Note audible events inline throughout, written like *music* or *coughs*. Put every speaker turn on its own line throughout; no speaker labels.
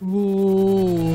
Uh,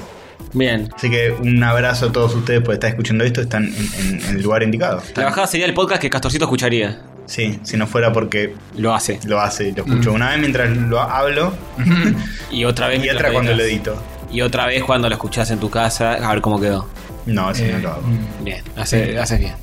Bien.
Así que un abrazo a todos ustedes por estar escuchando esto. Están en, en- en el lugar indicado.
La
Están-
bajada sería el podcast que Castorcito escucharía.
sí, si no fuera porque
Lo hace.
lo hace y lo escucho una vez mientras lo hablo
Y otra vez.
y
mientras
otra cuando lo
editas.
edito.
Y otra vez cuando lo escuchás en tu casa. A ver cómo quedó.
No, eso no
Eh,
lo hago.
Bien. Hace- Haces bien.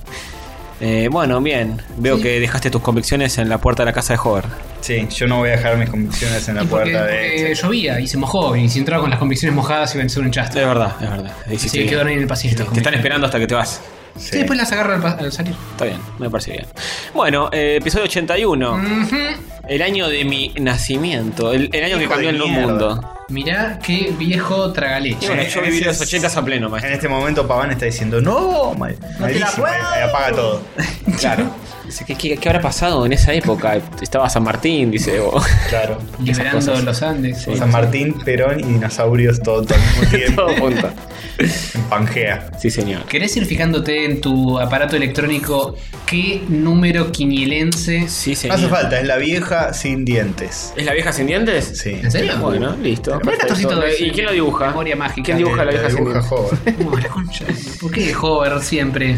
Eh, bueno, bien. Veo que dejaste tus convicciones en la puerta de la casa de Hover.
Sí, yo no voy a dejar mis convicciones en la
y porque,
puerta
porque
de. este.
llovía y se mojó y si entraba con las convicciones mojadas iba a ser un
Es
chasto.
verdad, es verdad. Hiciste
Sí,
bien.
quedó ahí en el pasillo. las
Te están
convicciones.
esperando hasta que te vas.
Sí, después las agarro al, pa- al salir.
Está bien, me parece bien. Bueno, eh, episodio 81.
Mm.
El año de mi nacimiento. El, el año
Hijo
que cambió
de
el
mierda.
mundo.
Mirá qué viejo
Y
tragaleche.
bueno,
Sí,
yo viví
ese
los
es-
80 a pleno,
En
maestro.
este momento Paván está diciendo, no, mal, malísimo", y- y apaga todo.
Claro. Dice, ¿Qué, qué, qué habrá pasado en esa época? Estaba San Martín, dice. o- *laughs*
Claro.
Liberando
cosas.
los Andes.
San Martín, Perón y dinosaurios todo, todo al mismo tiempo.
Todo junto.
en Pangea.
Sí, señor.
¿Querés ir fijándote en tu aparato electrónico qué número quinielense?
Sí,
No
señor.
hace falta, es la vieja sin dientes.
¿Es la vieja sin dientes?
Sí.
¿En serio?
Bueno, listo.
Pero pará,
perfecto.
Castorcito, es-
¿Y quién lo dibuja?
Memoria mágica.
¿Quién dibuja la
Eh, La
vieja sin
dibuja
dientes?
*laughs*
joven.
No, la concha. ¿Por qué Hover siempre?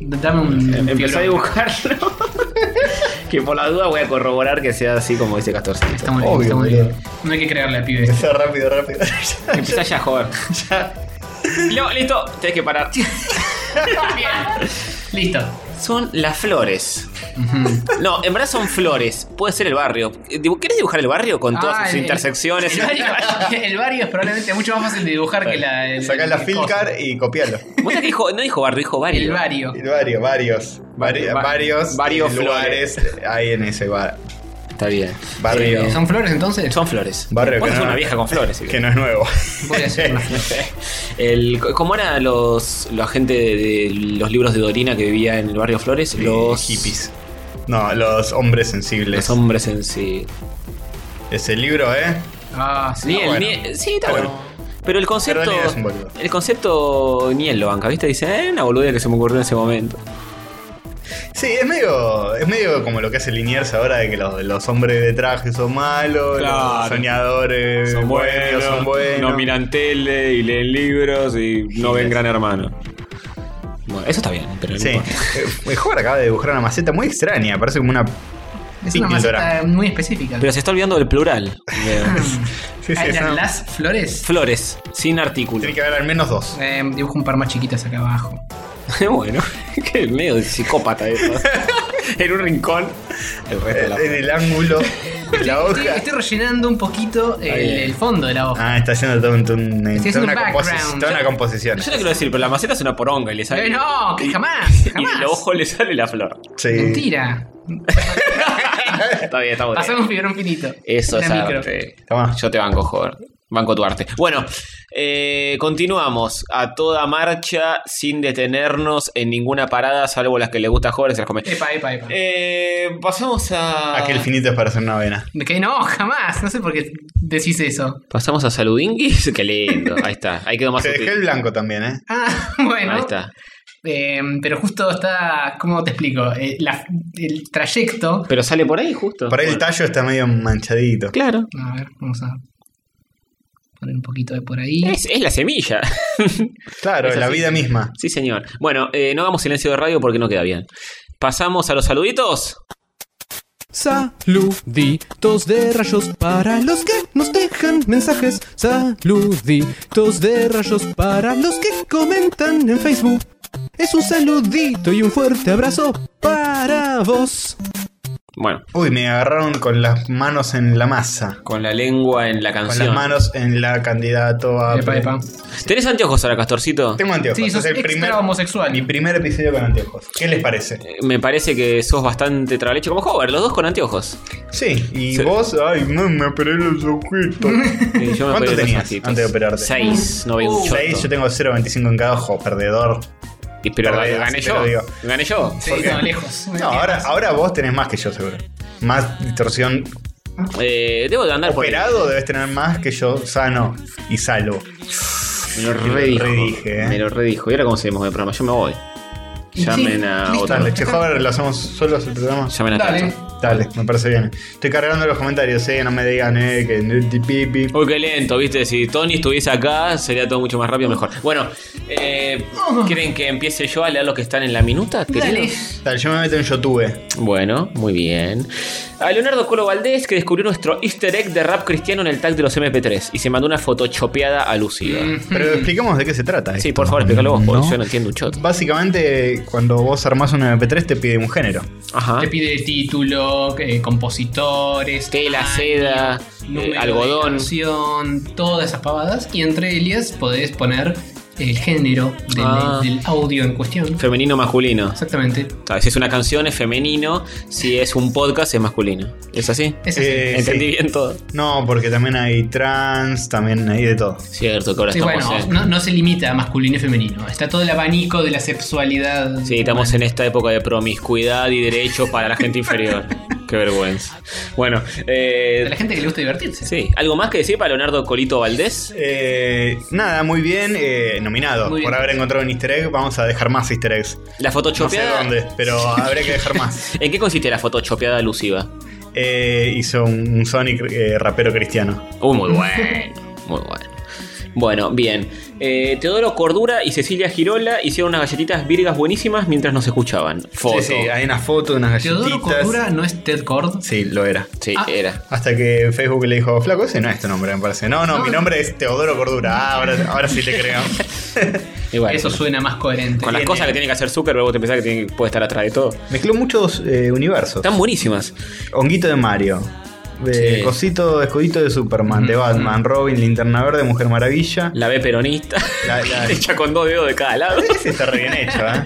Dame un.
Empecé
violón.
a dibujarlo. *laughs* que por la duda voy a corroborar que sea así como dice Castorcito.
Está muy bien,
Obvio,
está muy
boludo.
bien. No hay que creerle al pibe.
Empezó rápido, rápido. *laughs*
Empezá ya a joder. No, listo, tenés que parar.
Listo.
Son las flores. No, en verdad son flores. Puede ser el barrio. Eh, dibu- ¿Querés dibujar el barrio con todas
Ah,
sus
el-
intersecciones?
El barrio, el barrio es probablemente mucho más fácil de dibujar que la. el-
Sacá la
el
Filcar y copialo.
¿Vos sabés que dijo, no dijo barrio, dijo
coso.
barrio.
El barrio.
Y Varios, varios. Vari-
Va-
varios eh,
varios
lugares hay en ese bar.
Está bien.
Barrio.
Eh,
¿Son flores entonces?
son flores.
Barrio
Vos
que
sos
no-
una vieja con flores.
*laughs*
si
Que
querés.
no es nuevo.
Voy a hacer una flor.
El- ¿Cómo eran los, la gente de, de los libros de Dorina que vivía en el barrio Flores? Los
Los hippies. No, los hombres sensibles.
Los hombres en sí.
Ese libro, ¿eh?
Ah, sí.
Ni él,
bueno.
ni él- sí, está
Pero-
bueno. Pero el concepto.
Pero él es un boludo.
el concepto ni él lo banca, ¿viste? Dice, eh, una boludez que se me ocurrió en ese momento.
Sí, es medio, es medio como lo que hace Liniers ahora de que los, los hombres de traje son malos,
Claro.
los soñadores bohemios son buenos.
no miran tele y leen libros y no ven Gran Hermano. Bueno, eso está bien, pero no
Sí.
importa.
Eh, El joven acaba de dibujar una maceta muy extraña, parece como una
Es una
píldora.
maceta muy específica.
Pero se está olvidando del plural. de-
Sí, sí,
Ah,
es
eran
una-
las flores.
Flores, sin artículo.
Tiene que haber al menos dos.
Eh, dibujo un par más chiquitas acá abajo.
*laughs* bueno, que medio de
*laughs*
psicópata eso. en un rincón. El resto de la
en Eh, el
*laughs*
ángulo de la
Estoy,
hoja.
estoy rellenando un poquito el,
bien.
el fondo de la hoja.
Ah, está haciendo todo un- todo un-
haciendo
toda una
un background.
composi- toda una composición.
Yo no quiero decir, pero la maceta es una poronga y le sale.
Eh, no, que
y-
jamás,
Y
jamás.
del ojo le sale la flor.
Sí.
Mentira.
Está bien, está bueno.
Pasame un fibrón finito.
Eso es
Una micro.
arte. Ah,
Tomá.
Yo te banco, joder. Banco tu arte. Bueno, eh, continuamos a toda marcha sin detenernos en ninguna parada, salvo las que le gusta a Jorge, se las come.
Epa, epa, epa.
Eh, pasamos a.
Aquel finito es para hacer una avena.
De que no, jamás. No sé por qué decís eso.
Pasamos a Saludinguis. *laughs* Qué lindo. Ahí está. Ahí quedó más
Te
sutil.
dejé el blanco también, ¿eh?
Ah, *laughs* bueno.
Ahí está.
Eh, pero justo está. ¿Cómo te explico? Eh, la- el trayecto.
Pero sale por ahí justo.
Por ahí el
Bueno,
tallo está medio manchadito.
Claro.
A ver, vamos a poner un poquito de por ahí.
Es, es la semilla. *laughs*
Claro,
Es
la
así.
vida misma.
sí, señor. Bueno, eh, no hagamos silencio de radio porque no queda bien. Pasamos a los saluditos.
Saluditos de rayos para los que nos dejan mensajes. Saluditos de rayos para los que comentan en Facebook. Es un saludito y un fuerte abrazo para vos.
Bueno,
Uy, me agarraron con las manos en la masa.
con la lengua en la
Con
canción.
las manos en la candidato a.
Ah,
Epa, epa.
¿Tenés anteojos ahora, Castorcito?
Tengo anteojos.
Sí, sos
es el
extra
primer, mi
homosexual.
primer episodio con anteojos. ¿Qué les parece?
Eh, Me parece que sos bastante trabaleche como Hover, los dos
*laughs*
con anteojos.
Sí, y
Sí.
vos, ay, no me operé los
*laughs*
ojitos.
Y yo me
¿Cuánto
operé los
tenías
ojitos.
antes de operarte?
Seis, no vi un choto.
Seis, yo tengo 0.25 en cada ojo, perdedor.
Y- Pero
Perdidas,
gané
te lo
yo.
digo.
Gané yo.
Sí,
¿Por qué?
no, lejos.
No, ahora, ahora vos tenés más que yo, seguro. Más distorsión.
Eh, debo de andar
Operado debes tener más que yo, sano y salvo.
por ahí. Me lo redijo.
redije, eh.
Me lo redijo. ¿Y ahora cómo seguimos el programa? Yo me voy.
Y
Llamen
sí,
a
listo.
otra.
Dale, che, joder, lo hacemos solos el programa.
Llamen a
Dale.
Tato.
Dale, me parece bien. Estoy cargando los comentarios, eh, no me digan, eh, que nirti pipi.
Uy, qué lento, viste. Si Tony estuviese acá, sería todo mucho más rápido, mejor. Bueno, eh, ¿quieren que empiece yo a leer los que están en la minuta?
Dale.
queridos?
Dale, yo me meto en YouTube.
Bueno, muy bien. A Leonardo Colo Valdés, que descubrió nuestro easter egg de rap cristiano en el tag de los MP3 y se mandó una foto chopeada alusiva.
Em,
Pero
*laughs*
expliquemos de qué se trata.
Mm. Sí,
esto,
por favor, explícalo vos, porque
¿no?
yo no entiendo un choto.
Básicamente, cuando vos armás un MP3 te pide un género.
Ajá.
Te pide título, eh, compositores,
Tela,
año,
seda,
número
eh, algodón.
de canción, todas esas pavadas. Y entre ellas podés poner el género del,
Ah.
del audio en cuestión.
Femenino masculino.
Exactamente.
Ah, Si es una canción es femenino, si es un podcast es masculino. ¿Es así?
Es así.
Eh,
Entendí
sí.
bien todo.
No, porque también hay trans, también hay de todo.
Cierto, que ahora
Sí,
estamos
bueno,
en.
no, no se limita a masculino y femenino. Está todo el abanico de la sexualidad.
Sí, estamos en esta época de promiscuidad y derechos para la
*laughs*
gente inferior. Qué vergüenza. Bueno,
De la
eh,
gente que le gusta divertirse.
sí, ¿algo más que decir para Leonardo Colito Valdés?
Eh, nada, muy bien, eh, nominado.
Muy bien.
Por haber encontrado un easter egg, vamos a dejar más easter eggs.
La foto
No sé
chopeada.
dónde, pero habrá que dejar
*laughs*
más.
¿En qué consiste la foto chopeada alusiva?
Eh, hizo un, un Sonic eh, rapero cristiano.
Uy, Uh, muy bueno. Muy bueno. Bueno, bien. Eh, Teodoro Cordura y Cecilia Girola hicieron unas galletitas virgas buenísimas mientras nos escuchaban. Foto.
Sí, sí, hay una foto, unas galletitas.
Teodoro Cordura no es Ted Cord.
Sí, lo era.
Sí,
Ah.
era.
Hasta que Facebook le dijo, flaco, ese no es tu nombre, me parece. No,
No,
no, mi
no.
nombre es Teodoro Cordura. Ah, ahora, ahora sí te creo.
Y bueno,
Eso suena eh. más coherente.
con las
tiene.
cosas que tiene que hacer Zuckerberg, luego te pensás que tiene- puede estar atrás de todo.
Mezcló muchos eh, universos.
Están buenísimas.
Honguito de Mario. eh,
Sí.
Cosito, escudito de Superman, de Batman, Robin, Linterna Verde, Mujer Maravilla.
La B peronista.
La-
*laughs*
la-
Hecha con dos dedos de cada lado.
Ese está re bien hecho, ¿eh?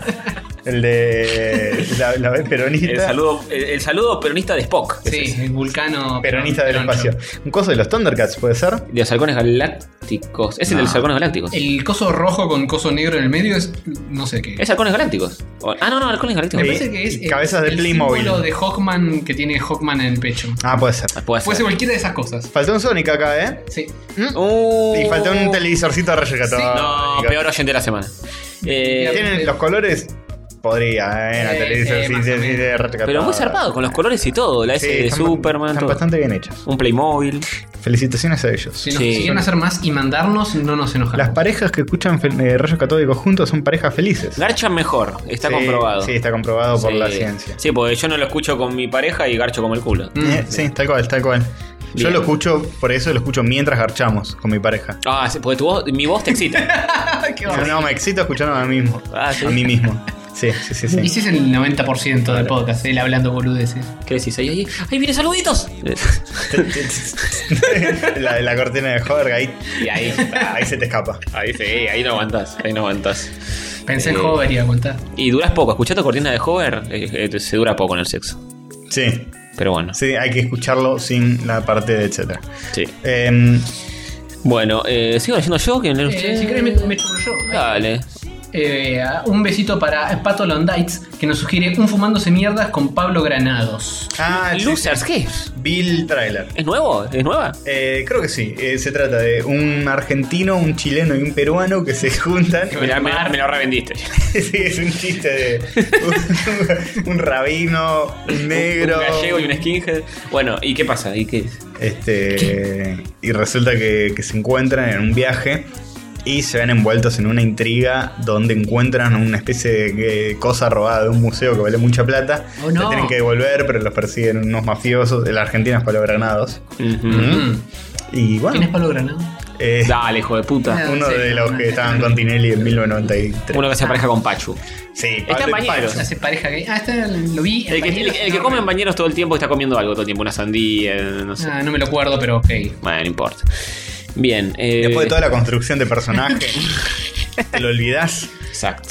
El de la, la vez peronista.
El saludo, el, el saludo peronista de Spock.
Sí, el vulcano.
Peronista del
peroncho.
espacio. Un coso de los Thundercats, ¿puede ser?
De los halcones galácticos. Es el
No.
de los halcones galácticos.
El coso rojo con coso negro en el medio es. No sé qué.
Es halcones galácticos. O- Ah, no, no, halcones
Me
galácticos.
Sí.
parece que es. el-
Cabezas de
el
Playmobil.
símbolo de Hawkman que tiene Hawkman en el pecho.
Ah, puede ser.
Puede
Puede
ser
ser.
cualquiera de esas cosas.
Faltó un Sonic acá, ¿eh?
Sí.
Uh.
Y faltó un televisorcito de rayo católico.
No, peor oyente de la semana. Eh,
¿Tienen los colores? Podría, ¿eh? La
Eh, eh,
televisorcito
más o
así
menos.
de rayo católico.
pero muy zarpado, con los colores y todo. La S
Sí,
de
están ba-
Superman,
Están
todo.
bastante bien hechos.
un Playmobil.
Felicitaciones a ellos.
Si nos
Sí.
quieren hacer más y mandarnos, no nos enojamos. *laughs*
Las parejas que escuchan fel- eh, rayos catódicos juntos son parejas felices.
Garchan mejor, está
Sí,
comprobado.
Sí, está comprobado por
Sí.
la ciencia.
Sí, porque yo no lo escucho con mi pareja y garcho como el culo.
Mm.
Eh, sí, tal cual, tal cual. Yo
Bien.
lo escucho, por eso lo escucho mientras garchamos con mi pareja.
Ah, sí, porque tu voz, mi voz te *laughs* excita.
Qué
No,
horror.
no, me excito escuchándome a mí mismo.
Ah, ¿sí?
A mí mismo. Sí, sí, sí. sí.
Y si es el 90% del podcast, él hablando boludeces.
¿Qué decís? Ahí, ahí, ahí viene saluditos.
*laughs* la, la cortina de Jorge, ahí,
*laughs* y ahí.
ahí se te escapa.
Ahí sí, ahí no aguantás, ahí no aguantás.
Pensé en
Eh.
Hover y iba a contar.
Y duras poco, escuchaste cortina de Hover, Eh, eh, se dura poco en el sexo.
Sí,
Pero bueno.
sí, hay que escucharlo sin la parte de etcétera.
Sí.
Em,
Bueno, eh, sigo leyendo yo, que
Eh, si querés, me, me chulo yo.
Dale.
Eh, un besito para Pato Londites, que nos sugiere un fumándose mierdas con Pablo Granados.
ah, sí,
Losers, ¿qué? es?
Bill Trailer.
¿Es nuevo? ¿Es nueva?
Eh, creo que sí. Eh, se trata de un argentino, un chileno y un peruano que se juntan. *laughs*
Me, la- me la- me lo revendiste.
Sí, es un chiste de un, *laughs* un rabino, un negro.
Un gallego y un skinhead. Bueno, ¿y qué pasa? ¿Y qué es?
Este. Y resulta que, que se encuentran en un viaje. y se ven envueltos en una intriga donde encuentran una especie de eh, cosa robada de un museo que vale mucha plata.
Oh, no.
La tienen que devolver, pero los persiguen unos mafiosos. La Argentina es palo granados.
Ujú.
Y
Mm. ¿Quién es
bueno,
Pablo Granado?
eh,
Dale, hijo de puta.
uno
Sí,
de los
una-
que estaban con Tinelli en 1993.
Uno que se apareja con Pachu.
Sí,
Está en
Pablo-
bañeros.
Pablo.
Hace pareja gay. Ah, este lo vi.
El que, el- el que come en bañeros todo el tiempo está comiendo algo todo el tiempo. Una sandía, no sé.
Ah, no me lo acuerdo, pero ok.
Bueno, no importa. Bien. eh,
Después de toda la construcción de personaje,
*laughs*
te lo olvidás.
Exacto.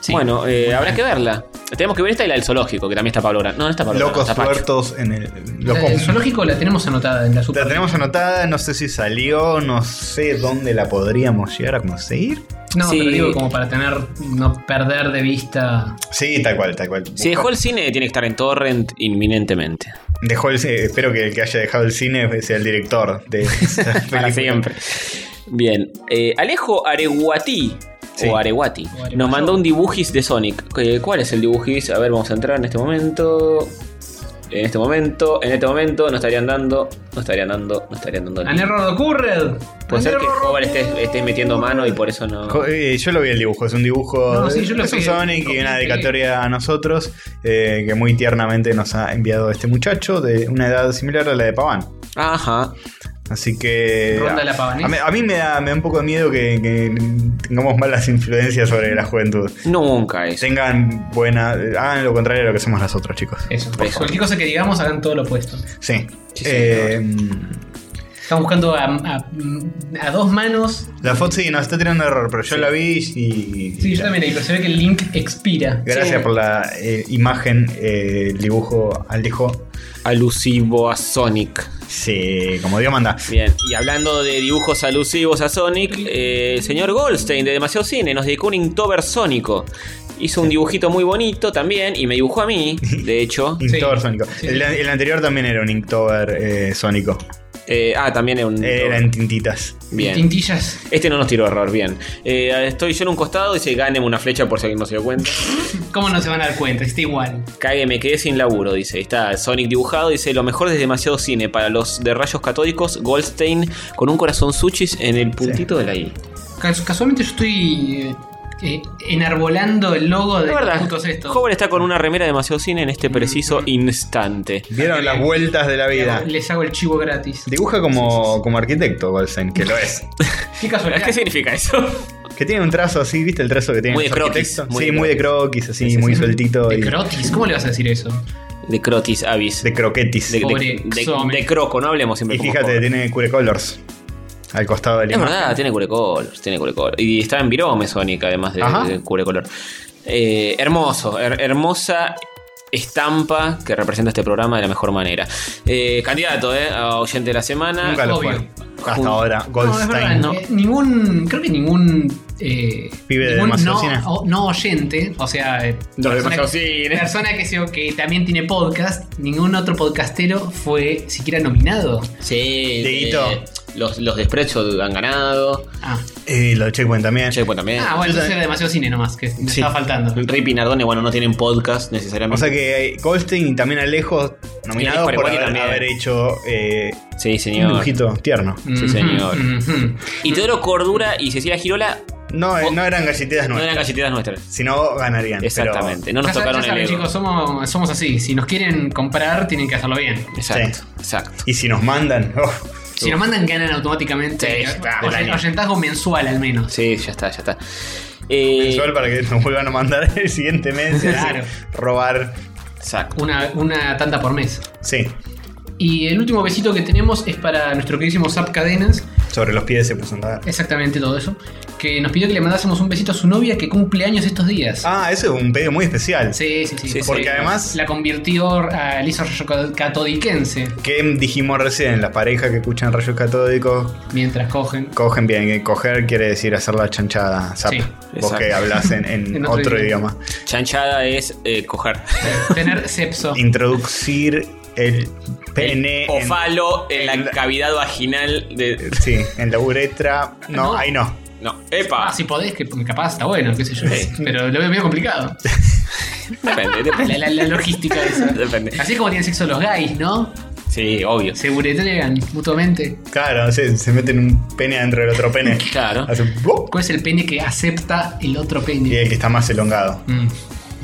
Sí.
Bueno, eh, habrá que verla. Tenemos que ver esta y la del zoológico, que también está Pablo Gran. No, no está Pablo Gran,
Locos
está Pacho.
tuertos en el.
La-
locos-
el zoológico la tenemos anotada en la super.
La tenemos anotada, no sé si salió, no sé dónde la podríamos llegar a conseguir.
No,
Sí.
pero digo como para tener, no perder de vista.
Sí, tal cual, tal cual.
Si dejó el cine, tiene que estar en Torrent inminentemente.
Dejó el cine- espero que el que haya dejado el cine sea el director
*laughs*
de esa
Para
película.
siempre. Bien. eh, Alejo Areguati.
Sí.
O Areguati.
O Areguayo.
Nos mandó un dibujis de Sonic. Eh, ¿Cuál es el dibujis? A ver, vamos a entrar en este momento. En este momento, en este momento, nos estarían dando, nos estarían dando, nos estarían dando. el
An
link.
error ocurred.
Puede
An
ser que
error
Hobart esté,
occurred.
esté metiendo mano y por eso no.
Jo- eh, Yo lo vi el dibujo, es un dibujo.
No, sí, yo lo
es un
vi,
Sonic
lo
y
vi,
una
sí.
dedicatoria a nosotros eh, que muy tiernamente nos ha enviado este muchacho de una edad similar a la de Paván.
Ajá.
Así
este
que.
Ronda la pavanés.
a mí, a mí me, da, me da un poco de miedo que, que tengamos malas influencias sobre la juventud.
Nunca es.
Tengan buena. Hagan lo contrario a lo que somos nosotros, chicos.
Eso,
Por favor.
cualquier cosa que digamos hagan todo lo opuesto.
Sí.
Sí,
Eh,
Estamos buscando a, a- a dos manos.
la Foxy nos está tirando error, pero yo la vi y.
Sí, yo también, pero se ve que el link expira.
Gracias
Sí.
por la eh, imagen, eh, el dibujo al dijo.
Alusivo a Sonic.
Sí, como Dios manda.
Bien, y hablando de dibujos alusivos a Sonic, eh, el señor Goldstein de Demasiado Cine nos dedicó un Inktober sónico. Hizo un dibujito muy bonito también y me dibujó a mí, de hecho.
*laughs* Inktober
Sí.
sónico.
Sí.
El, el anterior también era un Inktober eh, sónico.
Eh, ah, también era un.
Eh, Era en tintitas.
Bien.
Tintillas.
Este no nos tiró error, bien. Eh, estoy yo en un costado y se ganen una flecha por si alguien no se dio cuenta.
¿Cómo no se van a dar cuenta? Está igual.
Cague, me quedé sin laburo, dice. Está Sonic dibujado, dice lo mejor es demasiado cine. Para los de rayos catódicos, Goldstein con un corazón suchis en el puntito de la I.
Cas- Casualmente yo estoy eh, eh, enarbolando el logo de
La
los
verdad,
putos estos.
Joven está con una remera de demasiado cine en este preciso instante.
Vieron las vueltas de la vida.
Les hago el chivo gratis.
Dibuja como, como arquitecto, Goldstein, que lo es.
Qué casualidad.
¿Qué significa eso?
Que tiene un trazo así, ¿viste el trazo que tiene
Muy
los
de croquis,
arquitectos?
muy
sí,
de
muy de
croquis.
croquis, así,
Sí, sí,
muy
sí.
sueltito.
De
y
crotis, ¿cómo le vas a decir eso?
De crotis avis.
de
De,
croquetis.
de-
Pobre
de-
Xome.
de croco, no hablemos siempre
y
como
fíjate,
joven.
tiene Cure Colors al costado del
Es verdad, tiene curecolor, tiene curecolor. Y está en virome Sonic, además de,
Ajá.
de curecolor. Eh, hermoso, her- hermosa estampa que representa este programa de la mejor manera. Eh, candidato, ¿eh? A oyente de la semana.
Nunca lo
Obvio.
fue. Hasta
Jun-
ahora,
No, es verdad.
Goldstein.
no.
eh, ningún. Creo que ningún. eh,
Pibe de
ningún
demasiado
no,
cine.
o- no oyente, o sea. eh,
Los de
persona
demasiado
que-
cine.
Persona que, se- que también tiene podcast, ningún otro podcastero fue siquiera nominado.
Sí,
Dieguito.
eh, los, los de Spreadshot han ganado.
*laughs*
Ah,
Y los Checkpoint también.
Checkpoint también.
ah bueno, entonces era demasiado cine nomás, que me
Sí.
estaba faltando.
Rip y Nardone, bueno, no tienen podcast
O
necesariamente.
sea que hay Goldstein y también Alejo
Y Alejo
nominados por
Areguati
haber,
también.
haber hecho eh,
sí,
un
señor.
dibujito tierno.
Ujú,
señor.
ujú.
Y Teodoro Cordura y Cecilia Girola
No, eh, no eran galletitas
Oh. no
nuestras.
eran galletitas nuestras.
Si no, ganarían.
Exactamente, no
Ya
nos
sa-
tocaron
ya saben,
el ego.
chicos, somos, somos así. Si nos quieren comprar, tienen que hacerlo bien.
Exacto,
Sí.
exacto.
Pero- y si nos mandan. *laughs* oh,
Si nos mandan, ganan automáticamente.
Sí, está,
Oyen-
un año.
oyentazgo mensual al menos.
Sí, ya está, ya está. Eh,
mensual para que nos vuelvan a mandar el siguiente mes. y así,
Claro.
Robar.
Exacto.
Una, una tanta por mes.
Sí.
Y el último besito que tenemos es para nuestro queridísimo Zap Cadenas,
Sobre los pies se puso a andar.
exactamente todo eso, que nos pidió que le mandásemos un besito a su novia que cumple años estos días.
Ah, eso es un pedido muy especial.
Sí, sí, sí.
Sí,
Porque además,
La convirtió a Lizo Rayo Catodiquense
que dijimos recién, las parejas que escuchan rayos catódicos
mientras cogen.
cogen bien. que Coger quiere decir hacer la chanchada. Zap.
Sí,
Vos
exacto.
que hablas en, en
En otro
otro,
idioma.
idioma.
Chanchada es eh, coger.
Tener sepso.
Introducir el pene.
o
en-
falo en, la
en la-
cavidad vaginal de.
Sí, en la uretra. No,
No.
ahí no.
No. ¡Epa!
Ah, si podés, que capaz está bueno, qué sé yo.
Sí.
Pero lo veo medio complicado.
Depende,
La,
depende.
la- la logística de eso.
Depende.
Así es como tienen sexo los gays, ¿no?
Sí, obvio.
Se buretrean mutuamente.
Claro, se, se meten un pene dentro del otro pene.
Claro.
Hace ¡bup!
¿Cuál es el pene que acepta el otro
Y
pene?
el que está más elongado.
Mm,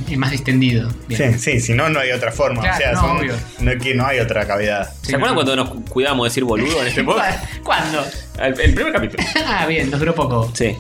Es más distendido. Bien.
Sí, sí, si no, no hay otra forma.
Claro,
o sea,
no,
son-
obvio.
no, es que no hay otra cavidad.
¿Se acuerdan cuando nos cu- cuidábamos de decir boludo
*laughs*
en este podcast?
¿Cuándo?
Al- El primer capítulo.
Ah, bien, nos duró poco.
Sí.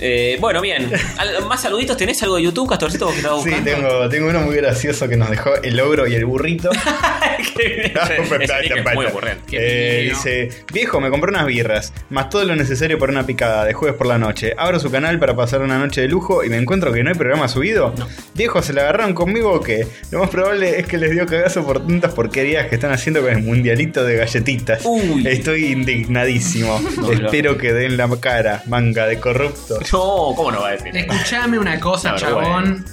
Eh, bueno, bien. Al- ¿Más saluditos? ¿Tenés algo de YouTube, Castorcito, vos que estabas
Sí,
buscando?
tengo, tengo uno muy gracioso que nos dejó el ogro y el burrito.
*laughs*
*laughs*
*laughs*
Qué-
No,
ese
pero
link
está,
es
está,
muy
está.
ocurrente.
Qué
Eh,
divino.
dice, viejo, me compré unas birras, más todo lo necesario para una picada de jueves por la noche. Abro su canal para pasar una noche de lujo y me encuentro que no hay programa subido. Viejo, ¿se la agarraron conmigo o qué? Lo más probable es que les dio cagazo por tantas porquerías que están haciendo con el mundialito de galletitas.
Uy.
Estoy indignadísimo.
*laughs* No,
Espero que den la cara, manga de corrupto.
No, ¿cómo no va a decir?
Escuchame una cosa,
Una
chabón.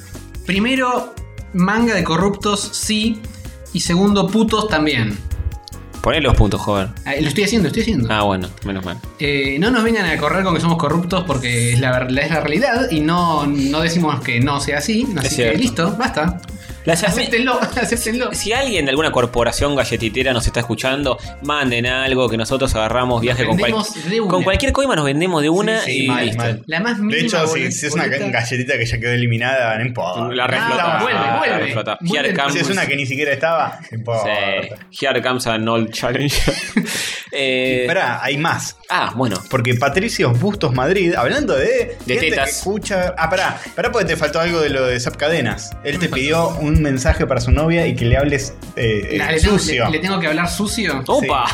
Primero, manga de corruptos, sí. Y segundo, putos también.
Poné los puntos, joven.
Ah, Lo estoy haciendo, lo estoy haciendo.
Ah, bueno, menos mal.
Eh, no nos vengan a correr con que somos corruptos porque es la, ver- es la realidad y no, no decimos que no sea así. Así que
cierto.
listo, basta.
Las-
Acéptenlo, *laughs* acéptenlo.
Si alguien de alguna corporación galletitera nos está escuchando, manden algo que nosotros agarramos viaje con, cual-
vendemos de una.
con cualquier coima, nos vendemos de una
Sí, sí,
y
mal,
listo.
mal.
La más mínima
De hecho, si,
bolet-
si es una
boleta-
ga- galletita que ya quedó eliminada, no importa.
La reflota.
Ah, vuelve,
la
vuelve.
reflota.
Vuelve
Here
el-
comes-
Si es una que ni siquiera estaba, no importa.
Sí. Here comes an old
*laughs*
challenger. *laughs* Eh,
Esperá, hay más.
ah, bueno.
Porque Patricios Bustos Madrid, hablando de.
De
gente
tetas.
Que escucha. Ah, pará, pará, porque te faltó algo de lo de Zap Cadenas. Él te pidió un mensaje para su novia y que le hables eh, eh,
Ah, le, tengo,
sucio. Oh.
le- le tengo que hablar sucio.
Sí.
Opa.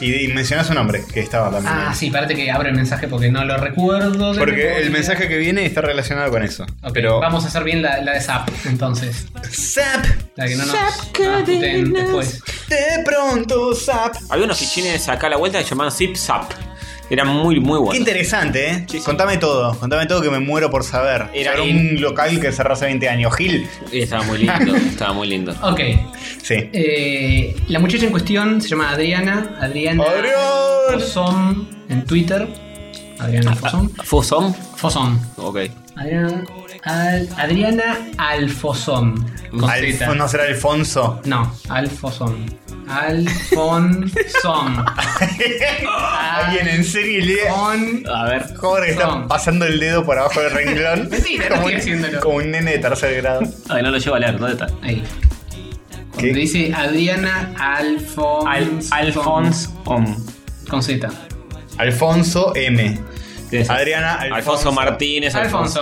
Y, y mencionás su nombre, que estaba también.
Ah,
ahí.
sí, parece que abro el mensaje porque no lo recuerdo. de
Porque
memoria.
el mensaje que viene está relacionado con eso.
Ok,
Pero.
vamos a hacer bien la, la de Zap, entonces.
Zap,
La que no nos, no nos puten después.
de pronto, Zap.
Había unos fichines acá a la vuelta que se llamaban Zip Zap. Eran muy, muy
Qué
buenos.
interesante, ¿eh?
Sí, sí.
Contame todo, contame todo que me muero por saber.
Era
Era
en-
un local que cerró hace 20 años, Gil.
Y Estaba muy
*laughs*
lindo, estaba muy lindo.
Ok.
Sí.
eh, la muchacha en cuestión se llama Adriana. Adriana
¡Adrián!
Fosom en Twitter. Adriana
Ah,
Fosom.
¿Fosom?
Fosom.
Ok.
Adriana, Al- Adriana Alfosom. Con
Alf-
Z.
¿No será Alfonso?
No, Alfosom. Alfonsom.
*laughs* Alguien en serio lee.
Con.
A ver.
Jorge está
Son.
pasando el dedo por abajo del
*laughs*
renglón.
Sí, no estoy
como, un,
haciéndolo.
como un nene de tercer grado.
Ay, no lo llevo a leer, ¿dónde está?
Ahí. Cuando
¿Qué?
dice Adriana Alfons.
Al Alphonse Om.
Con Z.
Alfonso M.
¿Qué es?
Adriana Alfonso,
Alfonso Martínez.
Alfonso.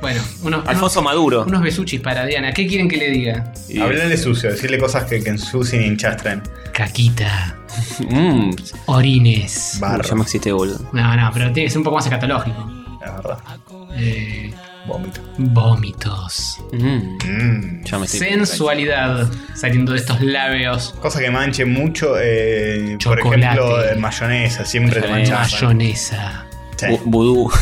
Bueno, unos.
Alfonso
unos-
Maduro.
Unos besuchis para Adriana. ¿Qué quieren que le diga?
Y-
Hablarle sucio, decirle cosas que, que ensucien y hinchastren.
Caquita.
Mm,
Orines.
Barro,
ya no existe, boludo.
No, no, pero tiene que ser un poco más escatológico.
la verdad.
Eh,
Vómito.
vómitos.
Mm,
Mm.
ya me estoy-
Sensualidad saliendo de estos labios.
Cosa que manche mucho, eh, por
Chocolate.
ejemplo, eh, mayonesa, siempre te
Mayonesa.
manchas.
Eh, Mayonesa.
Sí.
Bu- Vudú.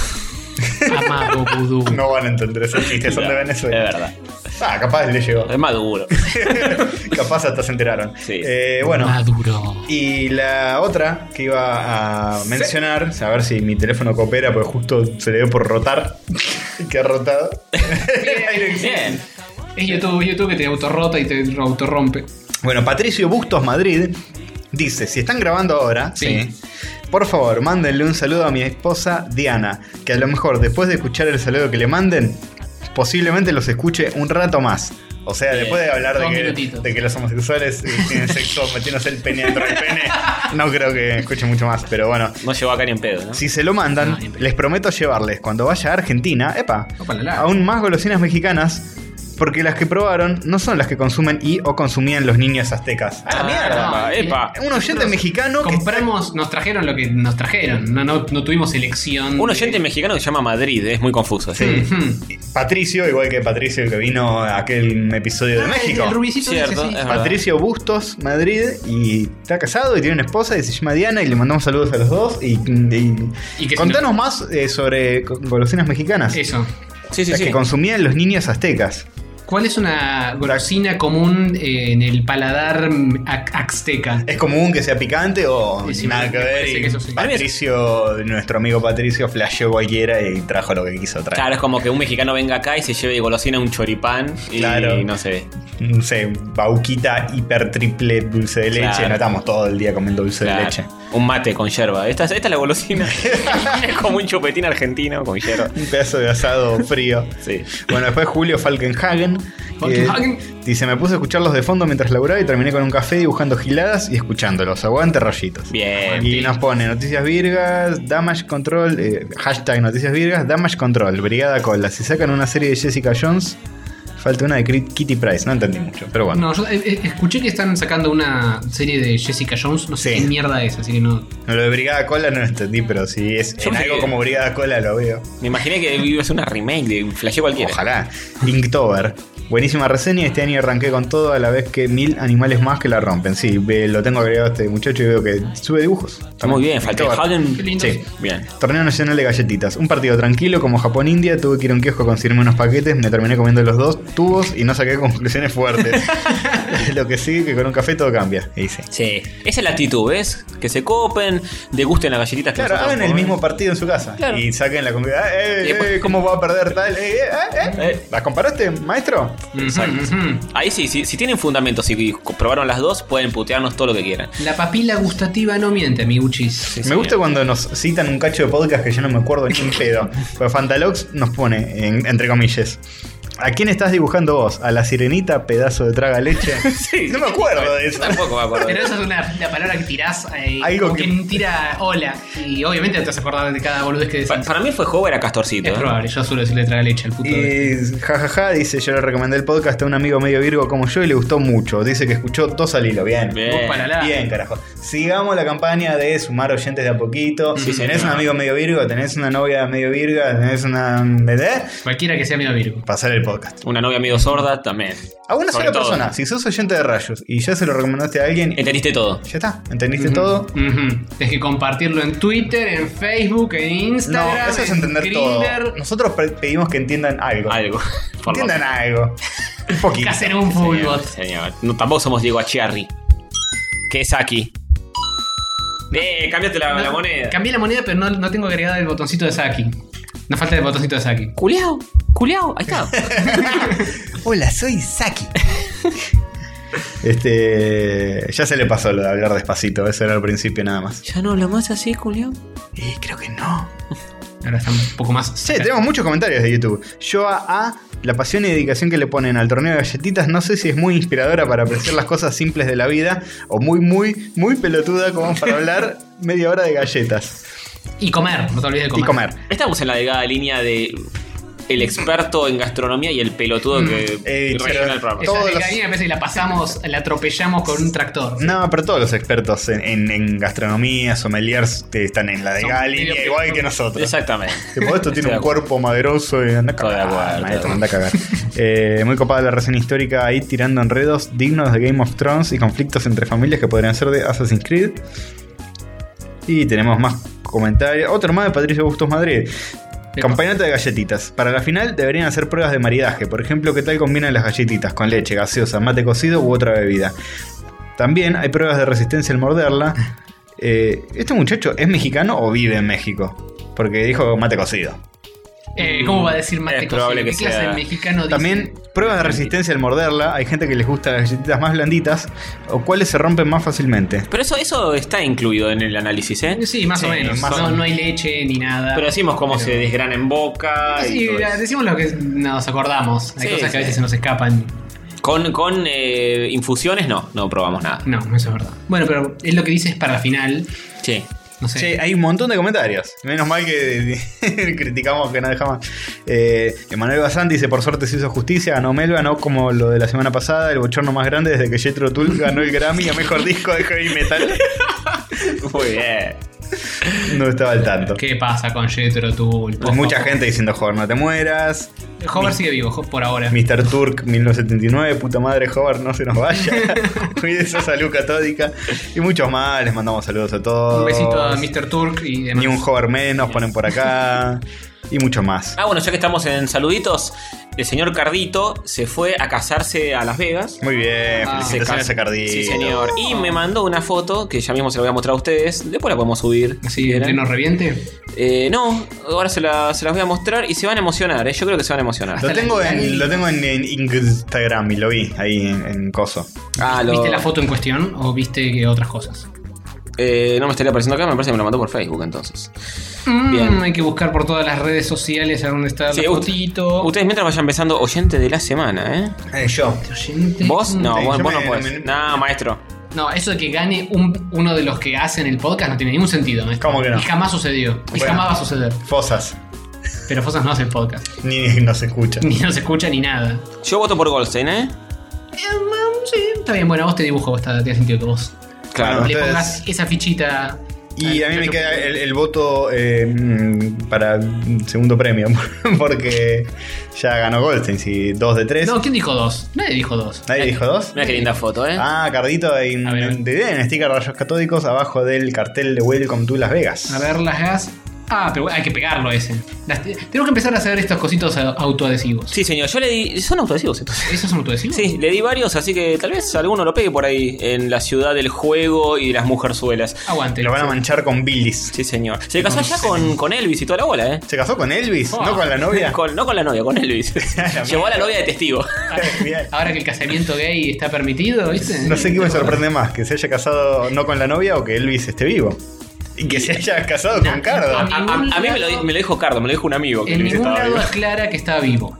Amado vudú.
No van a entender esos chistes, son de
es
Venezuela.
verdad.
Ah, capaz le llegó. *laughs*
Es Maduro.
capaz hasta se enteraron.
Sí.
*laughs* Eh, bueno,
Maduro.
Y la otra que iba a mencionar, a ver si mi teléfono coopera, porque justo se le dio por rotar. *laughs* que ha rotado. *laughs*
Bien.
Es YouTube, YouTube que te autorrota y te autorrompe.
bueno, Patricio Bustos Madrid dice: Si están grabando ahora,
Sí.
sí, por favor, mándenle un saludo a mi esposa Diana, que a lo mejor después de escuchar el saludo que le manden, posiblemente los escuche un rato más. O sea,
Bien.
después de hablar
Dos
de que,
minutitos.
de que los homosexuales eh, tienen sexo metiéndose el pene dentro del pene, no creo que escuche mucho más, pero bueno.
No llegó acá ni en pedo, ¿no?
Si se lo mandan,
Ah, bien.
les prometo llevarles cuando vaya a Argentina, epa,
Opa, la, la.
aún más golosinas mexicanas, porque las que probaron no son las que consumen y o consumían los niños aztecas. ¡Ah, la mierda!
Ah, epa.
Un oyente mexicano que
Compramos, nos trajeron lo que nos trajeron. No, no, no tuvimos elección. de-
Un
Hmm. Ah,
oyente mexicano que se llama Madrid, ¿eh? es muy confuso.
Sí.
Ujú.
Patricio, igual que Patricio que vino a aquel episodio de México.
Ah, El rubicito
Cierto,
dice, sí.
es verdad.
Patricio Bustos, Madrid, y está casado y tiene una esposa y se llama Diana y le mandamos saludos a los dos. Y, y-
Y que si
contanos más eh, sobre co- golosinas mexicanas.
Eso.
sí, sí.
las
sí.
que consumían los niños aztecas.
¿Cuál es una grosina común eh, en el paladar mm, ac- azteca?
¿Es común que sea picante o
Sí, sí,
nada
me
que ver?
parece
Y
que eso sí.
Patricio, nuestro amigo Patricio, flasheó cualquiera y trajo lo que quiso traer.
Claro, es como que un mexicano venga acá y se lleve de golosina un choripán y
Claro.
no se ve.
No sé, bauquita hiper triple dulce de leche.
Claro.
No estamos todo el día comiendo dulce de
Claro.
leche.
Un mate con yerba. Esta, es- esta es la
*laughs*
golosina. es como un chupetín argentino con yerba.
Un pedazo de asado
*laughs*
frío.
Sí.
Bueno, después Julio Falkenhagen. que
Falkenhagen.
Dice, me puse a escucharlos de fondo mientras laburaba y terminé con un café dibujando giladas y escuchándolos. Aguante rayitos.
Bien.
Y nos pone Noticias Virgas, Damage Control, eh, hashtag Noticias Virgas, Damage Control, Brigada Cola. Si sacan una serie de Jessica Jones, falta una de Crit- Kitty Price. No entendí mucho, pero bueno.
No, yo eh, eh, escuché que están sacando una serie de Jessica Jones, no sé
Sí.
qué mierda es, así que no.
Lo de Brigada Cola no lo entendí, pero si es
Yo
en
pensé
algo
que-
como Brigada Cola lo veo.
Me imaginé que iba a ser una remake de Flashé cualquiera.
Ojalá. Inktober. Buenísima reseña, este año arranqué con todo a la vez que mil animales más que la rompen. Sí, ve- lo tengo agregado a este muchacho y veo que sube dibujos.
Muy bien, Falkenhagen.
Qué lindo.
Sí.
Bien.
Torneo Nacional de Galletitas. Un partido tranquilo como Japón-India. Tuve que ir a un kiosco a conseguirme unos paquetes. Me terminé comiendo los dos tubos y no saqué conclusiones *laughs* fuertes. Lo que sí, que con un café todo cambia. Y sí.
Sí. Esa es la actitud, ¿ves? Que se copen, degusten las galletitas que
Claro,
nosotros
hagan el
comemos.
mismo partido en su casa.
Claro.
Y saquen la conclusión. Ah, eh,
Y después-
eh, ¿Cómo va a perder tal? Eh, eh, eh, eh.
Eh.
¿Las comparaste, maestro?
Exacto.
Ujú, ujú.
Ahí sí, sí, si tienen fundamentos y probaron las dos, pueden putearnos todo lo que quieran.
La papila gustativa no miente, amiguchis.
Me gusta cuando nos citan un cacho de podcast que yo no me acuerdo ni en pedo. *laughs* Pero Fantalox nos pone, en- entre comillas. ¿A quién estás dibujando vos? ¿A la sirenita, pedazo de traga *laughs* leche? no me acuerdo de
Yo
eso.
Tampoco me acuerdo.
Pero esa es una, la palabra que tirás eh,
Algo
como
que-
quien tira hola. Y obviamente te vas a acordar de cada boludez que decís.
Pa- para mí fue Hover a Castorcito.
es
¿eh?
probable, yo suelo decirle traga leche al puto. este. de-
Y jajaja, dice, yo le recomendé el podcast a un amigo medio virgo como yo y le gustó mucho. Dice que escuchó dos al hilo. Bien. Bien,
Bien.
Vos para la.
carajo. Sigamos la campaña de sumar oyentes de a poquito.
Sí,
si tenés un
señor.
amigo medio virgo, tenés una novia medio virga, tenés una... ¿eh?
Cualquiera que sea medio virgo.
Pasar el podcast.
Una novia medio sorda también.
A una
Sobre
sola
todo.
persona, si sos oyente de rayos y ya se lo recomendaste a alguien,
Entendiste todo.
ya está, entendiste todo.
Ujú. Tienes que compartirlo en Twitter, en Facebook, en
No,
Instagram.
eso es entender
en
todo.
Grindr.
Nosotros pre- pedimos que entiendan algo.
Algo. Por lo-
Entiendan algo. Un poquito.
Que hacer un
Señor,
fullbot.
señor. No, tampoco somos Diego Achiarri. Que es aquí. Eh, cambiaste la, la moneda.
Cambié la moneda, pero no, no tengo agregado el botoncito de Saki. Nos falta el botoncito de Saki.
Culeado, culeado, ahí *laughs* está.
Hola, soy Saki. este. Ya se le pasó lo de hablar despacito, eso era al principio nada más.
¿Ya no habla más así, culeado?
Eh, creo que no.
Ahora está un poco más.
Sí, tenemos muchos comentarios de YouTube. Yo a, A, la pasión y dedicación que le ponen al torneo de galletitas, no sé si es muy inspiradora para apreciar las cosas simples de la vida o muy, muy, muy pelotuda como para hablar *laughs* media hora de galletas
Y comer, no te olvides de comer.
y comer.
Estamos en la delgada línea de el experto en gastronomía y el pelotudo que
Eh,
que rellena
pero-
el
Esa
programa.
Todos
delgadina
los- Mm.
me parece que la pasamos, la atropellamos con un tractor.
No, pero todos los expertos en, en- en gastronomía, sommeliers, eh, están en la de
Son
Galia,
medio
igual
pelotudos.
que nosotros.
Exactamente.
Tipo, esto tiene
Estoy de
un cuerpo maderoso y anda a cagar.
Estoy de acuerdo,
maestro,
estoy de
anda a cagar. *laughs* Eh, muy copada la reseña histórica ahí tirando enredos dignos de Game of Thrones y conflictos entre familias que podrían ser de Assassin's Creed. Y tenemos más comentarios. Otro más de Patricio Bustos Madrid.
Epa.
Campeonato de galletitas. Para la final deberían hacer pruebas de maridaje. Por ejemplo, ¿qué tal combinan las galletitas con leche, gaseosa, mate cocido u otra bebida? También hay pruebas de resistencia al
*laughs*
morderla. Eh, ¿Este muchacho es mexicano o vive en México? Porque dijo mate cocido.
Eh, ¿Cómo va a decir mate
Es probable
cocido? ¿Qué
que
clase
sea.
de mexicano dice?
También pruebas de resistencia al morderla. Hay gente que les gusta las galletitas más blanditas o cuáles se rompen más fácilmente.
Pero eso, eso está incluido en el análisis, ¿eh?
Sí, más
Sí,
o menos.
más
no,
o-
no hay leche ni nada.
Pero decimos cómo se desgrana en boca. y
Sí,
todo eso.
decimos lo que nos acordamos. Hay
Sí,
cosas
sí.
que a veces se nos escapan.
Con, con eh, infusiones no, no probamos nada.
No, eso es verdad. Bueno, pero es lo que dices para la final.
Sí.
No sé.
Che, hay un montón de comentarios. Menos mal que *laughs* criticamos que no dejamos. Eh, Emanuel Bazán dice: Por suerte se hizo justicia, ganó Mel, ganó como lo de la semana pasada, el bochorno más grande desde que Jetro Tull ganó el Grammy a mejor disco de heavy
*laughs*
metal.
Muy bien.
No estaba al tanto.
¿Qué pasa con Jetro Tull? Por
Mucha
favor.
gente diciendo: Joder, no te mueras.
Hover sigue vivo, jo- por ahora.
Mr. Turk 1979, puta madre Hobart, no se
*laughs*
nos vaya. Cuídense esa salud catódica. Y muchos más, les mandamos saludos a todos.
Un besito a Mr. Turk y demás.
Ni un Hobart menos, ponen por acá. Y mucho más.
Ah.
Ah, bueno, ya que estamos en saluditos, el señor Cardito se fue a casarse a Las Vegas.
Muy bien,
Ah,
Se
felicitaciones
casó.
a Cardito.
Sí, señor. Y me mandó una foto que ya mismo se la voy a mostrar a ustedes. Después la podemos subir. si
Así,
quieren.
que nos reviente.
Eh, no, ahora se, la- se las voy a mostrar y se van a emocionar. eh. Yo creo que se van a emocionar.
Lo tengo, en, lo tengo en, en Instagram y lo vi ahí en, en Coso.
Ah, lo-
¿Viste la foto en cuestión o viste que otras cosas?
Eh, no me estaría apareciendo acá, me parece que me lo mandó por Facebook entonces.
Mm,
Bien.
hay que buscar por todas las redes sociales a dónde está
Sí,
la
ut-
fotito.
Ustedes mientras vayan pensando oyente de la semana, ¿eh?
yo.
Oyente.
¿Vos? No,
Sí,
vos,
yo
vos
me-
no podés.
me-
No, maestro.
No, eso de que gane un- uno de los que hacen el podcast no tiene ningún sentido. ¿no?
¿Cómo que no?
Y jamás sucedió. Y
Bueno.
jamás va a suceder.
Fosas.
Pero Fosas no hace el podcast. *laughs*
Ni *laughs* nos escucha.
Ni nos escucha ni nada.
Yo voto por Goldstein, ¿eh?
Eh, mm, sí, está bien. Bueno, a vos te dibujo, vos está- tiene sentido que vos
Claro.
Bueno,
le
Entonces-
pongas esa fichita.
Y
al
a mí me
muchacho
queda
que-
el, el voto eh, mm, para mm, segundo premio, *laughs* porque ya ganó Goldstein, si dos de tres.
No, ¿quién dijo dos? Nadie dijo dos.
¿Nadie dijo dos?
Mira qué linda foto, ¿eh?
Ah, Cardito, hay un,
A ver.
un- te en sticker rayos catódicos abajo del cartel de Welcome to Las Vegas.
A ver las gas. Ah, pero hay que pegarlo ese. Las- tenemos que empezar a hacer estos cositos a- autoadhesivos.
Sí, señor. Yo le di. Son autoadhesivos entonces.
¿Esos son autoadhesivos?
Sí, le di varios, así que tal vez alguno lo pegue por ahí en la ciudad del juego y de las mujerzuelas.
Aguante.
Lo van a manchar con Billis.
Sí, señor. Se casó ya con, con Elvis y toda la bola, ¿eh?
¿Se casó con Elvis?
Oh.
¿No con la novia?
*laughs* Con- no con la novia, con *laughs* Elvis. Llevó a la novia de testigo.
Mirá,
Ahora que el casamiento gay está permitido, ¿viste?
no sé qué me sorprende más, que se haya casado no con la novia o que Elvis esté vivo. Y que se haya casado con Cardo.
A, a- a mí me lo, di- me lo dijo Cardo, me lo dijo un amigo. Que
En
Elvis
ningún
estaba
lado
vivo.
aclara que está vivo.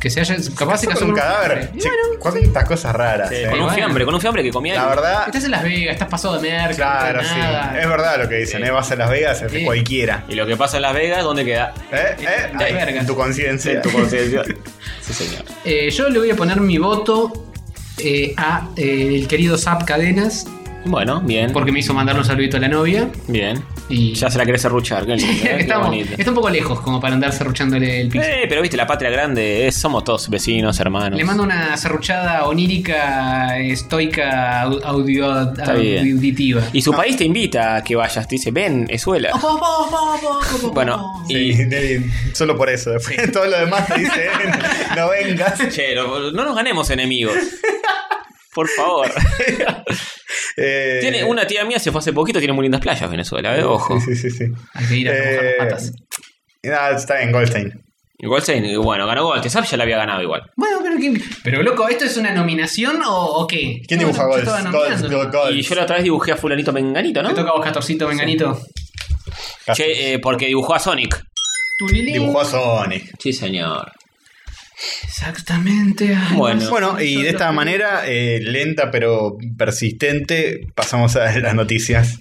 Que se haya. Capaz se
Casó
casó
con un cadáver.
Y
Sí,
bueno,
¿Cuántas cosas raras?
Sí,
eh?
con un fiambre, con un fiambre que comía.
La
y-
verdad,
Estás en Las Vegas, estás pasado de merca,
Ah. claro,
no
sí.
está nada.
Es verdad lo que dicen,
Sí.
¿eh? Vas a Las Vegas, es de
Sí.
cualquiera.
Y lo que pasa en Las Vegas, ¿dónde queda?
¿Eh? ¿Eh?
De
Ahí,
verga.
en tu conciencia.
En tu conciencia.
*laughs*
Sí, señor.
Eh, yo le voy a poner mi voto eh, a eh, el querido Zap Cadenas,
Bueno, bien.
porque me hizo mandar un saludito a la novia.
Bien.
Y *laughs*
Ya se la querés arruchar, qué lindo, ¿eh? Qué
Estamos-
bonito.
está un poco lejos como para andar serruchándole el piso.
Eh, pero viste, la patria grande, eh, somos todos vecinos, hermanos.
Le mando una serruchada onírica, estoica, au- audio,
bien.
auditiva. Oh,
Y su país te invita a que vayas, te dice, ven, Ezuela. Bueno,
Sí,
y...
de- solo por eso. Después *laughs* todo lo demás te dice, no vengas.
*laughs* Che, no, no nos ganemos enemigos. *laughs* Por *laughs* favor.
Eh,
Tiene una tía mía se fue hace poquito, tiene muy lindas playas Venezuela, eh, ojo.
Sí, sí, sí. sí.
Hay que ir a mojar las
Eh,
patas.
Ah, está bien, Goldstein.
Y Goldstein, bueno, ganó Goldstein, Zap ya la había ganado igual.
Bueno, pero ¿quién- Pero loco, ¿esto es una nominación o, o qué?
¿Quién
No,
dibuja
yo
Gold?
estaba
Gold,
nominando.
Gold, Gold.
Y yo la otra vez dibujé a fulanito menganito,
Te
¿no?
toca a vos, Castorcito, Menganito.
Che, eh, porque dibujó a Sonic.
Tulilín.
Dibujó a Sonic.
Sí, señor.
Exactamente. ay,
Bueno.
no sé.
Bueno, y de esta manera, eh, lenta pero persistente, pasamos a las noticias.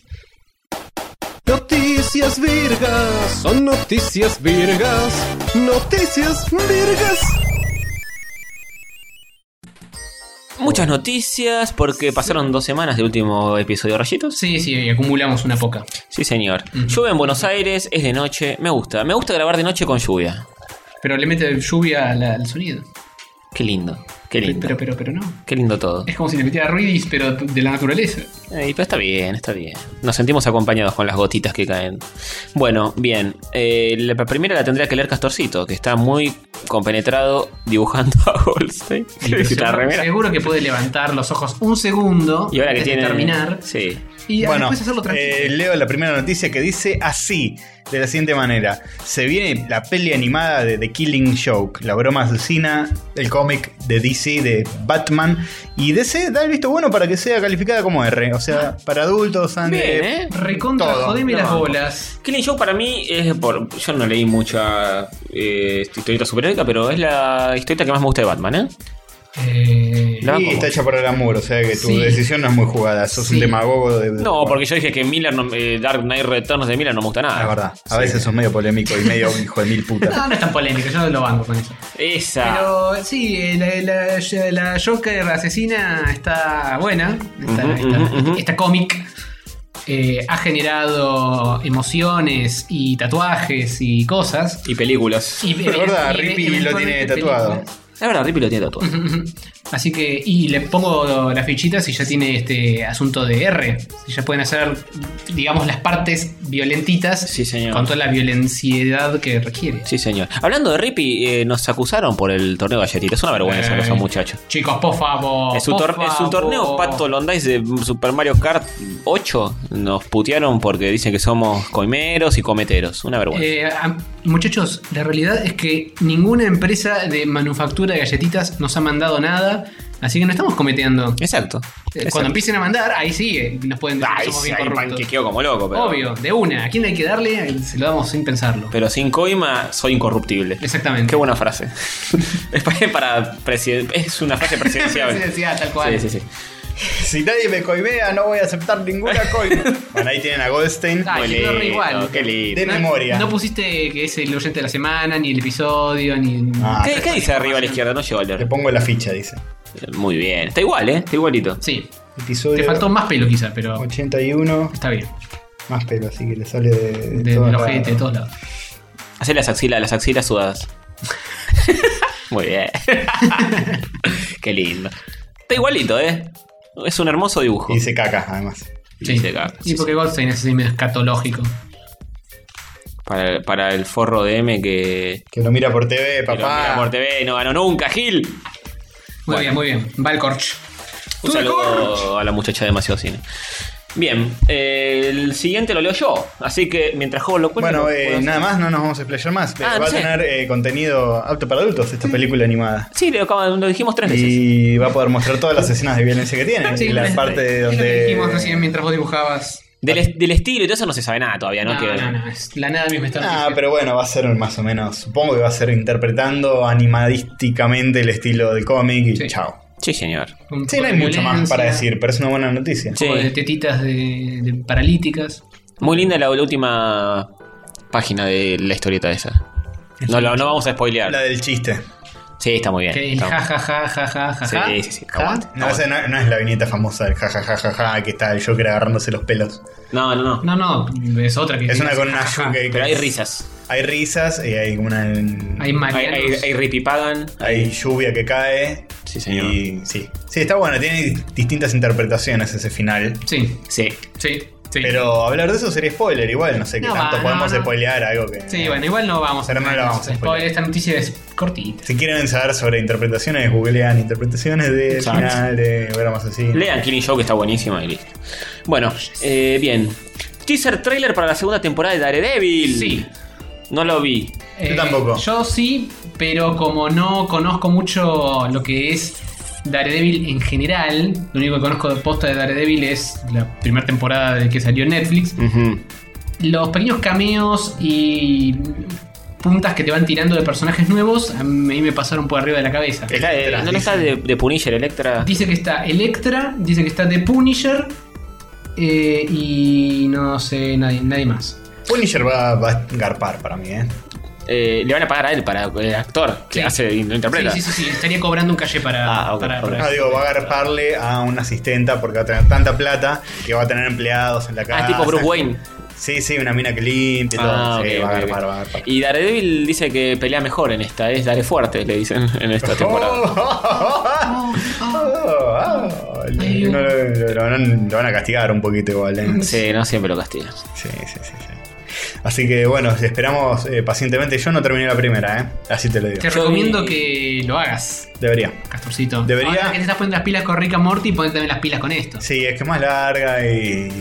Noticias virgas, son noticias virgas, noticias virgas.
Muchas noticias porque pasaron dos semanas del último episodio de Rayitos.
Sí, sí, y acumulamos una poca.
Sí, señor. Llueve en Buenos Aires, es de noche, me gusta. Me gusta grabar de noche con lluvia.
Pero le mete lluvia al, al sonido.
Qué lindo, qué
Pero,
lindo.
pero, pero, no.
Qué lindo todo.
Es como si le metiera ruidis, pero de la naturaleza.
Ey, pero está bien, está bien. Nos sentimos acompañados con las gotitas que caen. Bueno, bien. Eh, la primera la tendría que leer Castorcito, que está muy compenetrado dibujando a Goldstein. La remera.
Seguro que puede levantar los ojos un segundo
Y ahora que
antes
tiene.
de terminar.
Sí.
Y ah,
Bueno,
después hacerlo tranquilo.
eh, leo la primera noticia que dice así, de la siguiente manera. Se viene la peli animada de The Killing Joke, la broma asesina, el cómic de DC de Batman. Y DC da el visto bueno para que sea calificada como R. O
Ah.
sea, para adultos, sangre...
Bien, ¿eh?
Recontra,
todo.
jodeme
Lo
las
banco.
bolas.
Killing Joke para mí es por. Yo no leí mucha eh, historieta superhéroica, pero es la historieta que más me gusta de Batman, ¿eh?
Eh,
La
Y
banco.
está hecha por el amor, o sea que tu
Sí.
decisión no es muy jugada. Sos
Sí.
un demagogo de...
No, porque yo dije que Miller no- eh, Dark Knight Returns de Miller no me gusta nada.
Es verdad, a
Sí.
veces sos medio polémico y medio hijo de mil putas.
*laughs* No, no es tan polémico, yo lo banco con eso.
Esa.
Pero sí, eh, la, la, la Joker asesina está buena. Está,
Ujú,
está-
ujú, ujú.
está cómic. Eh, ha generado emociones y tatuajes y cosas.
Y películas.
Y,
Es verdad,
y-
Rippy lo tiene
eventualmente
tatuado.
películas.
La verdad, Rippy lo tiene tatuado.
Ujú, ujú. *laughs* Así que, y le pongo las fichitas y ya tiene este asunto de R. Ya pueden hacer, digamos, las partes violentitas
Sí, señor.
con toda la violenciedad que requiere.
Sí, señor. Hablando de Rippy, eh, nos acusaron por el torneo galletita. Es una vergüenza
Eh,
los muchachos.
Chicos, por favor.
En su,
por
tor- en su
favor.
torneo Pato Londais de Super Mario Kart 8 nos putearon porque dicen que somos coimeros y cometeros. Una vergüenza.
Eh, a- muchachos, la realidad es que ninguna empresa de manufactura de galletitas nos ha mandado nada, así que no estamos cometeando.
Exacto.
Eh, Cuando empiecen a mandar, ahí sí, eh, nos pueden decir que
Ay,
somos
sí,
bien
ahí
corruptos.
panquequeo como loco, pero.
Obvio, de una. ¿A quién hay que darle? Se lo damos sin pensarlo.
Pero sin coima soy incorruptible.
Exactamente.
Qué buena frase. *laughs* es para, para presiden- es una
*laughs*
frase presidencial.
Sí, sí, tal
sí,
cual.
sí, sí.
Si nadie me coimea, no voy a aceptar ninguna
*laughs*
coima. bueno, ahí tienen a Goldstein.
Ay,
Muy
yo re
lindo,
igual.
qué lindo.
De
No-
memoria.
No pusiste que es el oyente de la semana, ni el episodio, ni.
Ah.
¿Qué, qué dice arriba a la izquierda? No llegó a
Le
leer.
pongo la ficha, dice.
Muy bien. Está igual, ¿eh? Está igualito.
Sí,
Episodio
te faltó más pelo quizá, pero
81.
está bien.
Más pelo, así que le sale de,
De,
de
de
todas
los
las-
gente, de todos lados.
Hacer las axilas, las axilas sudadas. *laughs* Muy bien. *laughs* Qué lindo. Está igualito, ¿eh? Es un hermoso dibujo.
Y dice caca, además.
Sí,
Dice acá,
y
sí,
porque Goldstein es así medio escatológico.
Para, para el forro de M que.
Que lo mira por TV,
que lo mira
papá.
por TV y no ganó nunca, Gil.
Muy
Bueno.
bien, muy bien. Va el corch.
Un
¡Tú de
saludo a la muchacha de demasiado cine. Bien, eh, el siguiente lo leo yo. Así que mientras juego lo cuento.
Bueno,
lo
eh,
puedo hacer.
nada más, no nos vamos a explayar más.
Ah,
Va
no
a
sé.
tener eh, contenido apto para adultos esta
Mm.
película animada.
*laughs*
Sí, lo, acabo- lo dijimos tres veces.
Y va a poder mostrar todas las escenas de violencia que
*laughs*
tiene.
Sí,
y la
es-
parte de
es lo que dijimos recién
donde.
mientras vos dibujabas.
Del, es- del estilo y todo eso no se sabe nada todavía, ¿no?
No,
que,
no, no, es la nada misma está
Ah, pero bueno, va a ser más o menos. Supongo que va a ser interpretando animadísticamente el estilo del cómic y
Sí.
chao.
Sí, señor.
Un
Sí,
poco
no hay
de
mucho más
violencia,
para decir, pero es una buena noticia.
un poco
Sí.
de tetitas de, de paralíticas.
Muy linda la, la última página de la historieta esa. No, lo- no vamos a spoilear.
La del chiste.
Sí, está muy bien.
que el ja,
Está-
ja, ja, ja, ja, ja,
Sí,
ja,
sí, sí,
ja.
aguante.
No, esa no, no es la viñeta famosa del jajajajaja que está el Joker agarrándose los pelos.
No, no, no.
No, no, es otra que
Es una con
ja,
una
ja, ja.
yuke.
Pero hay risas.
Hay risas y hay una.
Hay
Hay,
marianos.
hay, hay ripipagan.
hay lluvia que cae.
Sí, señor.
Y sí. Sí, está bueno, tiene distintas interpretaciones ese final.
Sí,
Sí.
sí, sí.
Pero hablar de eso sería spoiler, igual, no sé qué
No,
tanto
va,
podemos
no, no.
spoilear algo que.
Sí, bueno, igual no vamos
Pero no la vamos a
spoiler,
spoilear.
Esta noticia es cortita.
Si quieren saber sobre interpretaciones, googlean interpretaciones de
Exacto.
final, de programas así.
Lean Killing Show que está buenísima y listo. Bueno, eh, bien. Teaser trailer para la segunda temporada de Daredevil.
Sí.
No lo vi.
Yo tampoco.
Eh, Yo sí, pero como no conozco mucho lo que es Daredevil en general, lo único que conozco de posta de Daredevil es la primera temporada de que salió en Netflix.
Ujú.
Los pequeños cameos y puntas que te van tirando de personajes nuevos, a mí me pasaron por arriba de la cabeza.
Está de-
Electra,
¿No no está de, de Punisher, Electra?
Dice que está Electra, dice que está The Punisher eh, y no sé nadie, nadie más.
Punisher va, va a garpar para mí, ¿eh?
Eh, le van a pagar a él para el actor que
Sí.
hace y lo interpreta.
Sí, sí, sí, sí, estaría cobrando un calle para...
Ah, ok,
para-
ok.
para-
No, digo, va a agarrarle a una asistenta porque va a tener tanta plata que va a tener empleados en la casa.
Ah, tipo Bruce Wayne.
Sí, sí, una mina que limpia y todo.
Ah,
sí,
ok,
va a
ok, ok.
agarpar, va a agarpar.
Y Daredevil dice que pelea mejor en esta, es Dare fuerte, le dicen
*laughs*
en esta temporada.
Oh, oh.
Oh, oh,
Ay,
no, lo, lo- lo van, lo van a castigar un poquito igual, ¿eh?
Sí, no siempre lo castigan.
Sí, sí, sí, sí. Así que bueno, esperamos eh, pacientemente. Yo no terminé la primera, ¿eh? Así te lo digo.
Te
Yo
recomiendo
vi-
que lo hagas,
Debería.
Castorcito.
Debería.
Ahora que te estás poniendo las pilas con Rick and Morty, ponete también las pilas con esto.
Sí, es que es más larga y...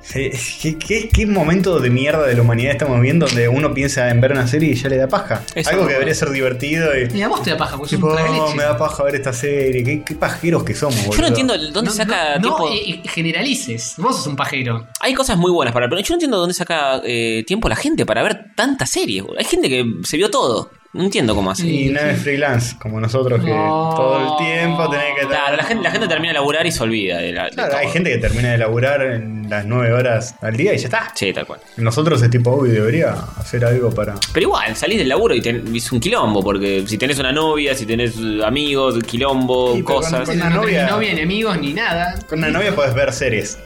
sí, ¿Qué, qué, qué momento de mierda de la humanidad estamos viendo donde uno piensa en ver una serie y ya le da paja?
Eso
Algo
no
que
puede.
debería ser divertido
Y
y...
a vos te da paja, porque sos
Tipo,
un traga
"Oh,
leche.
me da paja ver esta serie. Qué, qué pajeros que somos,
Yo
boludo.
no entiendo
No,
dónde saca
no, no,
tiempo.
eh, eh, generalices. Vos sos un pajero.
Hay cosas muy buenas para pero yo no entiendo dónde saca eh, tiempo la gente para ver tantas series. boludo. Hay gente que se vio todo. No entiendo cómo hace.
Y no es freelance, como nosotros que
No.
todo el tiempo tenés que...
Claro, la gente, la gente termina de laburar y se olvida de la. de
Claro,
todo.
hay gente que termina de laburar en las 9 horas al día y ya está.
Sí, tal cual.
Nosotros es tipo, uy, debería hacer algo para...
Pero igual, salís del laburo y ten- es un quilombo, porque si tenés una novia, si tenés eh, amigos, quilombo,
Sí, pero
cosas.
Con una
no tenés
novia.
Ni novia, ni amigos, ni nada.
Con una novia podés ver series.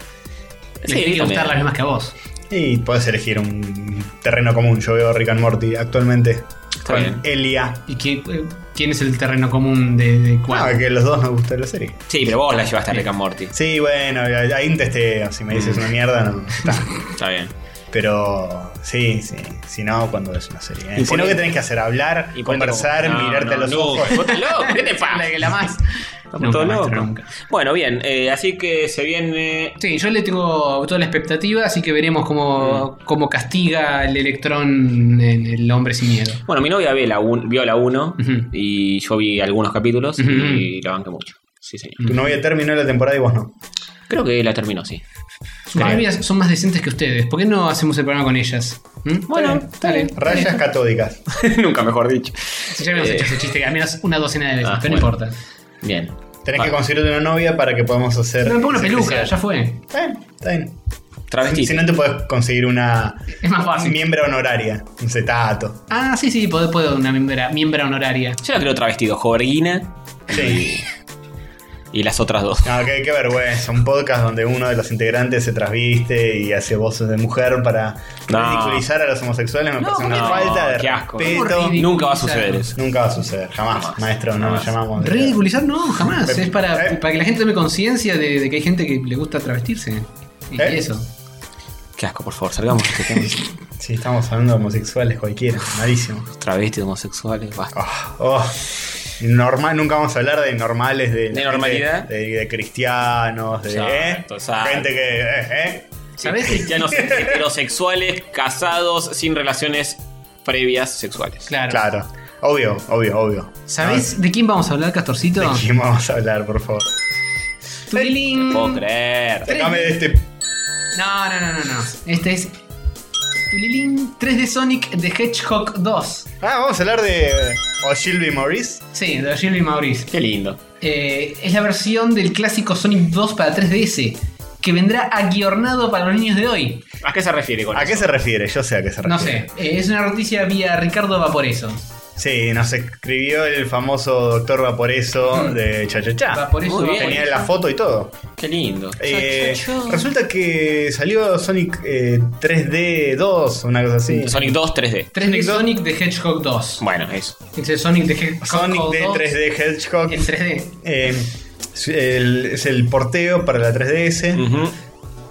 Sí,
Les tiene que
también.
gustar las mismas que a vos.
Y podés elegir un terreno común. Yo veo Rick and Morty actualmente.
Está
con
bien.
Elia.
Y que eh, ¿Quién es el terreno común de, de cuál?
Ah, que los dos nos gusta la serie.
Sí, pero vos la llevaste a Rick and Morty.
Sí, bueno, ahí un testeo. este, Si me
Mm.
dices una mierda, no. está.
Está bien.
Pero sí, sí. Si no, cuando es una serie. ¿eh?
Y
Si no,
ponete-
¿qué tenés que hacer? Hablar,
Y ponete
conversar,
como- No,
mirarte a
no,
los
no,
ojos.
vos estás loco, ¿qué te pasa?
La que la más.
Estamos
Nunca,
todos
maestro,
locos.
nunca.
*laughs* Bueno, bien, eh, así que se viene.
Sí, yo le tengo toda la expectativa, así que veremos cómo,
Mm.
cómo castiga el electrón en el hombre sin miedo.
Bueno, mi novia ve la un- vio la 1
Ujú.
y yo vi algunos capítulos
Ujú.
y la banqué mucho. Sí, señor.
Tu novia terminó la temporada y vos no.
Creo que la terminó, sí.
Sus
Creo.
novias son más decentes que ustedes. ¿Por qué no hacemos el programa con ellas? ¿Mm?
Bueno,
dale.
*laughs*
Rayas catódicas.
*laughs* nunca mejor dicho.
Sí, *laughs* ya habíamos
Eh.
hecho ese chiste al menos una docena de veces,
Ah,
pero no
bueno.
importa.
Bien.
Tenés
Bueno,
que conseguirte una novia para que podamos hacer.
Pero me pongo una
ese
peluca,
especial.
ya fue.
Está bien, está bien.
Travesti.
Si, si no te podés conseguir una
Es más fácil.
miembro honoraria, un cetato.
Ah, sí, sí, puedo, puedo una miembra, miembra honoraria.
Yo la creo travestido, Jorgina
Sí.
y las otras dos.
No, qué, qué vergüenza. Un podcast donde uno de los integrantes se trasviste y hace voces de mujer para
No.
ridiculizar a los homosexuales. Me
No,
parece una
no,
falta de
qué asco.
respeto.
Horrible.
Nunca va a suceder eso.
Nunca va a suceder, jamás. Maestro, no nos llamamos.
Ridiculizar no, jamás.
Eh,
Es para,
eh.
para que la gente tome conciencia de, de que hay gente que le gusta travestirse. Y
Eh.
eso.
Qué asco, por favor, salgamos de *laughs* este tema.
Sí, estamos hablando de homosexuales cualquiera, malísimo.
Travestis, homosexuales, basta.
Oh, oh. Normal, nunca vamos a hablar de normales de, la gente-
normalidad?
de, de cristianos, de
Exacto,
¿eh?
exacto.
gente que eh, eh.
¿Sabés?
*laughs* Cristianos heterosexuales, casados, sin relaciones previas sexuales.
Claro.
Claro. Obvio, obvio, obvio.
¿Sabés de quién vamos a hablar, Castorcito?
¿De quién vamos a hablar, por favor?
Tulilín.
Puedo creer.
Sacame de este.
No, no, no, no, no. Este es. Tulilín 3D Sonic de Hedgehog 2.
Ah, vamos a hablar de. O Sylvie Morris.
Sí, de Gilby Maurice.
Qué lindo.
Eh, es la versión del clásico Sonic 2 para 3DS, que vendrá aguiornado para los niños de hoy.
¿A qué se refiere con
¿A qué se refiere? Yo sé a qué se refiere.
No sé, eh, es una noticia vía Ricardo Vaporeso.
Sí, nos escribió el famoso doctor Vaporeso de Cha Cha Cha.
Mm. Vaporeso
Ah, Muy bien.
Tenía la foto y todo.
Qué lindo.
Eh, resulta que salió Sonic eh, 3D 2, una cosa así.
Sonic 2
3D
3D.
Sonic dos.
Sonic de Hedgehog 2.
Bueno, eso.
Es el Sonic de Hedgehog
Sonic
2
de 3D Hedgehog.
en 3D.
Eh, es el- es el porteo para la 3DS.
Mm.
Ujú.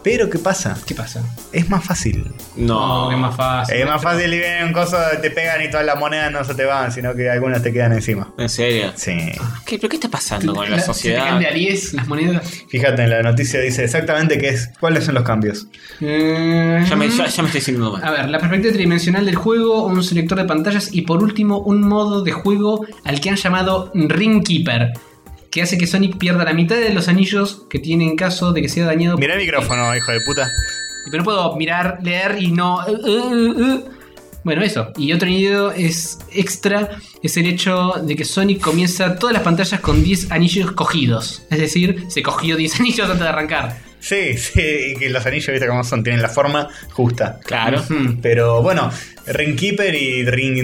Pero, ¿qué pasa?
¿Qué pasa?
Es más fácil.
No. Eh,
que más fácil.
Es más fácil y vienen cosas, te pegan y todas las monedas no se te van, sino que algunas te quedan encima.
En serio.
Sí.
¿Qué, ¿Pero qué está pasando con la
Se te
sociedad?
cambia a 10 las monedas.
Fíjate, en la noticia dice exactamente qué es, cuáles son los cambios.
Ya me, ya- ya me estoy sintiendo mal.
A ver, la perspectiva tridimensional del juego, un selector de pantallas y por último un modo de juego al que han llamado Ring Keeper, que hace que Sonic pierda la mitad de los anillos que tiene en caso de que sea dañado.
Mirá el micrófono, hijo de puta.
Pero no puedo mirar, leer y no... eh, eh, eh, eh. Bueno, eso. Y otro añadido es extra, es el hecho de que Sonic comienza todas las pantallas con 10 anillos cogidos. Es decir, se cogió 10 *laughs* anillos antes de arrancar.
Sí, sí, y que los anillos, viste cómo son, tienen la forma justa.
Claro.
Hmm.
Pero bueno, Ringkeeper y Ring.
Y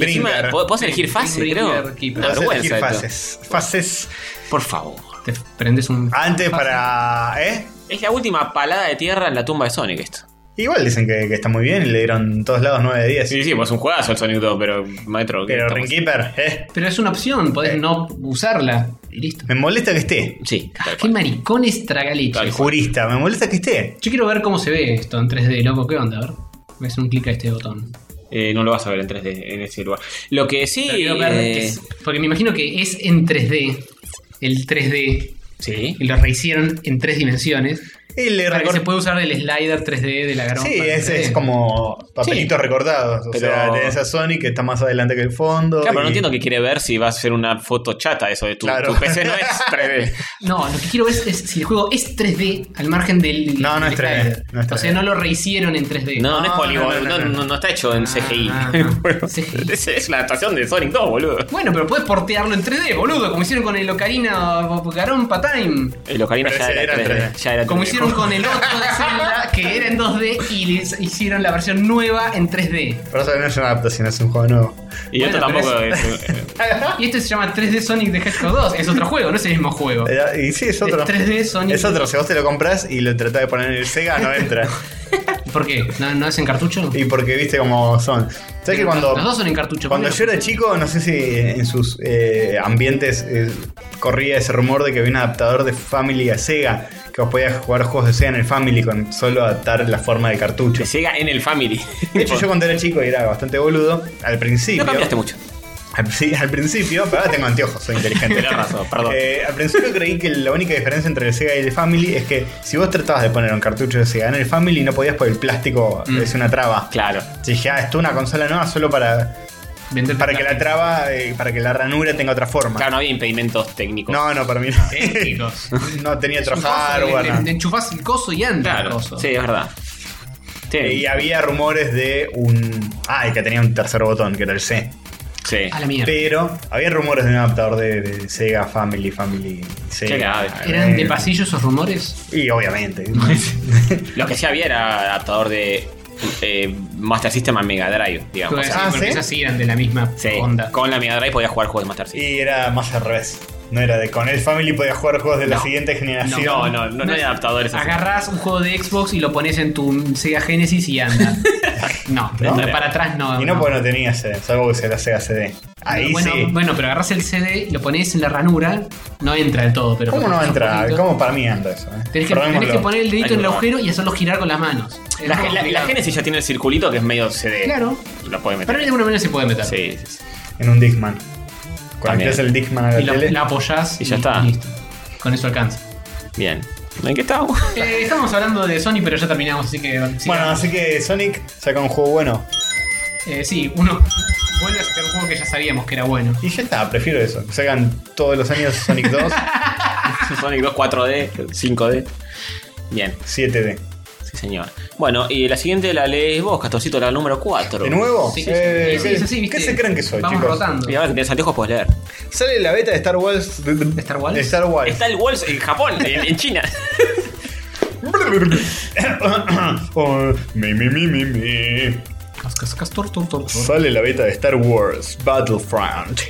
encima,
Brinker.
¿pod- ¿Podés elegir fase,
Ring
creo?
Keeper, Keeper.
Una
Podés elegir
vergüenza esto.
fases. Fases.
Por favor.
Te prendes un...
Antes para. ¿Eh?
Es la última palada de tierra en la tumba de Sonic esto.
Igual dicen que, que está muy bien y le dieron en todos lados 9 de 10.
Sí, sí, pues es un juegazo el Sonic 2, pero maestro. ¿qué
Pero
estamos-
Ringkeeper, ¿eh?
Pero es una opción, podés
Eh.
no usarla. Y listo.
Me molesta que esté.
Sí,
Ah,
tal
qué
cual.
maricones
Tal
tragaleches.
cual.
Jurista, me molesta que esté.
Yo quiero ver cómo se ve esto en 3D, loco. ¿Qué onda? A ver. Voy a hacer un clic a este botón.
Eh, no lo vas a ver en 3D en ese lugar. Lo que sí.
Pero quiero ver
eh,
qué es- porque me imagino que es en 3D. El 3D.
Sí.
Y lo rehicieron en tres dimensiones.
Y le
Para que
recor-
se puede usar el slider 3D de la gran
Sí,
pantalla.
es, es como papelitos recordados. O
Pero-
sea, tenés a Sonic que está más adelante que el fondo.
Claro, pero no
y-
entiendo que quiere ver si va a ser una foto chata eso de tu,
Claro.
tu PC no
*laughs*
es 3D.
No, lo que quiero ver es, es si el juego es 3D al margen del.
No, no
del
es 3D,
slider.
no es
O
3D.
sea, no lo rehicieron en 3D.
No, no, es
No,
polígono,
no, no,
no,
no, no.
no está hecho en CGI. *laughs*
Ah, ah,
Bueno,
CGI.
es, es la adaptación de Sonic 2, boludo.
Bueno, pero puedes portearlo en 3D, boludo, como hicieron con el Ocarina of Garompa Time.
El Ocarina
Pero
ya
ese
era,
era
3D.
3D.
Ya era
*laughs*
Como
3D.
hicieron con el otro de Zelda, que era en 2D y les hicieron la versión nueva en 3D.
Pero eso no es una adaptación, es un juego nuevo.
*laughs* Y esto
Bueno, pero
tampoco es. eh,
Y este se llama 3D Sonic the Hedgehog 2, es otro juego, no es el mismo juego.
Eh, Y sí, es otro.
Es 3D Sonic.
Es otro, si vos te lo compras y lo tratás de poner en el Sega, no entra.
¿Por qué? ¿No, no es en cartucho?
Y porque viste cómo son. ¿Sabes que cuando,
Los dos son en cartucho.
cuando
¿por
yo
qué no?
era chico, no sé si en sus eh, ambientes eh, corría ese rumor de que había un adaptador de Family a Sega, que vos podías jugar juegos de Sega en el Family con solo adaptar la forma de cartucho.
Que Sega en el Family.
*laughs* De hecho, yo cuando era chico y era bastante boludo, al principio.
no cambiaste mucho.
Al, pri- al principio, pero ahora tengo anteojos, soy inteligente.
Tenés razón, perdón.
Eh, al principio creí que la única diferencia entre el Sega y el Family es que si vos tratabas de poner un cartucho de Sega en el Family, no podías por el plástico,
Mm.
es una traba.
Claro.
Si dije, ah, esto es una consola nueva solo para,
Vender
para que la
platos
traba, eh, para que la ranura tenga otra forma.
Claro, no había impedimentos técnicos.
No, no, para mí
*laughs*
no.
técnicos.
no tenía otro
Enchufás, le-
hardware.
le-
nada.
le enchufás el coso y anda el
Claro.
coso.
Sí, es verdad. Sí.
Y había rumores de un. Ah, y que tenía un tercer botón, que era el C.
sí.
A la mierda.
Pero había rumores de un adaptador de, de Sega Family, Family
Qué
Sega.
grave.
¿Eran de pasillo esos rumores?
Y obviamente.
*laughs*
Lo que sí había era adaptador de eh, Master System a Mega Drive, digamos.
Porque-
ah,
porque
¿sí?
esas Pues sí eran de la misma
Sí,
onda.
con la Mega Drive podía jugar juegos de Master System.
y era más al revés. No era de con el Family podía jugar juegos de la
No.
siguiente generación.
No, no, no, no hay
es-
adaptadores así.
Agarrás un juego de Xbox y lo pones en tu Sega Genesis y anda.
*laughs*
No,
¿No?
para para atrás no.
Y no porque no tenía CD, salvo que sea la Sega CD. Ahí
bueno,
sí.
bueno, pero agarrás el CD, y lo pones en la ranura, no entra del todo. Pero
¿Cómo no entra? ¿Cómo para mí anda eso? eh?
Tenés que,
Probémoslo.
tenés que poner el
Hay
dedito
que
en el
probar.
agujero y hacerlo girar con las manos. Es
La,
muy
la- la
complicado.
Genesis ya tiene el circulito que es medio CD.
Eh, Claro.
Lo puede
Pero de
meter.
alguna manera se puede meter.
Sí, sí, sí.
En un Dickman. Conectás
También.
el Dickman a la
Y lo,
tele.
la apoyás
Y ya está.
listo. Con eso alcanza.
Bien. ¿En qué *laughs* estábamos?
Eh, estamos hablando de Sony, pero ya terminamos, así que.
bueno,
sigamos.
así que Sonic saca un juego bueno.
Eh, sí, uno vuelve a sacar un juego que ya sabíamos que era bueno.
Y ya está, prefiero eso. Que Sacan todos los años
*laughs*
Sonic 2,
Sonic 2, 4D, 5D. Bien,
7D.
sí señor. Bueno, y la siguiente la lees vos, Castorcito, la número 4.
¿De nuevo?
Sí, sí,
Eh,
sí,
¿qué-
es así, ¿viste?
¿Qué se creen que soy,
Vamos
chicos?
rotando.
Y ahora que tenés anteojos puedes leer.
Sale la beta de Star Wars. ¿De
Star Wars?
De Star Wars.
Está el Walls en Japón, en, en China.
*coughs* Oh, mi, mi, mi, mi, mi.
Cas- cas- Castor, tor, tor, tor.
Sale la beta de Star Wars Battlefront.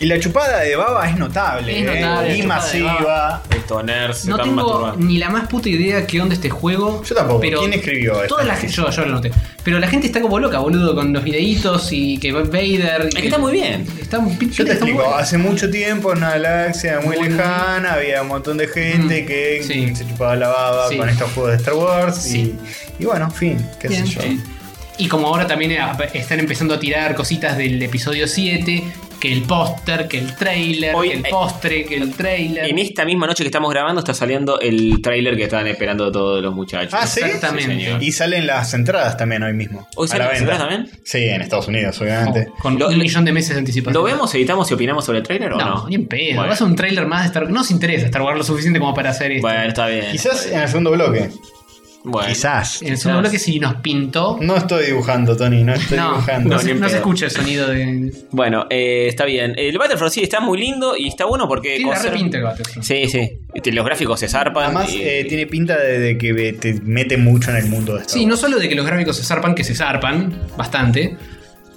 Y la chupada de baba es notable,
Es
¿eh?
notable,
y
la chupada de
masiva.
Esto nerds,
No
están
tengo
masturbando.
ni la más puta idea que onda este juego.
Yo tampoco. ¿Quién escribió esto?
Toda la gente, yo, yo lo noté. Pero la gente está como loca, boludo, con los videitos y que Bob Vader.
Es que está muy bien.
Está un pinche.
Yo te explico, ah, hace mucho tiempo en una galaxia muy,
Muy-
lejana había un montón de gente
Mm,
que
sí.
se chupaba la baba
Sí.
con estos juegos de Star Wars
Sí.
y, y bueno, fin, qué sé yo.
Y como ahora también eh, están empezando a tirar cositas del episodio 7, que el póster, que el trailer,
Hoy,
que el
eh,
postre, que el trailer.
En esta misma noche que estamos grabando está saliendo el tráiler que estaban esperando todos los muchachos.
Ah, ¿sí?
Exactamente.
Sí, señor.
Y salen las entradas también hoy mismo.
¿Hoy
a
salen
la
las
venta.
entradas también? Oh.
Sí, en Estados Unidos, obviamente.
Con
Lo-
un millón de meses de anticipación.
¿Lo vemos, editamos y opinamos sobre el tráiler o
No,
no?
ni en pedo.
Bueno,
Vas a un trailer más de Star Wars. No nos interesa Star Wars lo suficiente como para hacer esto.
Bueno, está bien.
Este, Quizás eh, en el segundo bloque.
Bueno.
Quizás.
en el segundo bloque sí nos pintó.
No estoy dibujando, Tony, no estoy
No, no,
dibujando.
ni
se,
en
no se
pedo.
escucha el sonido de.
Bueno, eh, está bien. El Battlefront sí está muy lindo y está bueno porque.
Tiene la
conserva-
repinta el Battlefront.
Sí, sí. Este, Los gráficos se zarpan.
Además,
y-
eh, tiene pinta de, de que te mete mucho en el mundo de Star
Sí, no
Wars.
solo de que los gráficos se zarpan, que se zarpan bastante,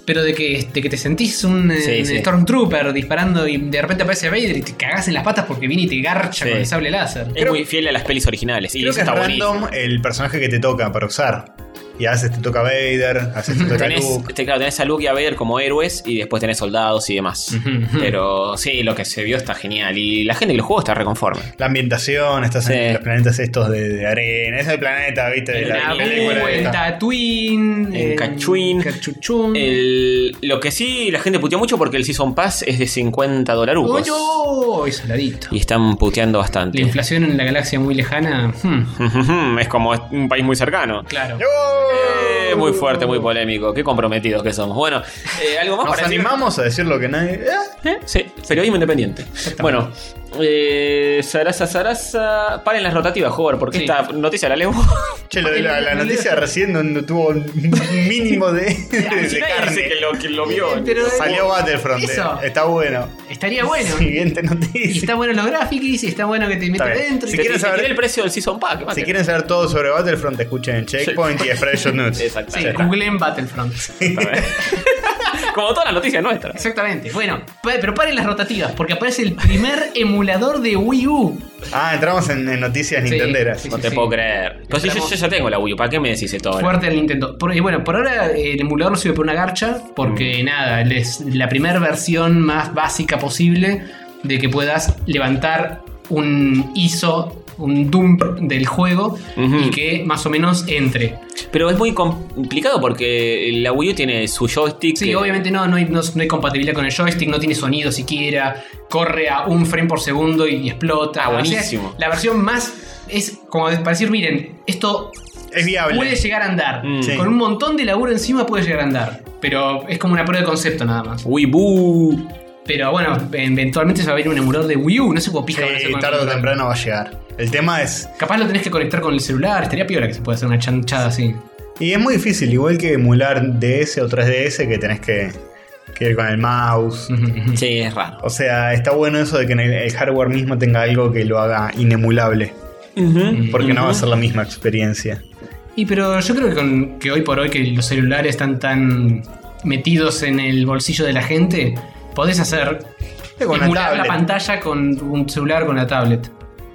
pero de que, de que te sentís un eh,
Sí, sí.
Stormtrooper disparando y de repente aparece Vader y te cagás en las patas porque viene y te garcha
Sí.
con el sable láser.
es muy fiel a las pelis originales. Y
Creo
eso
que es
está
random
buenísimo.
el personaje que te toca para usar. Y a veces te toca Vader, a
*laughs*
veces te toca
Tenés,
Luke.
te- claro, tenés a Luke y a Vader como héroes y después tenés soldados y demás.
Ujú, ujú.
Pero sí, lo que se vio está genial. Y la gente que lo jugó está reconforme.
La ambientación, estás
Sí.
en los planetas estos de, de arena. Es el planeta, viste, de la,
Naboo,
película
el
esta.
Tatooine,
En Cachuín.
Cachuchún.
El- lo que sí la gente puteó mucho porque el Season Pass es de 50
¡Oh,
dolarucos.
¡Oyo! Y saladito.
Y están puteando
La
bastante.
inflación en la galaxia muy lejana. hmm,
*laughs* es como un país muy cercano.
claro.
¡Oh!
Eh, muy fuerte, muy polémico. Qué comprometidos que somos. Bueno, eh, algo más
Nos
para decir?
animamos a decir lo que nadie. ¿Eh?
¿Eh? Sí, periodismo independiente. Bueno, eh, Sarasa, Sarasa. Paren las rotativas, Hover, porque
Sí.
esta noticia la leo.
Che, lo de la, la noticia recién donde tuvo un mínimo
*laughs*
de, de- de
*laughs* Nadie dice
carne.
que lo, que lo vio.
Pero-
Salió Battlefront. eh.
Eso.
Está bueno.
Estaría bueno.
Siguiente
Y
noticia.
está bueno los gráficos, y está bueno que te metas
bien.
dentro.
Si
y-
Te-
quieren
te
saber-
tiré el precio del Season Pack. mate.
Si quieren saber todo sobre Battlefront, escuchen en Checkpoint y Fresh Nuts.
Sí,
Exactamente.
googleen Battlefront.
*laughs* Como todas las noticias nuestras.
Exactamente. Bueno, pa- pero paren las rotativas, porque aparece el primer *laughs* emulador de Wii U.
Ah, entramos en, en noticias
Sí,
nintenderas.
sí,
No
sí.
te puedo creer. Pues si yo,
Estamos-
yo ya tengo la Wii U, ¿para qué me decís esto ahora?
Fuerte el Nintendo. Por- y bueno, por ahora eh, el emulador no sirve por una garcha, porque nada, es la primera versión más básica posible de que puedas levantar un ISO, un dump del juego
Ujú.
y que más o menos entre.
Pero es muy complicado porque la Wii U tiene su joystick.
Sí,
que-
obviamente no, no hay, no- no hay compatibilidad con el joystick, no tiene sonido siquiera, corre a un frame por segundo y, explota.
Ah,
O sea,
buenísimo.
la versión más es como para decir, miren, esto
Es viable.
Puede llegar a andar.
Mm.
Sí.
Con un montón de laburo encima puede llegar a andar. Pero es como una prueba de concepto nada más.
Wii Bu.
Pero bueno, eventualmente se va a ver un emulador de Wii U. No sé cómo pija van a hacer
Sí,
con el
tarde o
emulador.
temprano va a llegar. El tema es.
Capaz lo tenés que conectar con el celular. Estaría piola que se pueda hacer una chanchada así.
Y es muy difícil, igual que emular DS o 3DS, que tenés que, que ir con el mouse.
Sí, es raro.
O sea, está bueno eso de que en el, el hardware mismo tenga algo que lo haga inemulable. Porque no va a ser la misma experiencia.
Y pero yo creo que, con- que hoy por hoy que los celulares están tan metidos en el bolsillo de la gente, podés hacer
Sí, con una
emular la
tablet.
pantalla con un celular con la tablet.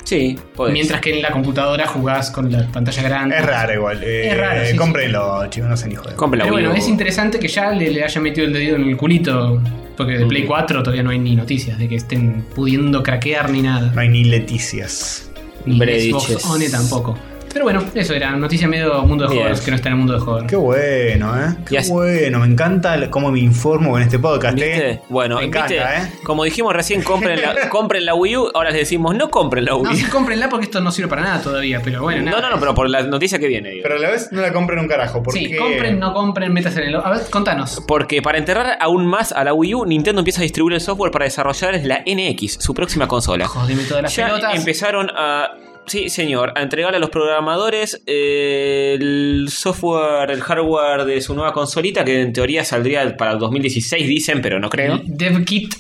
Sí, podés.
Mientras que en la computadora jugás con la pantalla grande.
Pues. Es raro igual. Eh,
Es raro, sí,
cómprenlo, chicos, no se ni jodan.
Compra la
Pero
Wii
Eh, bueno,
U.
es interesante que ya le, le hayan metido el dedo en el culito. Porque
Mm.
de Play 4 todavía no hay ni noticias de que estén pudiendo craquear ni nada.
No hay ni leticias.
Ni
Brediches.
Xbox One tampoco. Pero bueno, eso era noticia medio mundo de
Bien.
jugadores que no está en el mundo de jugadores.
Qué bueno, ¿eh? Qué
Y así-
bueno. Me encanta el- cómo me informo con este podcast, ¿eh?
¿Viste? Bueno,
me encanta,
¿viste?
¿eh?
como dijimos recién, compren
*laughs*
la, compren la Wii U. Ahora les decimos, no compren la
No,
Wii
sí,
U.
cómprenla porque esto no sirve para nada todavía, pero bueno,
No,
nada.
no, no, pero por la noticia que viene. digo.
Pero a la vez no la compren un carajo. Porque...
Sí, compren, no compren, metas en el. A ver, contanos.
Porque para enterrar aún más a la Wii U, Nintendo empieza a distribuir el software para desarrolladores de la NX, su próxima consola.
Jodeme todas las
ya
pelotas.
empezaron a. Sí, señor, a entregarle a los programadores eh, el software, el hardware de su nueva consolita, que en teoría saldría para el 2016, dicen, pero no creo.
El Dev Kit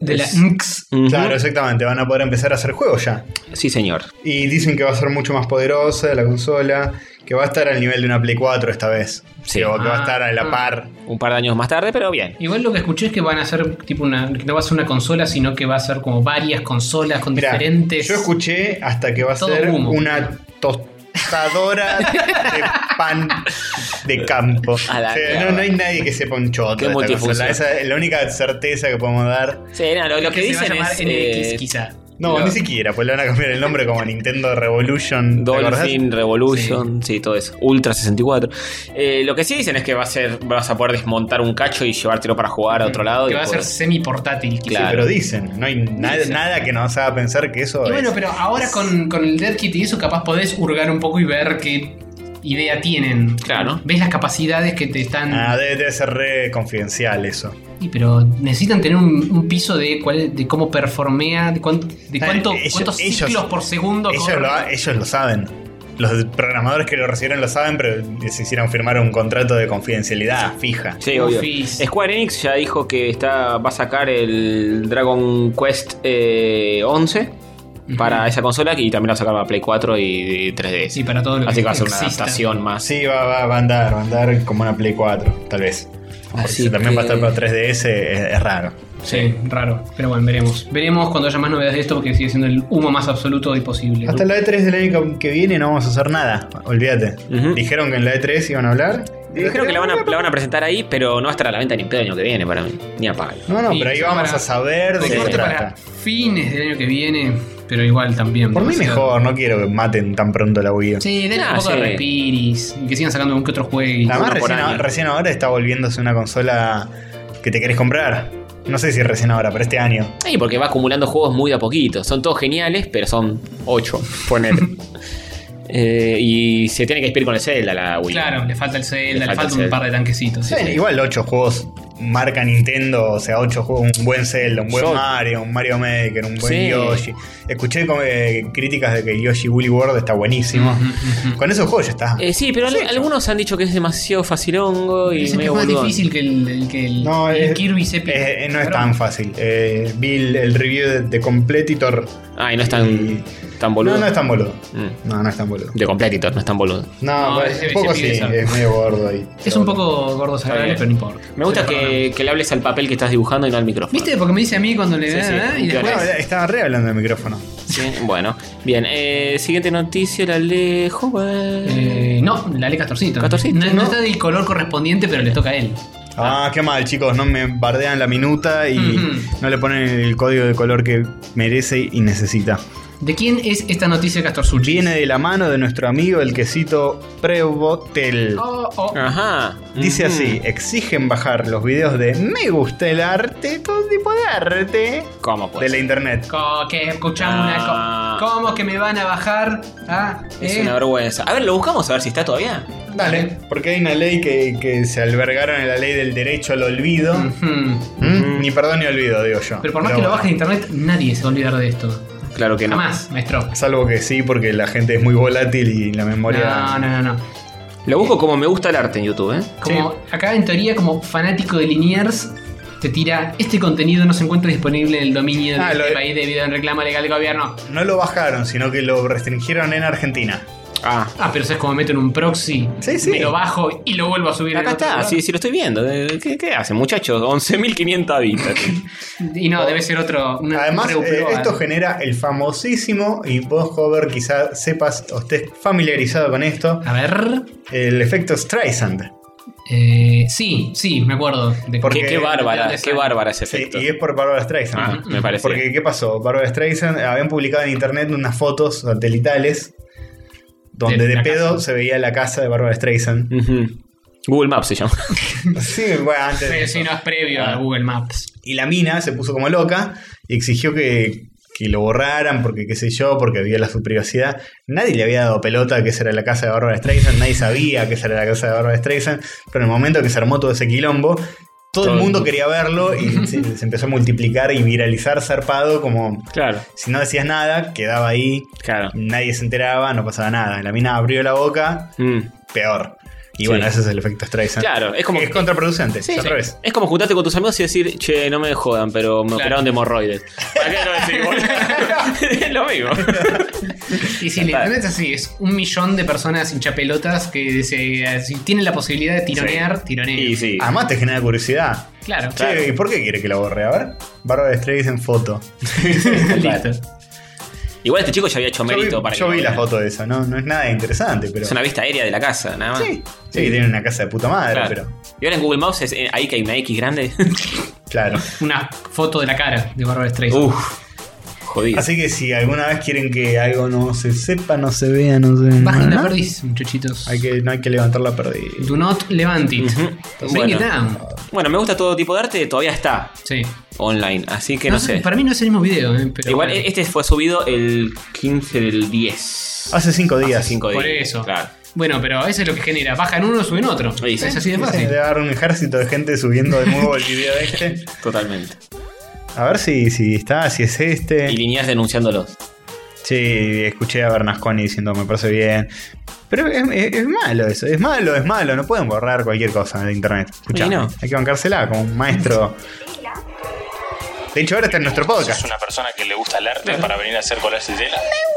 de la
Es-
NX.
Ujú.
Claro, exactamente. Van a poder empezar a hacer juegos ya.
Sí, señor.
Y dicen que va a ser mucho más poderosa la consola. Que va a estar al nivel de una Play 4 esta vez.
Sí.
O que va a
Ah,
estar a la
ah.
par.
Un par de años más tarde, pero bien.
Igual lo que escuché es que van a ser tipo una. que no va a ser una consola, sino que va a ser como varias consolas con
Mirá,
diferentes.
Yo escuché hasta que va a
Todo
ser
humo.
una tostadora de pan de campo.
A la
O sea,
mierda.
no, no hay nadie que sepa un choto.
Qué
de esta
multifunción.
consola. Esa es la única certeza que podemos dar.
Sí, no, lo, lo que,
se va a
dicen
llamar
es.
NX
eh,
quizá.
No,
Lo-
ni siquiera, pues le van a cambiar el nombre como Nintendo Revolution. ¿te acordás?
Dolphin, Revolution, sí. todo eso. Ultra 64. Eh, lo que sí dicen es que va a ser, vas a poder desmontar un cacho y llevártelo para jugar a otro lado.
Que
y
va a ser
poder-
semi portátil quizá.
Sí,
Claro.
pero dicen, no hay nada,
Dicen.
nada que nos haga pensar que eso
Y bueno,
es.
pero ahora con, con el Dead Kit y eso, capaz podés hurgar un poco y ver qué idea tienen.
Claro.
Ves las capacidades que te están.
Ah, debe, debe ser re confidencial eso.
Y pero necesitan tener un, un piso de cuál, de cómo performea, de, cuán- de
Ah,
cuánto,
ellos-
cuántos
ellos-
ciclos por segundo.
Ellos
corre.
lo, ellos lo saben. Los programadores que lo recibieron lo saben, pero les hicieron firmar un contrato de confidencialidad fija.
Sí, obvio.
Ufis.
Square Enix ya dijo que está, va a sacar el Dragon Quest eh, 11 para esa consola y también la va a sacar para Play 4 y, 3DS.
Sí, para todo lo
Así que va a ser una
exista.
adaptación más.
Sí, va, va, va a andar, va a andar como una Play 4, tal vez. Porque
Así
si también va a
que-
estar para 3DS, es, es raro.
Sí, raro. Pero bueno, veremos. Veremos cuando haya más novedades de esto porque sigue siendo el humo más absoluto y posible.
Hasta la E3 del año que viene no vamos a hacer nada, olvídate.
Ujú.
Dijeron que en la E3 iban a hablar.
Dijeron que la van, a, la van a presentar ahí, pero no va a estar a la venta ni el año que viene para mí. Ni a palo.
No, no,
Sí,
pero ahí
son
vamos
para-
a saber de
Con
qué se
suerte
trata.
para fines del año que viene, pero igual también.
Por mí
demasiado.
mejor, no quiero que maten tan pronto la Wii U.
Sí, denle
Ah,
un poco de
sí. Ah,
respiris y que sigan sacando un que otro juego.
Además,
uno por
recién,
año.
recién ahora está volviéndose una consola que te querés comprar. No sé si recién ahora, pero este año.
Sí, porque va acumulando juegos muy de a poquito. Son todos geniales, pero son 8,
*laughs*
poner. y se tiene que inspirar con el Zelda, la Wii.
Claro, le falta el Zelda,
Le
le,
falta
falta,
el
un
Zelda.
par de tanquecitos.
Sí, Igual ocho juegos marca Nintendo, o sea, ocho juegos, un buen Zelda, un buen
Yo-
Mario, un Mario Maker, un buen
Sí.
Yoshi. Escuché como, eh, críticas de que Yoshi Woolly World está buenísimo. Con esos juegos ya está.
Eh, sí, pero al- algunos han dicho que es demasiado facilongo y
Es
medio
más
burdón.
difícil que el, el- que el,
No,
el
es-
Kirby se pide.
Eh, eh, no es tan fácil. Eh, vi el, el review de, de Completitor.
Ay, no es tan,
Y-
tan boludo.
No, no es tan boludo.
Mm.
No, no es tan boludo.
De Completitor, no es tan boludo.
No,
No,
pues,
ese-
un poco
ese
sí,
pibe sabe.
es medio gordo ahí.
Es un poco gordo
bien.
sagrado, pero no importa.
Me gusta
Se
que que, que le hables al papel que estás dibujando y no al micrófono.
¿Viste? Porque me dice a mí cuando le
Sí,
da,
sí,
¿eh? y
claro.
después.
No, estaba re hablando del micrófono.
Sí, bueno, bien. eh, siguiente noticia, la lejos
Eh, no, la Ale Castorcito.
Castorcito,
no, no
¿no?
está del color correspondiente, pero le toca a él.
Ah, qué mal, chicos. No me bardean la minuta y
Ujú.
no le ponen el código de color que merece y necesita.
¿De quién es esta noticia de Castorzuchi?
Viene de la mano de nuestro amigo el quesito Prebotel.
Oh, oh.
Ah. Ajá.
Dice
Ujú.
así, exigen bajar los videos de me gusta el arte, todo tipo de arte
¿Cómo pues?
de la internet.
Co- que escuchamos una
Ah.
co- ¿Cómo que me van a bajar? Ah,
Es
eh.
una vergüenza. A ver, lo buscamos a ver si está todavía.
Dale, porque hay una ley que, que se albergaron en la ley del derecho al olvido.
Ujú.
¿Mm? Ni perdón ni olvido, digo yo.
Pero por más que lo
bueno.
bajes de internet, nadie se va a olvidar de esto.
Claro que no.
Jamás, maestro.
Salvo que sí, porque la gente es muy volátil y la memoria.
No, no, no, no.
Lo busco como me gusta el arte en YouTube, ¿eh?
Como acá en teoría, como fanático de Liniers, te tira este contenido no se encuentra disponible en el dominio
Ah,
del
lo-
país debido a un reclamo legal del gobierno.
No lo bajaron, sino que lo restringieron en Argentina.
Ah.
Ah, pero ¿sabes cómo meto en un proxy?
Sí, sí.
Me lo bajo y lo vuelvo a subir. en
Acá
otro
está,
lugar.
sí, sí lo estoy viendo. Eh, ¿Qué, qué hace, muchachos? 11.500 vistas.
*laughs*
Y no, debe ser otro. una-
Además,
un
eh,
reuperoa.
esto genera el famosísimo, y vos, Hover, quizás sepas o estés familiarizado con esto,
A ver.
el efecto Streisand.
eh, sí, sí, me acuerdo. De
Porque-
qué, qué bárbara, qué bárbara ese
Sí,
efecto.
y es por Barbara
Ah,
Streisand.
me parece.
Porque, ¿qué pasó? Barbara Streisand habían publicado en internet unas fotos satelitales donde
De
de,
la
pedo
casa.
se veía la casa de Barbara
*laughs*
Streisand.
Ujú. Google
*laughs*
Maps se llama.
sí, bueno, antes. de
Sí,
eso. Ah.
sí, no es previo a Google Maps.
Y la mina se puso como loca y exigió que, que lo borraran porque qué sé yo, porque viola su privacidad. Nadie le había dado pelota que esa era la casa de Barbara Streisand, nadie sabía que esa era la casa de Barbara Streisand, pero en el momento que se armó todo ese quilombo, todo, el mundo quería verlo
*laughs*
y se, se empezó a multiplicar y viralizar zarpado como...
Claro,
Si no decías nada, quedaba ahí,
claro.
nadie se enteraba, no pasaba nada. La mina abrió la boca,
Mm.
peor. Y
Sí.
bueno, ese es el efecto Streisand.
Claro, es como-
Es contraproducente,
Sí,
es al
sí.
revés.
Es como juntarte con tus amigos y decir, che, no me jodan, pero me
Claro.
operaron
*laughs*
de hemorroides. ¿Para qué lo decimos? *laughs* es lo mismo.
Y si le
Claro.
internet es así, es un millón de personas hinchapelotas que se- si tienen la posibilidad de tironear, tironean.
Y sí.
Además te genera curiosidad.
Claro,
Che, ¿y por qué quiere que la borre? A ver. Bárbara Streisand foto.
listo.
Igual este chico ya había hecho
Yo vi,
mérito para
yo
que
vi
lo
la
vean.
foto de eso, no, no es nada interesante, pero.
Es una vista aérea de la casa, nada más.
Sí, sí, tiene una casa de puta madre,
Claro.
pero.
Y ahora en Google Maps es eh, ahí que hay una
*laughs*
X grande.
Claro.
Una foto de la cara de Barbara Streisand.
Uf. Jodido.
Así que si alguna vez quieren que algo no se sepa, no se vea, no se.
Bajen
no,
la
no,
perdiz, muchachitos.
Hay que, no hay que levantar la perdiz.
Do not levant it.
Ujú.
Bring
Bueno.
it down.
Bueno, me gusta todo tipo de arte, todavía está
Sí.
online, así
Ah,
que no, sé.
Para mí no es el mismo video, eh, pero
Igual
bueno.
este fue subido el 15 del 10.
Hace cinco días.
Hace cinco
Por
días,
eso.
Claro.
Bueno, pero eso es lo que genera. Bajan uno, suben otro.
Sí, sí.
Es así de
Sí,
fácil.
Debe haber un ejército de gente subiendo de nuevo el video este.
Totalmente.
A ver si, si está, si es este.
Y líneas denunciándolos.
Sí, escuché a Bernasconi diciendo me parece bien. Pero es, es- es malo eso, es malo, es malo. No pueden borrar cualquier cosa de internet. Escuchá,
Y no.
hay que bancársela como un maestro. De hecho, ahora está en nuestro
¿Sos
podcast.
una persona que le gusta el arte para venir a hacer colas de tela?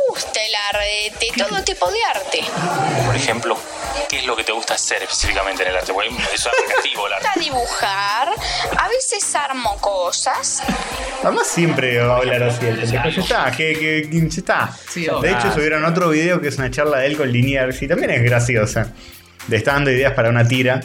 gusta el arte, todo tipo de arte.
Por ejemplo, ¿qué es lo que te gusta hacer específicamente en el arte? Porque es aplicativo el
Me
arte.
gusta dibujar, a veces armo cosas.
Además, siempre va a hablar así. el pendejo. Ya está, que, que- que- ya está.
Sí,
de
obvio.
hecho, subieron otro video que es una charla de él con Liniers y también es graciosa. De está dando ideas para una tira.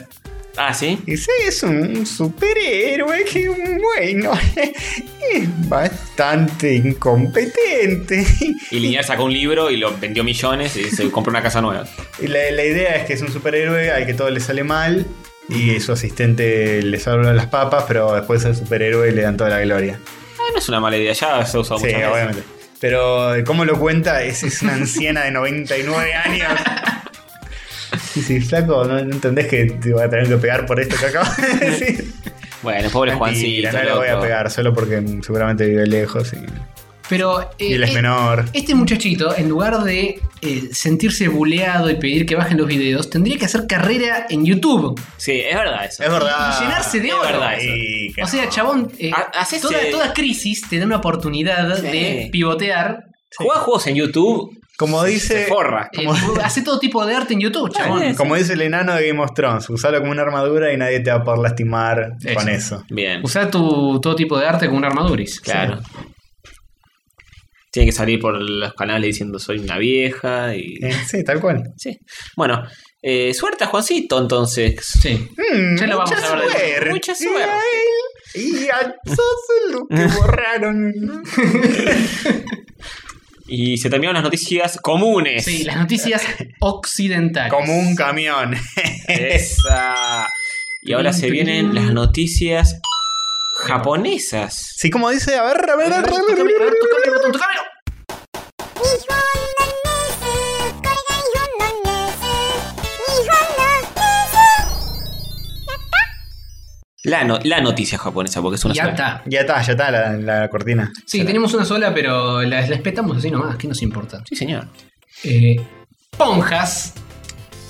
Ah, sí.
Y sí, es un superhéroe que, bueno, *laughs* es bastante incompetente. *laughs*
Y Liniers sacó un libro y lo vendió millones y se compró una casa nueva.
Y La, la idea es que es un superhéroe al que todo le sale mal y su asistente le salva las papas, pero después al superhéroe le dan toda la gloria.
Ah, no es una mala idea, ya se ha usado
Sí,
muchas veces.
obviamente. Pero cómo lo cuenta, es, es una anciana de 99 años. *laughs* Sí, sí, flaco, no, no entendés que te voy a tener que pegar por esto que acabas de
*laughs*
decir.
Bueno, pobre
Mentira,
Juancito.
no le voy a
loco.
pegar, solo porque seguramente vive lejos y,
Pero eh,
y él es
eh,
menor.
Este muchachito, en lugar de eh, sentirse buleado y pedir que bajen los videos, tendría que hacer carrera en YouTube.
Sí, es verdad eso.
Es verdad.
y eh, llenarse de
Ah, es
oro.
verdad eso.
Y que
O sea, chabón, eh,
Ha- hacese-
toda, toda crisis te da una oportunidad
Sí.
de pivotear.
Jugá juegos en YouTube
Como dice.
Se forra.
Eh,
Como-
hace todo tipo de arte en YouTube, chabón.
Como dice el enano de Game of Thrones, usalo como una armadura y nadie te va a poder lastimar
Eso.
con eso.
Bien.
Usá tu todo tipo de arte con una armaduris.
Claro. Tiene que salir por los canales diciendo soy una vieja y...
Eh, sí, tal cual.
Sí. Bueno, eh, suerte a Juancito entonces.
Sí.
Mm,
Ya lo vamos
mucha
a hablar de-
suerte.
mucha suerte.
Y a Sosulu que borraron.
Y se terminaron las noticias comunes.
Sí, las noticias occidentales.
Como un camión. *laughs*
Esa. Y ahora se vienen las noticias japonesas.
Sí, como dice, a ver, a ver, a ver. a ver, a ver.
La, no- la noticia japonesa, porque es una
Ya
sola.
está.
Ya está, ya está la, la cortina.
Sí, tenemos una sola, pero la, la espetamos así nomás, ¿qué nos importa?
Sí, señor.
Eh, ponjas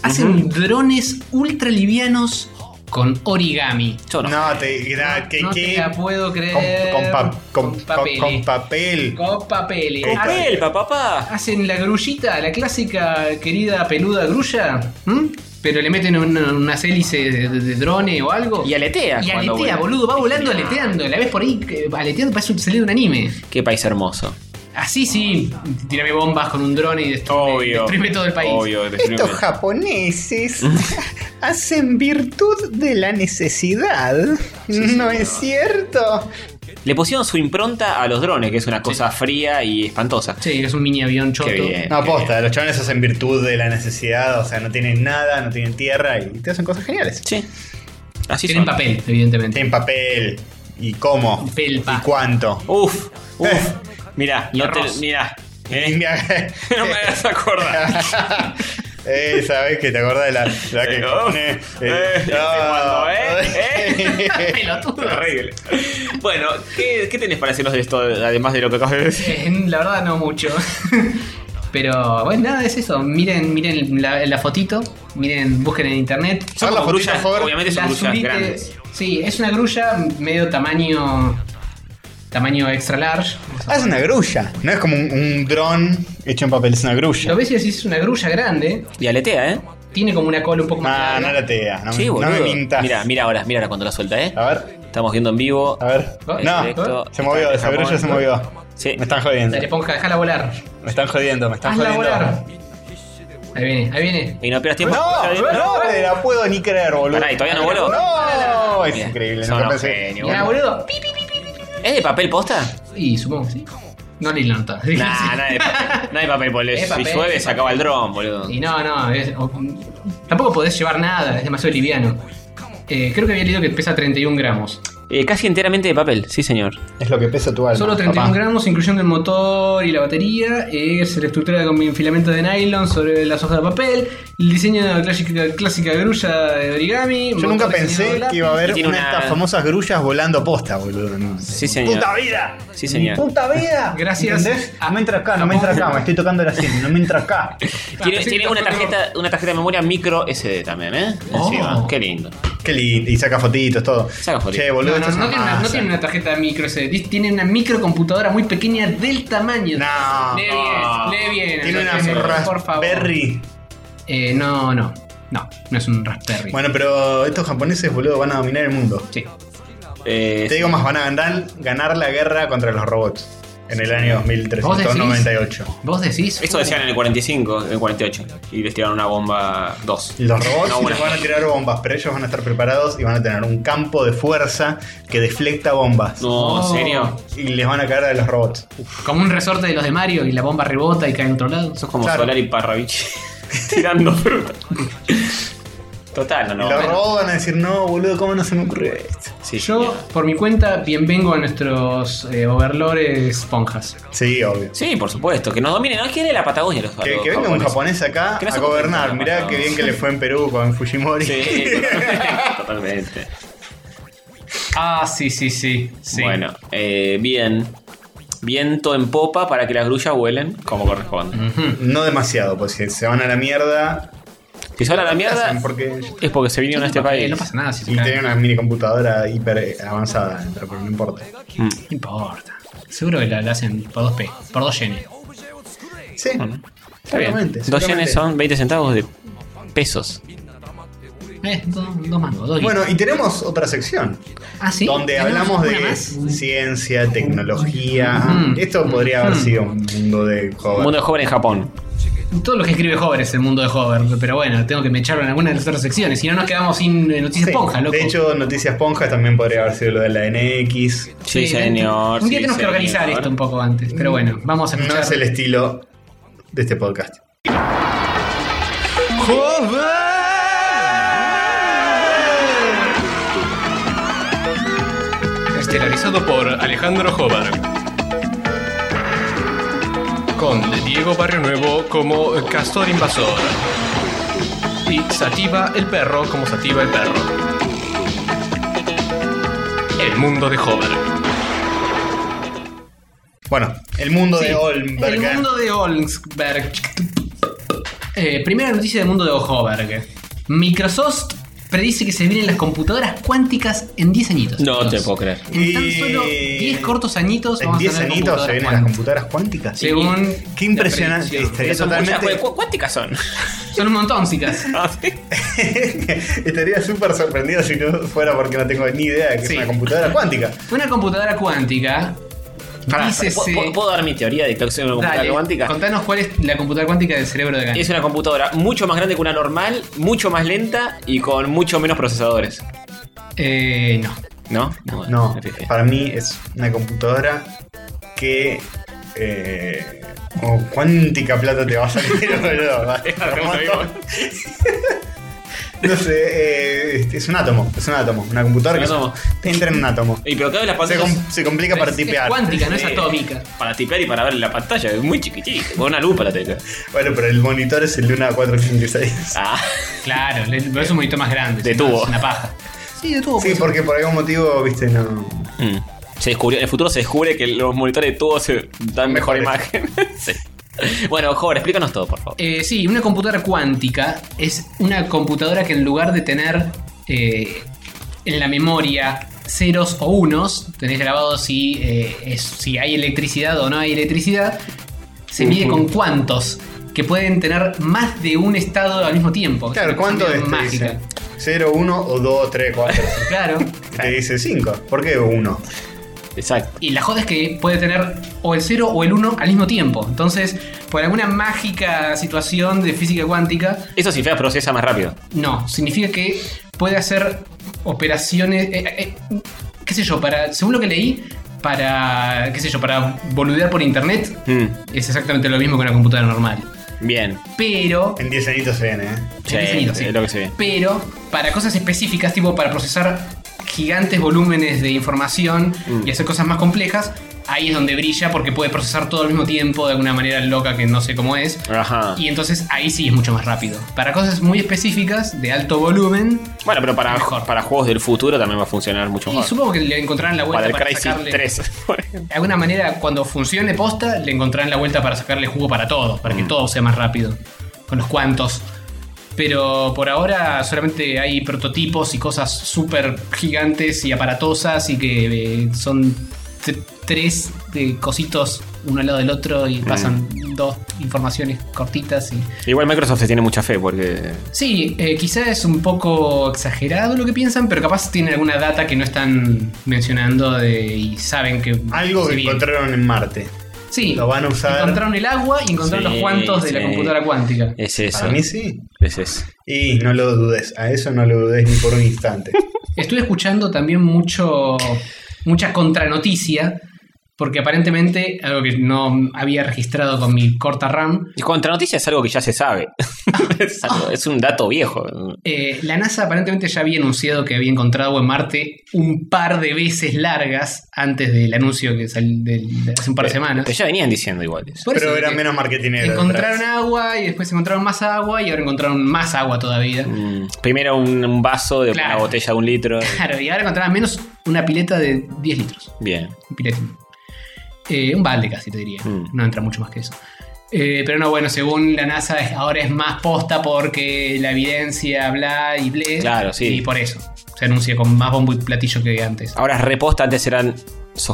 hacen drones ultralivianos con origami.
Yo no.
No, te, da- que,
no
que-
te la puedo
con,
creer.
con pa-
Con
con- con- con
papel.
papel.
Con papel.
Con
Hacen-
Papel, papá. papá.
Hacen la grullita, la clásica querida peluda grulla, ¿m? pero le meten un- unas hélices de, de- de drone o algo.
Y aletea.
Y aletea,
cuando vuela.
boludo, va volando aleteando. La ves por ahí eh, aleteando, parece un salido de un anime.
Qué país hermoso.
Así sí, tirame bombas con un drone y destruye, destruime todo el país.
Obvio, destruime.
Estos japoneses hacen virtud de la necesidad. ¿No es cierto?
Le pusieron su impronta a los drones, que es una cosa fría y espantosa.
Sí, es un mini avión choto.
Qué bien.
No, aposta, los chavales hacen virtud de la necesidad. O sea, no tienen nada, no tienen tierra y te hacen cosas geniales.
Sí. Así
Tienen
son.
papel,
*laughs*
evidentemente. *laughs*
Tienen papel. ¿Y cómo?
Pelpa.
¿Y cuánto?
Uf, uf. Mirá,
Y
no te,
arroz.
mirá.
Eh,
Eh, *laughs*
mira.
no me vas a acordar.
*laughs* Eh, sabés que te acordás de la, la que
Pero,
pone,
eh, ese cuando, eh,
Pelotudo.
Horrible. Bueno, ¿qué, ¿qué tenés para decirnos de esto, además de lo que acabas
*laughs*
de decir?
Eh, La verdad no mucho. *laughs* Pero bueno, nada, es eso. Miren, miren la, la fotito, miren, busquen en internet.
Son
Hola,
como grullas,
por favor.
obviamente son
La
grullas
Zulite-
grandes.
Sí, es una grulla medio tamaño. Tamaño extra large.
Ah, es una grulla. No es como un, un dron hecho en papel, es una
Lo
grulla.
ves y decís, es una grulla grande.
Y aletea, ¿eh?
Tiene como una cola un poco más
Ah,
larga.
no la tea. No,
sí,
me-
boludo.
no me mintas.
Mira, mira ahora, mira ahora cuando la suelta, ¿eh?
A ver,
Estamos viendo en vivo.
a ver.
Ah,
directo. este
No, se movió, esa grulla se movió.
Sí.
Me están jodiendo.
La esponja, déjala volar.
Me están jodiendo, me están
Hazla volar.
jodiendo.
Ahí viene, ahí viene.
Y no pierdas tiempo.
No,
Está bien.
no te la puedo ni creer, boludo.
Pará, ¿y todavía no voló?
No, es
Bien.
increíble.
Son
nunca
unos
pensé.
genios,
Mirá,
boludo.
boludo. Pip.
¿Es de papel posta?
Y supongo que sí. No leí la nota. *laughs*
Nah, no hay papel, no hay papel boludo.
Es
Si
papel,
llueve,
es
se acaba el dron, boludo.
Y no, no, es- o- tampoco podés llevar nada, es demasiado liviano. Eh, creo que había leído que pesa 31 gramos.
Eh, casi enteramente de papel, sí, señor.
Es lo que pesa tu alma.
Solo 31
papá.
gramos, incluyendo el motor y la batería. Es la estructura con mi filamento de nylon sobre las hojas de papel. El diseño de la clásica, clásica grulla de origami.
Yo
motor
nunca
diseñado de
pensé
lápiz.
que iba a haber una,
Tiene
de
una-
estas famosas grullas volando posta, boludo. no.
Sí, señor.
¡Puta vida!
Sí, señor.
¡Puta vida!
*laughs* Gracias.
¿Entendés? No me entra acá, no me entra acá. Me estoy tocando la sien, no me entra acá.
Tiene,
Ah, sí,
tiene
está
una,
jugando.
tarjeta, una tarjeta de memoria micro SD también, ¿eh?
Oh.
Encima. Qué lindo.
Qué lindo. Y saca fotitos, todo.
Saca fotitos.
Che, boludo,
No, no,
esto es
no
una
tiene una, no
masa.
tiene una tarjeta micro SD, tiene una microcomputadora muy pequeña del tamaño.
No.
Lee bien, lee bien.
Tiene
Andrés,
una
por favor.
Raspberry.
Eh, no, no. No, no es un Raspberry.
Bueno, pero estos japoneses, boludo, van a dominar el mundo.
Sí.
Eh,
Te digo más, van a ganar, ganar la guerra contra los robots en el año 2398.
¿Vos decís?
Eso decían en el 45, en el 48. Y les tiraron una bomba 2.
Los robots
No, bueno.
van a tirar bombas, pero ellos van a estar preparados y van a tener un campo de fuerza que deflecta bombas.
No, ¿en
No.
serio?
Y les van a caer a los robots.
Como un resorte de los de Mario y la bomba rebota y cae en otro lado.
Sos como
Claro.
Solar y Parravich *laughs* tirando fruta. Total, no,
y los
no.
robots van a decir, no, boludo, ¿cómo no se me ocurrió esto?
Sí,
Yo, por mi cuenta, bienvengo a nuestros eh, overlords esponjas.
Sí, obvio.
Sí, por supuesto. Que nos dominen. No quiere la Patagonia los
Que,
los
que venga un
japoneses.
japonés acá
Que no
a
se
gobernar.
ocupen de
Mirá
los
qué bien
robots.
que le fue en Perú con Fujimori. *laughs*
Sí, *laughs* totalmente.
Ah, sí, sí, sí. sí.
Bueno, eh, bien. Viento en popa para que las grullas vuelen como corresponde.
Ujú.
Mm.
No demasiado, pues si se van a la mierda.
Si son a la mierda,
hacen porque
es porque se vinieron a este
Eh,
país.
No pasa nada si se
y
cae.
tenía una mini computadora hiper eh, avanzada adentro, pero no importa.
Mm.
No importa. Seguro que la, la hacen por 2P, por 2 yenes.
Sí.
Está bien.
Seguramente,
Dos
seguramente.
yenes son 20 centavos de pesos.
Eh, dos, dos mangos, dos
Bueno,
guisos.
y tenemos otra sección
Ah, ¿sí?
donde
¿Tenemos
hablamos
una
de
más?
ciencia, tecnología. Ah,
Mm.
Esto podría haber
Mm.
sido un mundo de joven.
Mundo joven en Japón.
Todo lo que escribe Hover es el mundo de Hover, pero bueno, tengo que me echarlo en alguna de las otras secciones, si no nos quedamos sin eh, noticias
Sí.
ponja, loco.
De hecho, Noticias Ponjas también podría haber sido lo de la NX.
Sí, señor.
Un día
sí,
tenemos que
señor.
organizar esto un poco antes, pero bueno, vamos a
No
escuchar.
es el estilo de este podcast.
Estelarizado por Alejandro Jobar. Con Diego Barrio Nuevo como Castor Invasor. Y Sativa el Perro como Sativa el Perro. El mundo de Hover.
Bueno, el mundo
Sí,
de Olmberg.
El mundo de Olmberg. Eh, primera noticia del mundo de Hoverg. Microsoft predice que se vienen las computadoras cuánticas en 10 añitos.
No
chicos.
te puedo creer.
En tan
Y-
solo 10 cortos añitos
en
vamos
10
a tener
añitos se vienen las
cuánticas.
computadoras cuánticas.
Según
Qué
la
impresionante.
predicción.
Estaría
Son muchas,
totalmente.
¿cu-
*laughs*
¿Cuánticas son?
Son un montón, chicas.
*laughs* estaría súper sorprendido si no fuera porque no tengo ni idea de que
Sí.
es una computadora cuántica.
Una computadora cuántica.
Pará,
dice
¿puedo- ¿puedo, puedo dar mi teoría de que es una computadora
Dale,
cuántica?
Contanos cuál es la computadora cuántica del cerebro de Gandhi.
Es una computadora mucho más grande que una normal, mucho más lenta y con mucho menos procesadores.
Eh, no.
¿No? No,
No,
me fijé.
para mí es una computadora que. Eh, oh, ¿Cuántica plata te va a salir, *laughs* boludo? Va a ser un montón. *laughs* No sé, eh, es un átomo, es un átomo. Una computadora
Un
que
átomo.
entra en un átomo.
Y pero cada vez las
Se,
pantallas
com- se complica para
Es-
tipear.
Es cuántica, no es
Sí.
atómica.
para tipear y para ver la pantalla, es muy chiquitito, con una lupa la tecla.
Bueno, pero el monitor es el Luna 486.
Ah,
Claro, le- pero es un monitor más grande.
De
si no,
tubo.
Es una paja. Sí, de tubo.
Sí, porque por algún motivo, viste, no.
mm. se descubrió, en el futuro se descubre que los monitores de tubo se dan mejor
Mejores.
imagen. *laughs* Sí. Bueno, Hover, explícanos todo, por favor.
Eh, sí, una computadora cuántica es una computadora que en lugar de tener eh, en la memoria ceros o unos, tenés grabado si, eh, es- si hay electricidad o no hay electricidad, se mide con cuantos, que pueden tener más de un estado al mismo tiempo.
Claro,
Es una cosa
¿cuánto
medio
es? Te
Mágica.
dice 0, 1 o 2, 3, 4.
Claro.
Te dice 5. ¿Por qué 1?
Exacto.
Y la joda es que puede tener o el 0 o el 1 al mismo tiempo. Entonces, por alguna mágica situación de física cuántica,
Eso sí, fea, procesa más rápido.
No, significa que puede hacer operaciones, eh, eh, qué sé yo, para, según lo que leí, para, qué sé yo, para boludear por internet,
Mm,
es exactamente lo mismo que una computadora normal.
Bien.
Pero,
En 10 añitos se viene, ¿eh?
Sí,
en definido, sí.
es lo que se ve.
pero para cosas específicas, tipo para procesar gigantes volúmenes de información
Mm.
y hacer cosas más complejas, ahí es donde brilla porque puede procesar todo al mismo tiempo de alguna manera loca que no sé cómo es.
Ajá.
Y entonces ahí sí es mucho más rápido. Para cosas muy específicas, de alto volumen,
Bueno, pero para,
Mejor.
para juegos del futuro también va a funcionar mucho
Y
más.
supongo que le encontrarán la
Para
vuelta
el
para,
Crysis
sacarle.
3, *laughs* por ejemplo.
De alguna manera, cuando funcione posta, le encontrarán la vuelta para sacarle jugo para todos,
Mm.
para que todo sea más rápido. Con los cuantos. Pero por ahora solamente hay prototipos y cosas súper gigantes y aparatosas y que eh, son t- tres eh, cositos uno al lado del otro
Mm.
y pasan dos informaciones cortitas y
Igual Microsoft se tiene mucha fe porque.
Sí, eh, quizá es un poco exagerado lo que piensan, pero capaz tienen alguna data que no están mencionando de- y saben que.
Algo
se
que
viene.
encontraron en Marte.
Sí,
lo van a usar.
Encontraron el agua y encontraron
Sí,
los cuantos de la
sí. Eh.
computadora cuántica.
Es eso.
Para mí sí.
Es eso.
Y no lo dudes, a eso no lo dudes ni por
*laughs*
un instante.
Estuve escuchando también mucho. mucha contranoticia, porque aparentemente, algo que no había registrado con mi corta RAM,
Y contra noticia es algo que ya se sabe. *laughs* es, algo- es un dato viejo.
Eh, la NASA aparentemente ya había anunciado que había encontrado en Marte un par de veces largas antes del anuncio que salió hace un
Eh,
par de semanas.
Pero ya venían diciendo igual. eso.
Por eso
Pero era
que
menos marketinero.
Encontraron
detrás.
agua y después encontraron más agua y ahora encontraron más agua todavía.
Mm, Primero un, un vaso de
Claro.
una botella de un litro.
Claro, y ahora encontraron menos una pileta de 10 litros.
Bien.
Un piletín. Eh, un balde casi te diría.
Mm.
No entra mucho más que eso. Eh, pero no, bueno, según la NASA es- ahora es más posta porque la evidencia, bla y ble.
Claro, sí.
Y por eso. se anuncia con más bombo y platillo que antes.
Ah.
Ahora es reposta, antes eran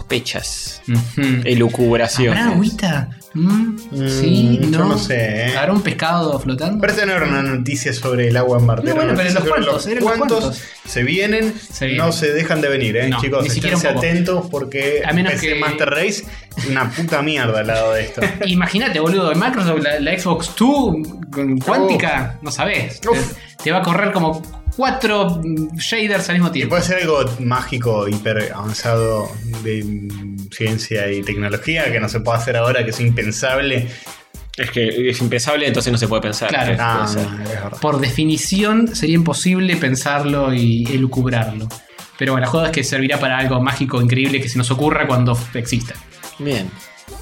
sospechas,
Ujú. ¿Habrá
elucubraciones.
agüita? Mm, sí,
Mm, yo
no.
no sé, eh.
¿Habrá un pescado flotando?
Parece no era una noticia sobre el agua en Marte.
No,
era
bueno,
una
pero
noticia
los
sobre
cuantos, eran los cuantos.
se vienen,
Se vienen.
no se dejan de venir, ¿eh?
No,
Chicos,
ni siquiera un
esténse
poco.
atentos porque
A menos
PC
que-
Master Race, una puta mierda al lado de
*laughs*
esto.
Imagínate, boludo, de Microsoft, la, la Xbox 2 con cuántica, no sabes.
Uf.
Te, te va a correr como cuatro mm, shaders al mismo
Y
tiempo.
puede ser algo mágico, hiper avanzado de mm, ciencia y tecnología que no se puede hacer ahora, que es impensable.
Es que es impensable, entonces no se puede pensar.
Claro.
Eh,
Ah,
puede
es
ser.
verdad.
Por definición, sería imposible pensarlo y elucubrarlo. Pero bueno, la joda es que servirá para algo mágico, increíble que se nos ocurra cuando exista.
Bien.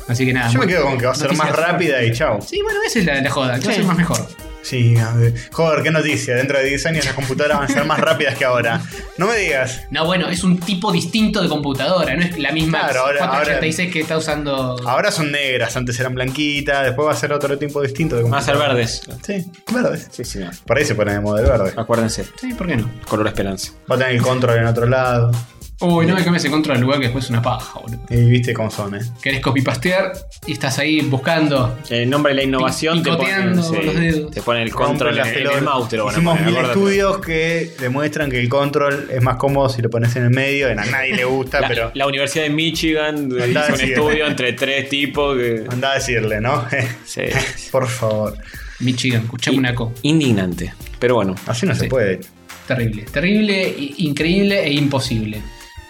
Así que nada.
Yo me
bueno,
quedo con que va a ser
noticias.
más rápida y chao.
Sí, bueno, esa es la, la joda, que va a
Sí.
ser más mejor.
Sí, a ver. joder, qué noticia. Dentro de 10 años las computadoras van a ser más rápidas que ahora. No me digas.
No, bueno, es un tipo distinto de computadora, no es la misma
Claro, ahora- Ah.
486 que está usando.
Ahora son negras, antes eran blanquitas, después va a ser otro tipo distinto de
Van a ser
computadora.
verdes.
Sí, verdes.
Sí, Ah. sí.
Por ahí se pone de moda el verde.
Acuérdense.
Sí, ¿por qué no?
Color esperanza.
Va a tener el control en otro lado.
Uy, no me cambies el control al lugar que después es una paja, boludo.
Y viste cómo son, eh.
Querés copypastear y estás ahí buscando.
En nombre de la innovación te ponen,
Picoteando los dedos.
te ponen el control en, en el mouse. Te lo van a
Hicimos
poner,
mil
acuérdate.
estudios que demuestran que el control es más cómodo si lo pones en el medio. A nadie le gusta,
*laughs* La,
pero
la Universidad de Michigan hizo un
sí.
estudio entre tres tipos que...
anda a decirle, ¿no? *laughs*
Sí.
Por favor.
Michigan, escuchame una co.
Indignante. Pero bueno.
Así no se puede.
Terrible. Terrible, i- increíble e imposible.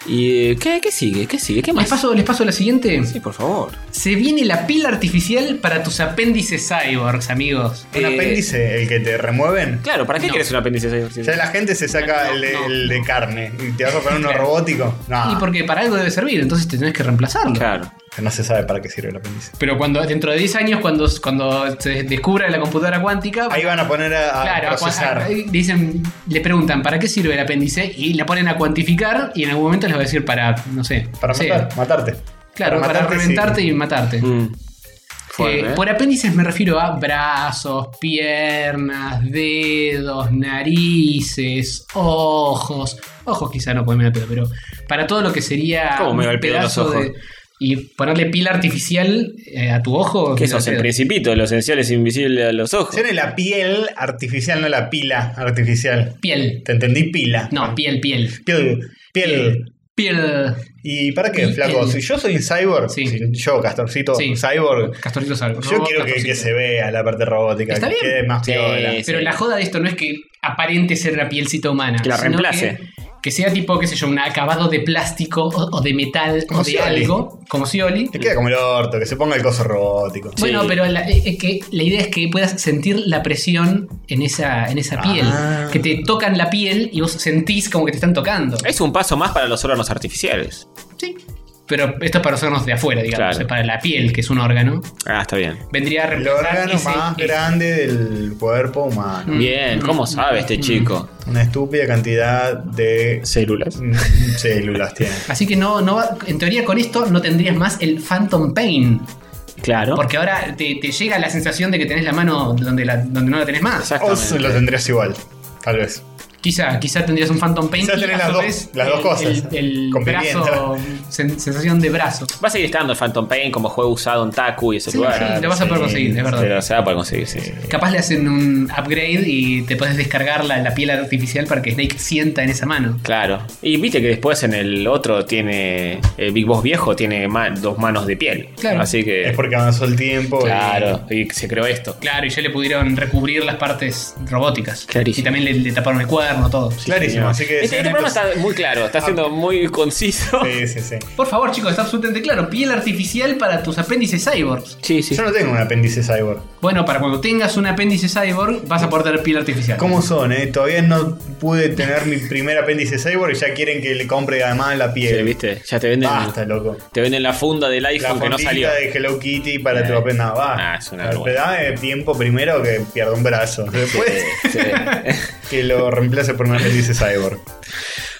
¿Y eh, qué, qué sigue? ¿Qué sigue? ¿Qué
Les
más?
paso, les paso la siguiente.
Sí, por favor.
Se viene la pila artificial para tus apéndices cyborgs, amigos.
Un
Eh,
apéndice, el que te remueven.
Claro, ¿para qué
No.
quieres un apéndice
Ya la gente se saca
No,
el, de-
no,
el de
no.
carne. ¿Y te vas a
*laughs*
poner uno robótico? No.
Y porque para algo debe servir, entonces te tenés que reemplazarlo.
Claro.
Que no se sabe para qué sirve el apéndice.
Pero cuando dentro de 10 años, cuando, cuando se descubra la computadora cuántica,
Ahí van a poner a, a
claro, a cua-
procesar.
a- dicen, le preguntan para qué sirve el apéndice y la ponen a cuantificar y en algún momento les va a decir para, no sé,
para
no sé,
matar- matarte.
Claro, para,
matarte,
reventarte
sí.
y matarte.
Mm.
Eh,
Fuerte, ¿eh?
Por apéndices me refiero a brazos, piernas, dedos, narices, ojos. Ojos quizá no pueden meter, pero para todo lo que sería
¿Cómo me va el pedo en los ojos?
y ponerle pila artificial eh, a tu ojo.
¿Qué
me va
sos?
el
El
pedo.
principito, lo esencial es invisible a los ojos.
Tiene la piel artificial, no la pila artificial.
Piel.
Te entendí pila.
No, piel, piel.
Piel. Piel.
Piel.
¿Y para qué,
Piel.
flaco? Si yo soy un cyborg,
Sí.
si yo, Castorcito,
Sí.
cyborg,
Castorcito Salvo.
yo quiero que, que se vea la parte robótica,
Está
que
bien.
quede más
Sí.
piola.
Pero la joda de esto no es que aparente ser la pielcita humana.
Que la
sino
reemplace.
Que, que sea tipo, qué sé yo, un acabado de plástico o, o de metal
Como
o de
Scioli.
algo, como Scioli.
Que quede como el orto, que se ponga el coso robótico.
Bueno,
Sí.
pero la, eh, eh, que la idea es que puedas sentir la presión en esa, en esa piel.
Ah.
Que te tocan la piel y vos sentís como que te están tocando.
Es un paso más para los órganos artificiales.
Sí. Pero esto es para los órganos de afuera, digamos.
Claro.
es para la piel, que es un órgano.
Ah, está bien.
Vendría a
El
reemplazar
órgano
ese-
más
ese-
grande del cuerpo humano.
Mm. Bien, ¿cómo sabe este chico?
Una estúpida cantidad de
Células.
mm, células tiene.
Así que no, no, va- en teoría con esto no tendrías más el Phantom Pain.
Claro.
Porque ahora te, te llega la sensación de que tenés la mano donde, la, donde no la tenés más.
O se lo
Exactamente.
tendrías igual, tal vez.
Quizá, quizá tendrías un Phantom Pain.
Quizá
y
tenés
a
las
su
dos-
vez
las dos
el-
cosas.
El, el
Con
brazo, sen- sensación de brazo.
Va a seguir estando el Phantom Pain como juego usado en Taku y ese
Sí,
lugar.
sí, lo vas a poder
sí,
conseguir, es verdad.
Pero se va a poder conseguir, sí.
Capaz le hacen un upgrade y te puedes descargar la, la piel artificial para que Snake sienta en esa mano.
Claro. Y viste que después en el otro tiene. El Big Boss viejo tiene ma- dos manos de piel.
Claro.
Así que.
Es porque avanzó el tiempo. y-
Claro. Y se creó esto.
Claro, y ya le pudieron recubrir las partes robóticas.
Clarísimo.
Y también le, le taparon el cuerno, todo.
Clarísimo, así que...
Este, este
sean
programa
estos- Ah.
está muy claro, está siendo muy conciso.
Sí, sí, sí.
Por favor, chicos, está absolutamente claro. Piel artificial para tus apéndices cyborgs.
Sí, sí.
Yo no tengo un apéndice cyborg.
Bueno, para cuando tengas un apéndice cyborg, vas a poder tener piel artificial.
¿Cómo son, eh? Todavía no pude tener mi primer apéndice cyborg y ya quieren que le compre además la
Sí,
piel.
viste, ya te venden,
Basta, loco.
te venden la funda del
La
iPhone que no
fondita
salió.
de Hello Kitty para tu apéndice. No, va.
Ah, es una
Pero
vergüenza.
Dame tiempo primero que pierda un brazo. Después
Sí.
*laughs* que lo reemplace por un apéndice cyborg.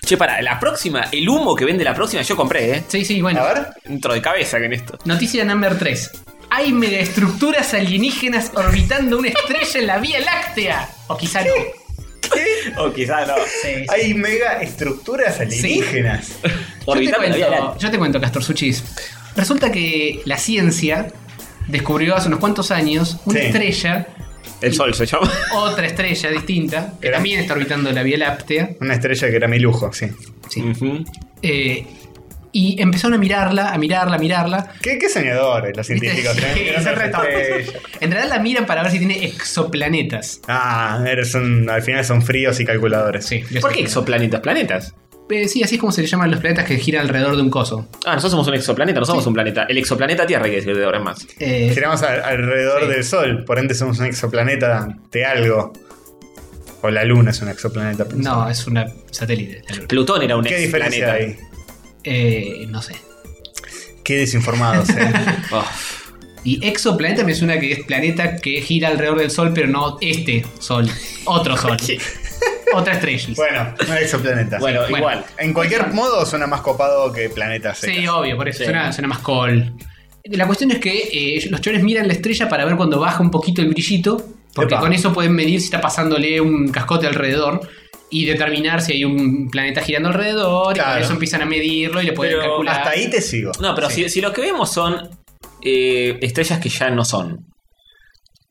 che, para, la próxima, el humo que vende la próxima, yo compré, ¿eh?
Sí, sí, bueno.
A ver.
Dentro de cabeza que en esto.
Noticia number 3. Hay megaestructuras alienígenas orbitando una estrella en la Vía Láctea. O quizá no.
o quizás no.
Sí, sí.
Hay mega estructuras alienígenas.
Yo te,
Orbitar la Vía
cuento,
Láctea.
yo te cuento, Castor Suchis. Resulta que la ciencia descubrió hace unos cuantos años una
Sí.
estrella,
El sol se llama.
otra estrella distinta, que
Era-
también está orbitando la Vía Láctea.
Una estrella que era mi lujo, sí.
Sí.
Ujú.
Eh, y empezaron a mirarla, a mirarla, a mirarla.
Qué, qué soñadores los científicos. ¿eh?
*laughs* Sí,
Eran
son
las
re tontos.
estrellas.
En realidad la miran para ver si tiene exoplanetas.
Ah, eres un- al final son fríos y calculadores.
Sí, yo
¿Por
sé
qué
que-
exoplanetas? ¿Planetas?
Eh, sí, así es como se le llaman los planetas que giran alrededor de un coso.
Ah, nosotros somos un exoplaneta, no somos un planeta. El exoplaneta Tierra, hay que decir de ahora en más.
Eh,
Giramos al- alrededor
Sí.
del Sol, por ende somos un exoplaneta de algo. O la Luna es un exoplaneta. pensaba.
no, es una satélite. la Luna.
Plutón era un
¿Qué diferencia
exoplaneta.
hay?
Eh, no sé.
Qué desinformados, eh.
*laughs*
Oh,
Y exoplaneta me suena que es planeta que gira alrededor del Sol, pero no este
*laughs*
Sol. Otro Sol. Otra estrella.
bueno, un exoplaneta.
Bueno,
Bueno.
igual.
En cualquier modo suena más copado que planeta
Sí,
secas.
obvio, por eso.
Sí.
Suena, suena más col. La cuestión es que eh, los chores miran la estrella para ver cuando baja un poquito el brillito, porque
Epa.
con eso pueden medir si está pasándole un cascote alrededor y determinar si hay un planeta girando alrededor. Y
Claro.
con eso empiezan a medirlo y lo pueden
Pero
calcular.
Hasta ahí te sigo.
No, pero si, si lo que vemos son eh, estrellas que ya no son.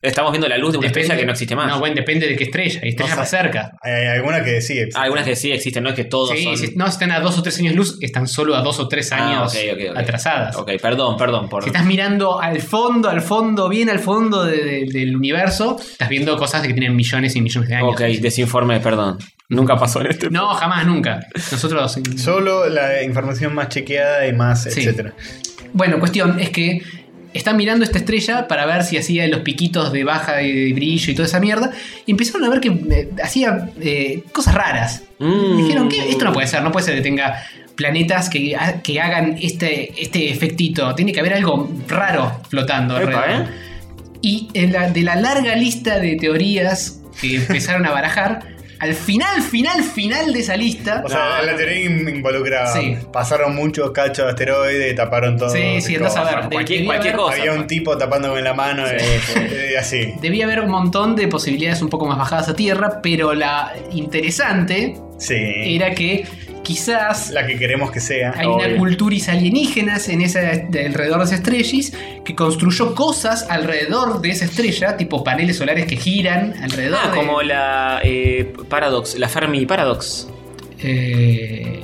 Estamos viendo la luz de una
Depende-
estrella que no existe más.
No, bueno, depende de qué estrella. Hay estrellas
No
más
sé.
cerca.
Hay, hay alguna que sí.
Ah, algunas que sí existen, no es que todos
Sí,
son.
si- no, si están a dos o tres años luz, están solo a dos o tres
Ah,
años
ok, ok, ok.
atrasadas.
Ok, perdón, perdón por.
Si estás mirando al fondo, al fondo, bien al fondo de- de- del universo, estás viendo cosas que tienen millones y millones de años.
Ok, desinforme, perdón. Nunca pasó en este.
No, jamás, nunca.
*laughs*
Nosotros.
Solo la información más chequeada y más,
Sí.
etcétera.
Bueno, cuestión es que están mirando esta estrella para ver si hacía los piquitos de baja y de brillo y toda esa mierda. Y empezaron a ver que eh, hacía eh, cosas raras.
Mm.
Dijeron que esto no puede ser, no puede ser que tenga planetas que, ha- que hagan este, este efectito. Tiene que haber algo raro flotando
Epa,
alrededor.
¿eh?
Y en la- de la larga lista de teorías
*laughs*
que empezaron a barajar, al final, final, final de esa lista.
O sea, la teoría in- involucra.
Sí.
Pasaron muchos cachos de asteroide, taparon todo.
Sí, sí, andás a ver. pues.
Bueno,
Cualquier,
Debía
cualquier
haber-
cosa.
Había un tipo tapando con la mano eh, eh, así.
Debía haber un montón de posibilidades un poco más bajadas a tierra, pero la interesante
Eh.
Sí.
era que quizás
La que queremos que sea.
hay una
Obvio.
culturis alienígenas en esa, de alrededor de esa estrellis que construyó cosas alrededor de esa estrella, tipo paneles solares que giran alrededor.
Ah,
de-
como la eh, Paradox, la Fermi Paradox.
Eh,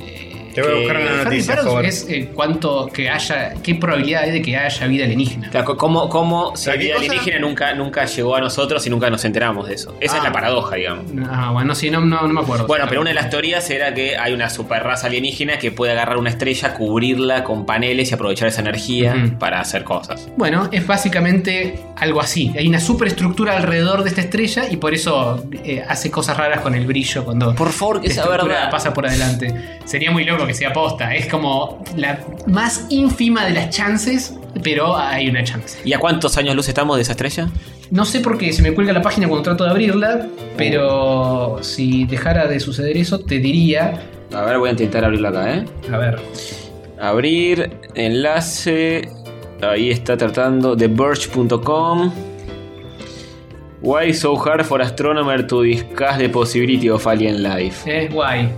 Te voy a
que-
buscar una
Fermi
noticia,
Paradox
joven.
es eh, cuánto que haya, qué probabilidad hay de que haya vida alienígena.
Claro, co- como, como si
¿Pero
la
qué
vida
cosa?
alienígena nunca, nunca llegó a nosotros y nunca nos enteramos de eso. Esa
Ah.
es la paradoja, digamos.
Ah, bueno, sí, no, no, no me acuerdo.
Bueno, pero una de las teorías era que hay una super raza alienígena que puede agarrar una estrella, cubrirla con paneles y aprovechar esa energía
Ujú.
para hacer cosas.
Bueno, es básicamente algo así. Hay una superestructura alrededor de esta estrella y por eso eh, hace cosas raras con el brillo cuando
Por favor, que
esta
sea
estructura
verdad.
pasa por adelante. Sería muy loco que sea posta. Es como la más ínfima de las chances, pero hay una chance.
¿Y a cuántos años luz estamos de esa estrella?
No sé por qué se me cuelga la página cuando trato de abrirla, pero si dejara de suceder eso, te diría.
A ver, voy a intentar abrirla acá, ¿eh?
A ver.
Abrir, enlace. Ahí está tratando TheBirch.com. Why so hard for astronomer to discuss the possibility of alien life?
Es guay.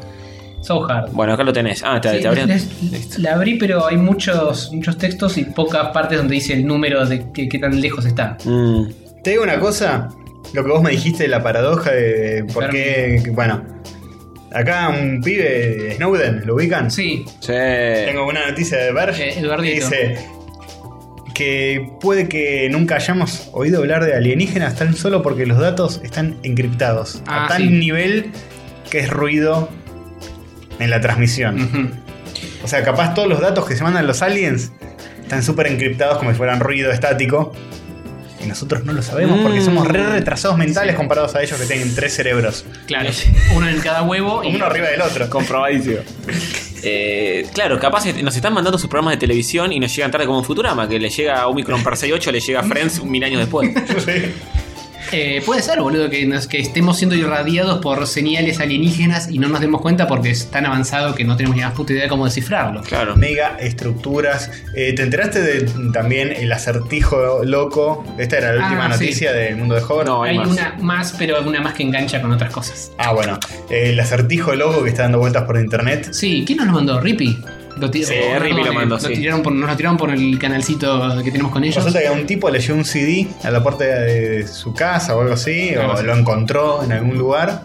So hard.
Bueno, acá lo tenés. Ah, te,
Sí,
te
*laughs*
abrieron.
les-
Listo.
la abrí, pero hay muchos, muchos textos y pocas partes donde dice el número de qué, qué tan lejos está.
Mm.
Te digo una cosa, lo que vos me dijiste de la paradoja de por
Fermi.
qué, que, bueno, acá un pibe Snowden, ¿lo ubican?
Sí,
Sí.
Tengo una noticia de Verge
Eh, Eduardito.
que dice que puede que nunca hayamos oído hablar de alienígenas tan solo porque los datos están encriptados
Ah,
a tal
sí.
nivel que es ruido en la transmisión.
Ujú.
O sea, capaz todos los datos que se mandan los aliens están súper encriptados como si fueran ruido estático. Y nosotros no lo sabemos porque
Mm.
somos re retrasados mentales comparados a ellos que tienen tres cerebros.
claro. Uno en cada huevo y
Uno arriba del otro.
Comprobadísimo. Eh, claro, capaz est- nos están mandando sus programas de televisión y nos llegan tarde como en Futurama, que le llega a Omicron per 68, le llega a Friends mil años después.
*laughs* Sí.
Eh, puede ser, boludo, que, nos- que estemos siendo irradiados por señales alienígenas y no nos demos cuenta porque es tan avanzado que no tenemos ni la más puta idea de cómo descifrarlo.
Claro.
Mega estructuras. Eh, ¿Te enteraste de también el acertijo loco? Esta era la
Ah,
última
sí. eh.
noticia del mundo de Hover.
No,
Hay
más.
una más, pero una más que engancha con otras cosas.
Ah, bueno. Eh, el acertijo loco que está dando vueltas por internet.
Sí, ¿quién nos lo mandó? ¿Rippy? Lo ti-
Sí,
o-
Rippy lo
le-
mandó, sí.
tiraron por, nos lo tiraron por el canalcito que tenemos con ellos.
Resulta que a un tipo le llevó un CD a la puerta de su casa o algo así,
Algo
o
así.
lo encontró en algún lugar.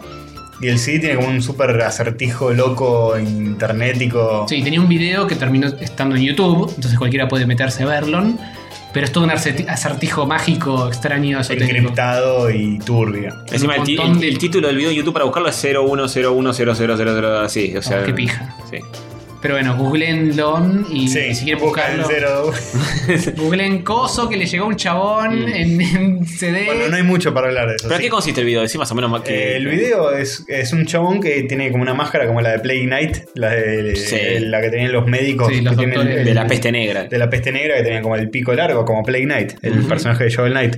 Y el CD tiene como un súper acertijo loco internetico.
Sí, tenía un video que terminó estando en YouTube, entonces cualquiera puede meterse a verlo. Pero es todo un arceti- acertijo mágico, extraño, esotérico.
encriptado y turbio.
Encima el, ti-
montón
el-
de-
el título del video en YouTube para buscarlo es 010100000 así. O sea,
Oh, qué pija.
Sí.
Pero bueno, googleenlo y
Sí,
si quieren
busca el
buscarlo.
cero.
Googleen coso que le llegó un chabón en, en CD.
Mm. Bueno, no hay mucho para hablar de eso.
¿Pero
sí.
qué consiste el video? Decí más o menos más que.
Eh, el video es, es un chabón que tiene como una máscara como la de Plague Knight, la, de,
Sí.
la que tenían los médicos
Sí,
que
los
tienen
doctores.
De la peste negra.
de la peste negra que tenía como el pico largo, como Plague Knight, el personaje de Joel Knight.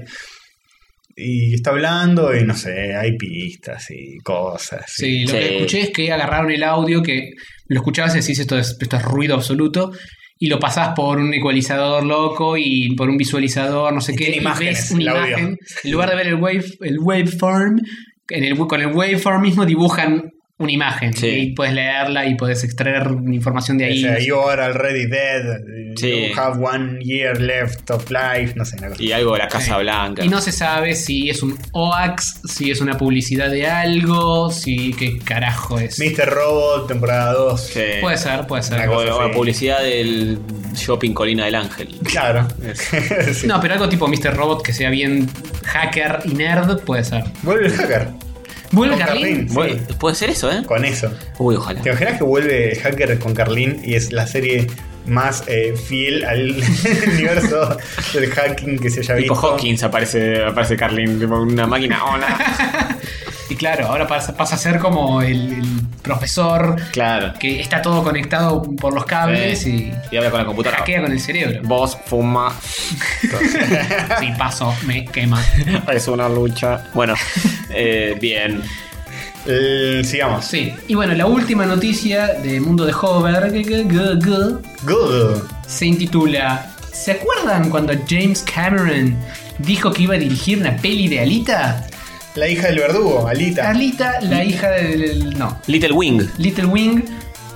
Y está hablando y no sé, hay pistas y cosas.
Sí, lo
Sí.
que escuché es que agarraron el audio que lo escuchabas y decís esto es, esto es ruido absoluto y lo pasás por un ecualizador loco y por un visualizador, no sé
Y
qué,
tiene
y
imágenes,
ves una
el audio.
imagen. En lugar de ver el, wave, el waveform, en el, con el waveform mismo dibujan una imagen
Sí.
y puedes leerla y puedes extraer información de
O
ahí.
sea, you are already dead,
Sí.
you have one year left of life, no sé, una cosa.
Y algo de la Casa Blanca.
Y no se sabe si es un OAX, si es una publicidad de algo, si qué carajo es.
Mr. Robot, temporada 2.
Sí.
Puede ser, puede ser.
Una
O,
cosa
o la
así.
publicidad del shopping Colina del Ángel.
Claro. *laughs* Sí.
No, pero algo tipo Mr. Robot que sea bien hacker y nerd puede ser.
Vuelve el hacker.
Vuelve
Con
Carlín.
Carlín, sí.
Bueno, Puede ser eso, ¿eh?
Con eso.
Uy, ojalá.
¿Te imaginas que vuelve Hacker con Carlín y es la serie más eh, fiel al *laughs* universo del hacking que se haya
Tipo
visto?
Hawkins aparece, aparece Carlin, tipo una máquina.
*laughs*
Hola.
Y claro, ahora pasa, pasa a ser como el, el profesor
claro.
que está todo conectado por los cables
Sí. Y habla con la
y
computadora.
hackea con el cerebro. Ah.
Vos fuma.
Si paso, me quema.
Es una lucha. Bueno, eh, bien.
Eh, sigamos.
*laughs* Sí. Y bueno, la última noticia de Mundo de Hover que- que- que- que-
Good.
se intitula ¿Se acuerdan cuando James Cameron dijo que iba a dirigir una peli de Alita?
La hija del verdugo, Alita.
Alita, la hija del... No,
Little Wing.
Little Wing.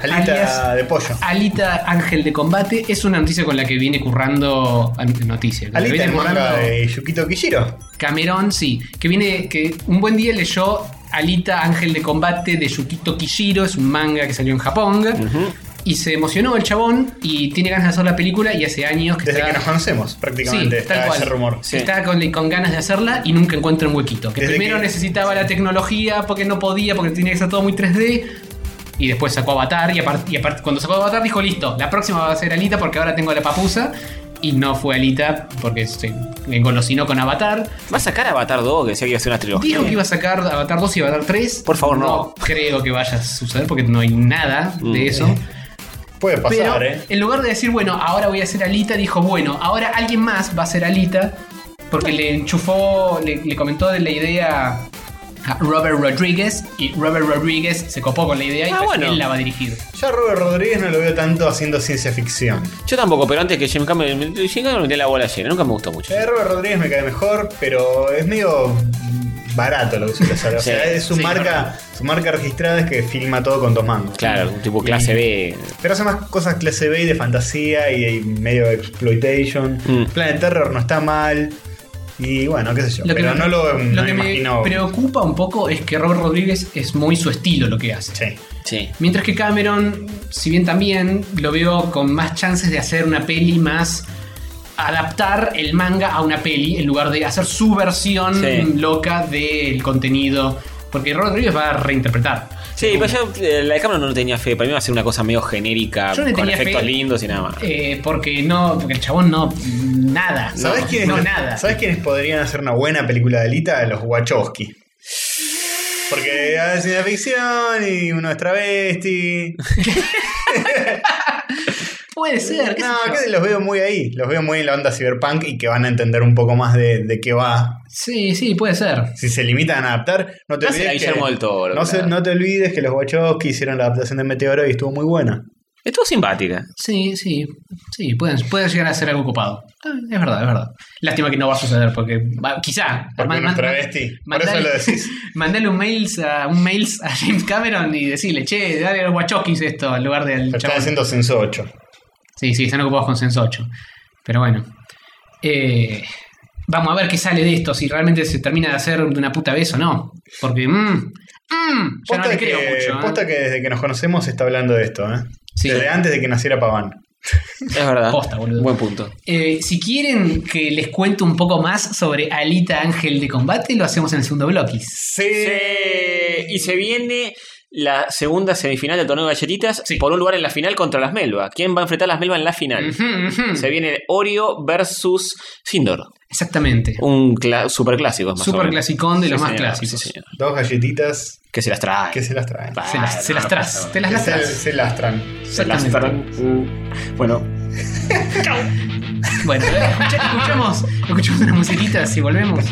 Alita
alias
de pollo.
Alita Ángel de Combate es una noticia con la que viene currando. ah, Noticia. con la que viene
Alita, el manga
currando
de Yukito Kishiro.
Cameron, sí. Que viene. Que un buen día leyó Alita Ángel de Combate de Yukito Kishiro. Es un manga que salió en Japón. Y se emocionó el chabón y tiene ganas de hacer la película. Y hace años que
Desde
está.
que nos conocemos, prácticamente,
Sí, tal
está ese
cual.
rumor.
Sí.
Está con, con ganas de hacerla y nunca encuentra un huequito. Que
Desde
primero
que-
necesitaba la tecnología porque no podía, porque tenía que ser todo muy 3D. Y después sacó Avatar. Y, apar- y apar- cuando sacó Avatar dijo: Listo, la próxima va a ser Alita porque ahora tengo la papusa. Y no fue Alita porque se engolosinó con Avatar.
¿Va a sacar Avatar 2? Que decía que iba a ser una trilogía.
Dijo que iba a sacar Avatar 2 y Avatar 3.
Por favor, no.
creo que vaya a suceder porque no hay nada
Mm.
de eso.
Eh. Puede
Pero
pasar, ¿eh?
en lugar de decir, bueno, ahora voy a ser Alita, dijo, bueno, ahora alguien más va a ser Alita. Porque le enchufó, le, le comentó de la idea a Robert Rodríguez. Y Robert Rodríguez se copó con la idea y
Ah,
pues
bueno.
él la va a dirigir.
Ya Robert Rodríguez no lo veo tanto haciendo ciencia ficción.
Yo tampoco, pero antes que Jim Cameron. Jim Cameron me dio la bola llena. Nunca me gustó mucho.
Eh, Robert Rodríguez me cae mejor, pero es medio barato lo que suele hacer. O
Sí,
sea, es su
sí,
marca, su marca registrada es que filma todo con dos manos.
Claro, un tipo clase B.
Pero hace más cosas clase B y de fantasía y, y medio exploitation.
Mm.
Planet Terror no está mal. Y bueno, qué sé yo.
Lo que
pero
me-
no lo, no
lo
me
que
imagino.
me preocupa un poco es que Robert Rodríguez es muy su estilo lo que hace.
Sí.
Sí.
Mientras que Cameron, si bien también, lo veo con más chances de hacer una peli más adaptar el manga a una peli en lugar de hacer su versión
Sí.
loca del contenido. Porque Robert Rodríguez va a reinterpretar.
Sí, pero yo eh, la de Cameron no tenía fe. Para mí va a ser una cosa medio genérica,
Yo le
con
tenía
efectos
fe.
lindos y nada más.
Eh, porque no. Porque el chabón no. Nada.
¿Sabés
no,
quiénes,
no, nada.
¿sabés quiénes podrían hacer una buena película de Alita? Los Wachowski. Porque hace ciencia ficción y uno es travesti.
Puede ser. ¿qué sé
No,
yo?
que los veo muy ahí. Los veo muy en la onda cyberpunk y que van a entender un poco más de, de qué va.
Sí, sí, puede ser.
Si se limitan a adaptar, no te
Hace la
olvides. que-
Guillermo del Toro,
no, se-
claro.
no te olvides que los Wachowski hicieron la adaptación de Meteoro y estuvo muy buena.
Estuvo simpática.
Sí, sí, sí, pueden, pueden llegar a ser algo copado. Ah, Es verdad, es verdad. Lástima que no va a suceder porque va- quizá.
Porque
Man-
uno
man-
es travesti. Por
mandale-
eso lo
*laughs*
decís.
Mandale un mails a un mails a James Cameron y decirle, che, dale a Wachowskis esto en lugar del
Pero
chabón".
Están haciendo Senso 8.
Sí, sí, están ocupados con Sense 8. Pero bueno. Eh, vamos a ver qué sale de esto, si realmente se termina de hacer de una puta vez o no. Porque, mmm, mmm, ya no
Posta
le
que,
creo mucho. ¿eh?
posta que desde que nos conocemos se está hablando de esto, ¿eh?
Sí.
Desde antes de que naciera Paván.
Es verdad.
Posta, boludo.
Buen punto.
Eh, si quieren que les cuente un poco más sobre Alita Ángel de Combate, lo hacemos en el segundo bloque.
Sí.
Eh, Y se viene la segunda semifinal del torneo de galletitas
Sí.
por un lugar en la final contra las Melba. ¿Quién va a enfrentar a las Melba en la final?
Ujú, ujú.
Se viene Oreo versus Findor.
Exactamente.
Un cla- superclásico. es más o menos.
Superclasicón de los
Sí,
más
señor,
clásicos.
sí, señor.
Dos galletitas
Que se las trae.
que se las traen.
Bah,
Se las, se
no,
las
Uh, ah, no
tras-
pasa nada.
te las
Que se,
lastras.
se lastran.
Se las
Exactamente.
trae. Uh, Bueno,
Bueno, escucha- escuchamos, escuchamos una musiquita si volvemos.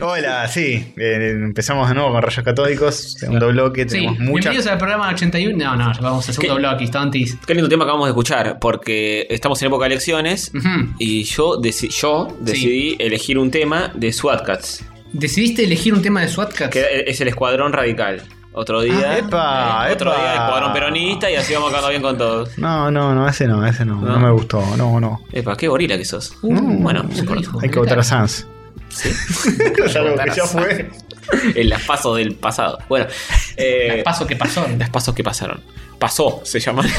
Hola, sí. eh, empezamos de nuevo con rayos catódicos. Segundo bloque,
Sí,
tenemos muchas.
bienvenidos al programa 81. No, no, ya vamos al segundo
¿Qué?
bloque, tontis.
qué lindo tema acabamos de escuchar, porque estamos en época de elecciones
Ujú.
y yo, deci- yo decidí elegir un tema de SWAT Cats,
Decidiste elegir un tema de SWATCAT.
que es el Escuadrón Radical. Otro día.
Ah,
eh,
epa,
otro
epa.
día el Escuadrón Peronista y así vamos acabando bien con todos.
No, no, no, ese no, ese no. No,
No.
me gustó. No, no.
Epa, qué gorila que sos. Mm,
Uh,
bueno, no
hijo,
importa.
Hay que votar a Sans.
Sí.
*laughs* Es algo que ya fue.
en las pasos del pasado.
*laughs*
Bueno, eh,
Paso que pasó.
las pasos que pasaron. Pasó,
*laughs*
se llamaron.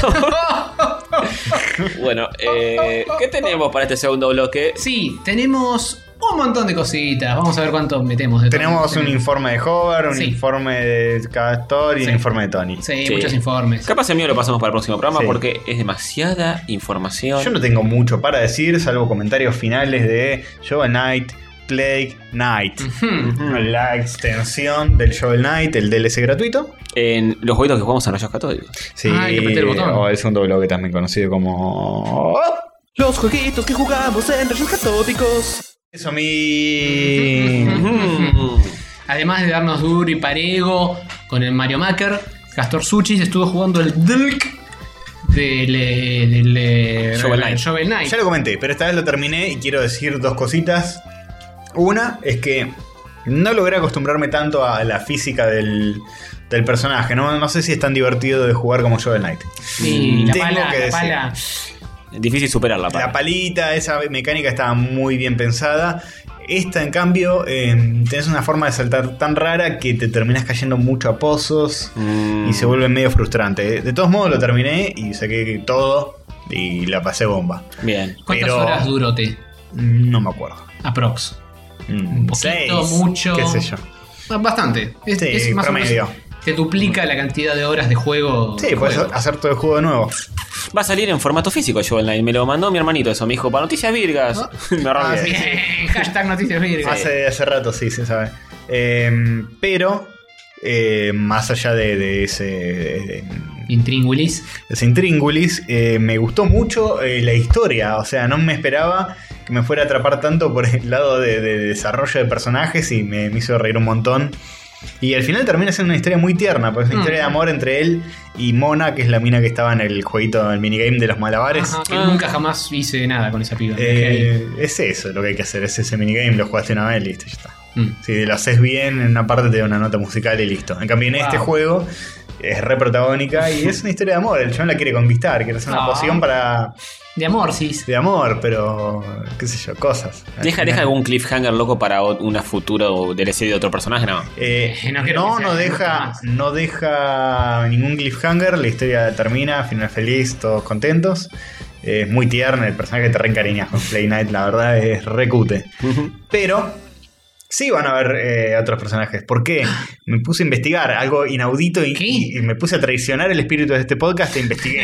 bueno, eh, ¿qué tenemos para este segundo bloque?
Sí, tenemos un montón de cositas. Vamos a ver cuánto metemos. De todo.
Tenemos un informe de Hover, un
Sí.
informe de Castor y
Sí.
un informe de Tony.
Sí,
Sí.
muchos informes.
Capaz el mío lo pasamos para el próximo programa
Sí.
porque es demasiada información.
Yo no tengo mucho para decir, salvo comentarios finales de Joel Knight, Plague Knight.
Ujú.
La extensión del Joel Knight, el DLC gratuito.
En los juegos que jugamos a Rayos Católicos.
*laughs* Sí,
Ah, hay que apretar el botón.
o el segundo bloque también conocido como...
Los jueguitos que jugamos en rayos catódicos.
Eso a mí.
Mm,
Además de darnos duro y parego con el Mario Maker, Castor Suchis estuvo jugando el Dulk del, eh, del, eh,
Shovel Knight.
Shovel Knight.
Ya lo comenté, pero esta vez lo terminé y quiero decir dos cositas. Una es que no logré acostumbrarme tanto a la física del, del personaje. No, no sé si es tan divertido de jugar como Shovel Knight.
Sí, la
Tengo
pala,
que
la
decir.
pala.
Difícil superarla. para.
La palita, esa mecánica estaba muy bien pensada. Esta, en cambio, eh, tenés una forma de saltar tan rara que te terminás cayendo mucho a pozos
Mm.
y se vuelve medio frustrante. De todos modos, lo terminé y saqué todo y la pasé bomba.
Bien.
¿Cuántas
Pero-
horas duró te?
No me acuerdo.
Aprox.
Un
poquito, mucho.
Qué sé yo.
Ah, Bastante. Es,
Sí,
es más o menos-
promedio.
te duplica la cantidad de horas de juego.
Sí,
de
puedes
juego.
hacer todo el juego de nuevo.
Va a salir en formato físico yo online. Me lo mandó mi hermanito eso. Me dijo, para noticias virgas. *laughs* me
Ah,
arranqué.
sí.
Bien, *laughs* Hashtag noticias virgas.
Hace, hace rato, sí, se sabe. Eh, pero, eh, más allá de, de ese. de-
Intríngulis.
Es Intríngulis, eh, me gustó mucho eh, la historia, o sea, no me esperaba que me fuera a atrapar tanto por el lado de, de desarrollo de personajes y me, me hizo reír un montón. Y al final termina siendo una historia muy tierna, porque es una
Mm.
historia de amor entre él y Mona, que es la mina que estaba en el jueguito, en el minigame de los malabares.
Ajá, que
Ah.
nunca jamás hice nada con esa piba.
Eh, es eso lo que hay que hacer, es ese minigame, lo jugaste una vez, listo, ya está.
Mm.
Si lo haces bien, en una parte te da una nota musical y listo. En cambio, en
Wow.
este juego es re protagónica y es una historia de amor. El chabón la quiere conquistar, quiere hacer una
Ah.
poción para
De amor, sis.
de amor, pero qué sé yo, cosas.
Deja, deja algún cliffhanger loco para ot- una futura o DLC de otro personaje, no.
Eh,
No
no,
creo
no,
que sea nunca
deja,
más.
no deja ningún cliffhanger, la historia termina, final feliz, todos contentos. Es muy tierna, el personaje te reencariñas con Play Night, la verdad es recute. Pero sí van a haber eh, otros personajes. ¿Por qué? Me puse a investigar algo inaudito y,
¿Qué?
y- y me puse a traicionar el espíritu de este podcast
*laughs*
e investigué.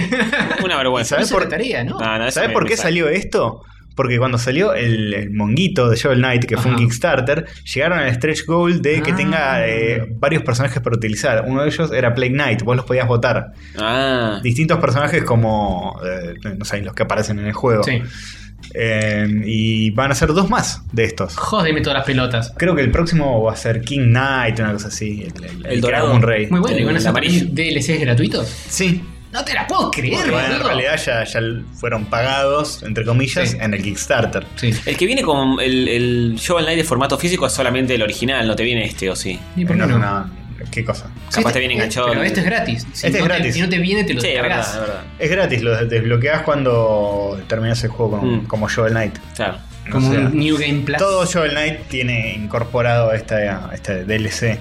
Una vergüenza.
¿Sabes
Eso
por,
por tarea, ¿no?
Ah, No, no, eso
¿Sabés
me-
por
me
qué
sale.
salió esto? Porque cuando salió el, el monguito de Shovel Knight, que fue un
Ajá.
Kickstarter, llegaron al stretch goal de que
Ah.
tenga eh, varios personajes para utilizar. Uno de ellos era Plague Knight, vos los podías votar.
Ah.
Distintos personajes como, eh, no sé, los que aparecen en el juego.
Sí.
Eh, y van a ser dos más de estos.
Jódeme todas las pelotas.
Creo que el próximo va a ser King Knight, una cosa así. El, el- el que
dorado.
era un rey.
Muy bueno, ¿y van a
El
ser
amarillo.
DLCs gratuitos?
Sí.
No te la puedo creer,
Porque, bueno, en
boludo.
realidad ya, ya fueron pagados, entre comillas,
Sí.
en el Kickstarter.
Sí.
El que viene con el, el Shovel Knight de formato físico es solamente el original, no te viene este o sí.
¿Y por qué
Eh,
no?
No, no, ¿Qué cosa?
Sí,
Capaz te viene enganchado.
Pero este es gratis. Si
Este
no
es
te-
gratis.
si no te viene, te lo
Sí, es verdad,
descargas.
es verdad.
Es gratis, lo desbloqueás cuando terminas el juego como,
Mm.
como Shovel Knight.
Claro.
O
Como
sea,
un New Game Plus.
todo Shovel Knight tiene incorporado esta, esta DLC.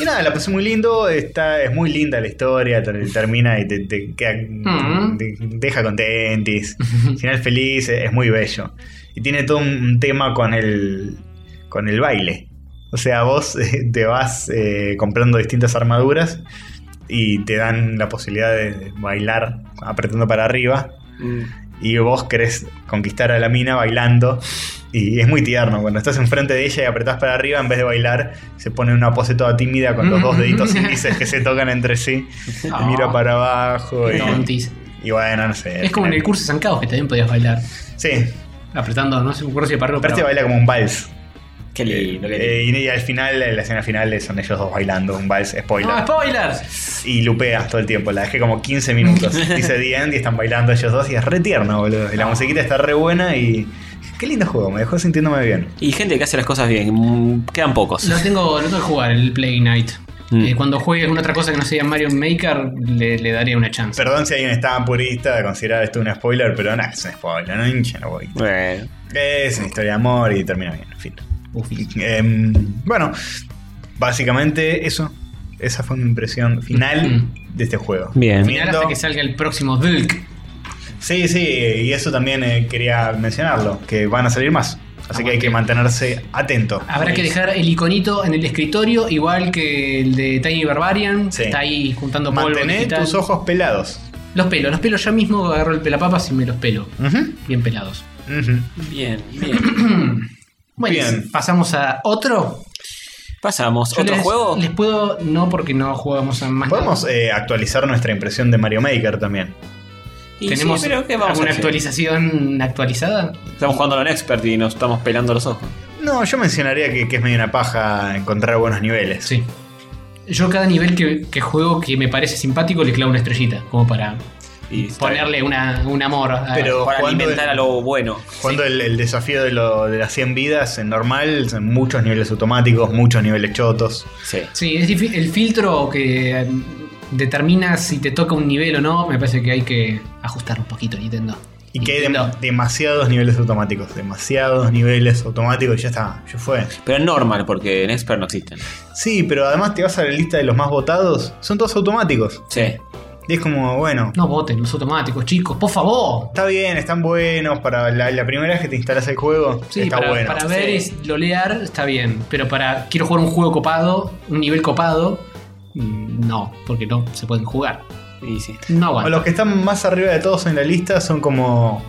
Y nada, la pasé muy lindo, está, es muy linda la historia, ter- termina y te, te queda-
Mm.
te- te deja contentis. *laughs* Final feliz, es, es muy bello. Y tiene todo un tema con el, con el baile. O sea, vos *laughs* eh, te vas eh, comprando distintas armaduras y te dan la posibilidad de bailar apretando para arriba. Y vos querés conquistar a la mina bailando. Y es muy tierno. Cuando estás enfrente de ella y apretás para arriba, en vez de bailar, se pone una pose toda tímida con los dos deditos índices que se tocan entre sí. Y
Ah.
mira para abajo.
Qué
Y,
tontis.
y bueno, no sé.
Es como en el curso de San Caos que también podías bailar.
Sí,
Apretando, no sé, me acuerdo si para arriba o para
aparte
abajo.
baila como un vals.
*laughs* Qué lindo, qué lindo.
Eh, y, y al final, en la escena final, son ellos dos bailando un vals, spoiler.
No, Ah, es para bailar.
y lupea todo el tiempo. La dejé como
*laughs*
15 minutos. Dice The End y están bailando ellos dos y es re tierno, boludo.
Ah.
Y la musiquita está re buena y. Qué lindo juego, me dejó sintiéndome bien.
Y gente que hace las cosas bien. mm, Quedan pocos.
Lo tengo, lo tengo que jugar, el Play Night.
Mm.
Eh, cuando juegue alguna otra cosa que no sea Mario Maker, le, le daré una chance.
Perdón si alguien estaba purista de considerar esto un spoiler, pero nada, es un spoiler, no hinchen la bolita.
Eh,
Es una historia de amor y termina bien, en fin.
Uf.
Em, bueno, básicamente eso. Esa fue mi impresión final de este juego.
Bien.
Mirá Mm. hasta
Viendo-
que salga el próximo Dulk.
Sí, sí, y eso también eh, quería mencionarlo, que van a salir más. Así que hay que mantenerse atento.
Habrá que dejar el iconito en el escritorio, igual que el de Tiny Barbarian.
Sí.
que Está ahí juntando polvo.
Mantener
digital.
tus ojos pelados.
Los pelos, los pelos. Ya mismo agarro el pelapapas y me los pelo.
Ujú,
Bien pelados.
ujú.
Bien, bien.
Bueno,
Bien.
pasamos a otro.
Pasamos.
Yo
¿Otro
les-
juego?
Les puedo, no porque no jugamos a más.
Podemos eh, actualizar nuestra impresión de Mario Maker también.
Y
¿Tenemos
sí, pero ¿qué vamos
alguna
a hacer?
actualización actualizada?
Estamos jugando en expert y nos estamos pelando los ojos.
No, yo mencionaría que, que es medio una paja encontrar buenos niveles.
Sí. Yo cada nivel que, que juego que me parece simpático le clavo una estrellita, como para
Y está-
ponerle una, un amor. a-
Pero
para
jugando
alimentar
en-
a lo bueno.
Cuando el, el desafío de, lo- de las 100 vidas en normal, son muchos niveles automáticos, muchos niveles chotos.
Sí.
Sí, es difí- el filtro que eh, determina si te toca un nivel o no, me parece que hay que ajustar un poquito Nintendo.
Y que hay dem-
Nintendo.
demasiados niveles automáticos, demasiados niveles automáticos y ya está, ya fue.
Pero es normal, porque en expert no existen.
Sí, pero además te vas a la lista de los más votados, son todos automáticos.
Sí.
Y es como, bueno,
No voten los automáticos, chicos, por favor.
está bien, están buenos, para la, la primera vez que te instalas el juego,
Sí,
está
para,
bueno.
para ver y lolear está bien, pero para quiero jugar un juego copado, un nivel copado, mm, no, porque no se pueden jugar.
Y sí.
No
O
aguanta.
los que están más arriba de todos en la lista son como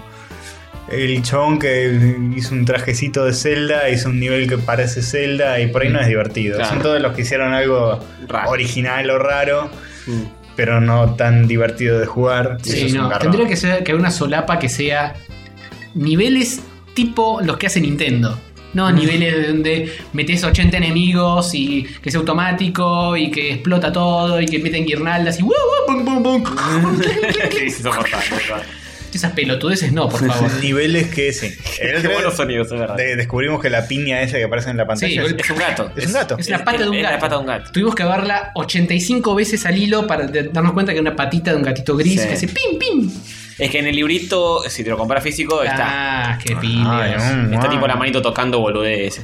el chabón que hizo un trajecito de Zelda, hizo un nivel que parece Zelda y por ahí no es divertido.
Claro.
Son todos los que hicieron algo
Raro.
original o raro, *laughs*
Mm.
pero no tan divertido de jugar. Y eso
Sí,
es un
no,
garrón.
tendría que ser que haya una solapa que sea niveles tipo los que hace Nintendo. No,
Mm.
niveles donde metes 80 enemigos y que es automático y que explota todo y que meten guirnaldas y ¡guau, guau, bum, bum, bum!
Mm.
*laughs*
Sí, sí, soportable, soportable.
Esas pelotudeces no, por favor.
Niveles que *laughs* sí. El
*laughs* Qué
otro
buenos
día
sonidos, es verdad.
de- descubrimos que la piña esa que aparece en la pantalla
Sí,
es-
Es un gato.
es, un gato.
Es la pata de un
Es la
gato.
pata de un gato.
Tuvimos que verla 85 veces al hilo para de- darnos cuenta que era una patita de un gatito gris
Sí.
que hace pim, pim.
Es que en el librito, si te lo compras físico, está.
Ah, qué
Ay,
pilios.
mm,
Está
ah.
tipo la manito tocando boludeces.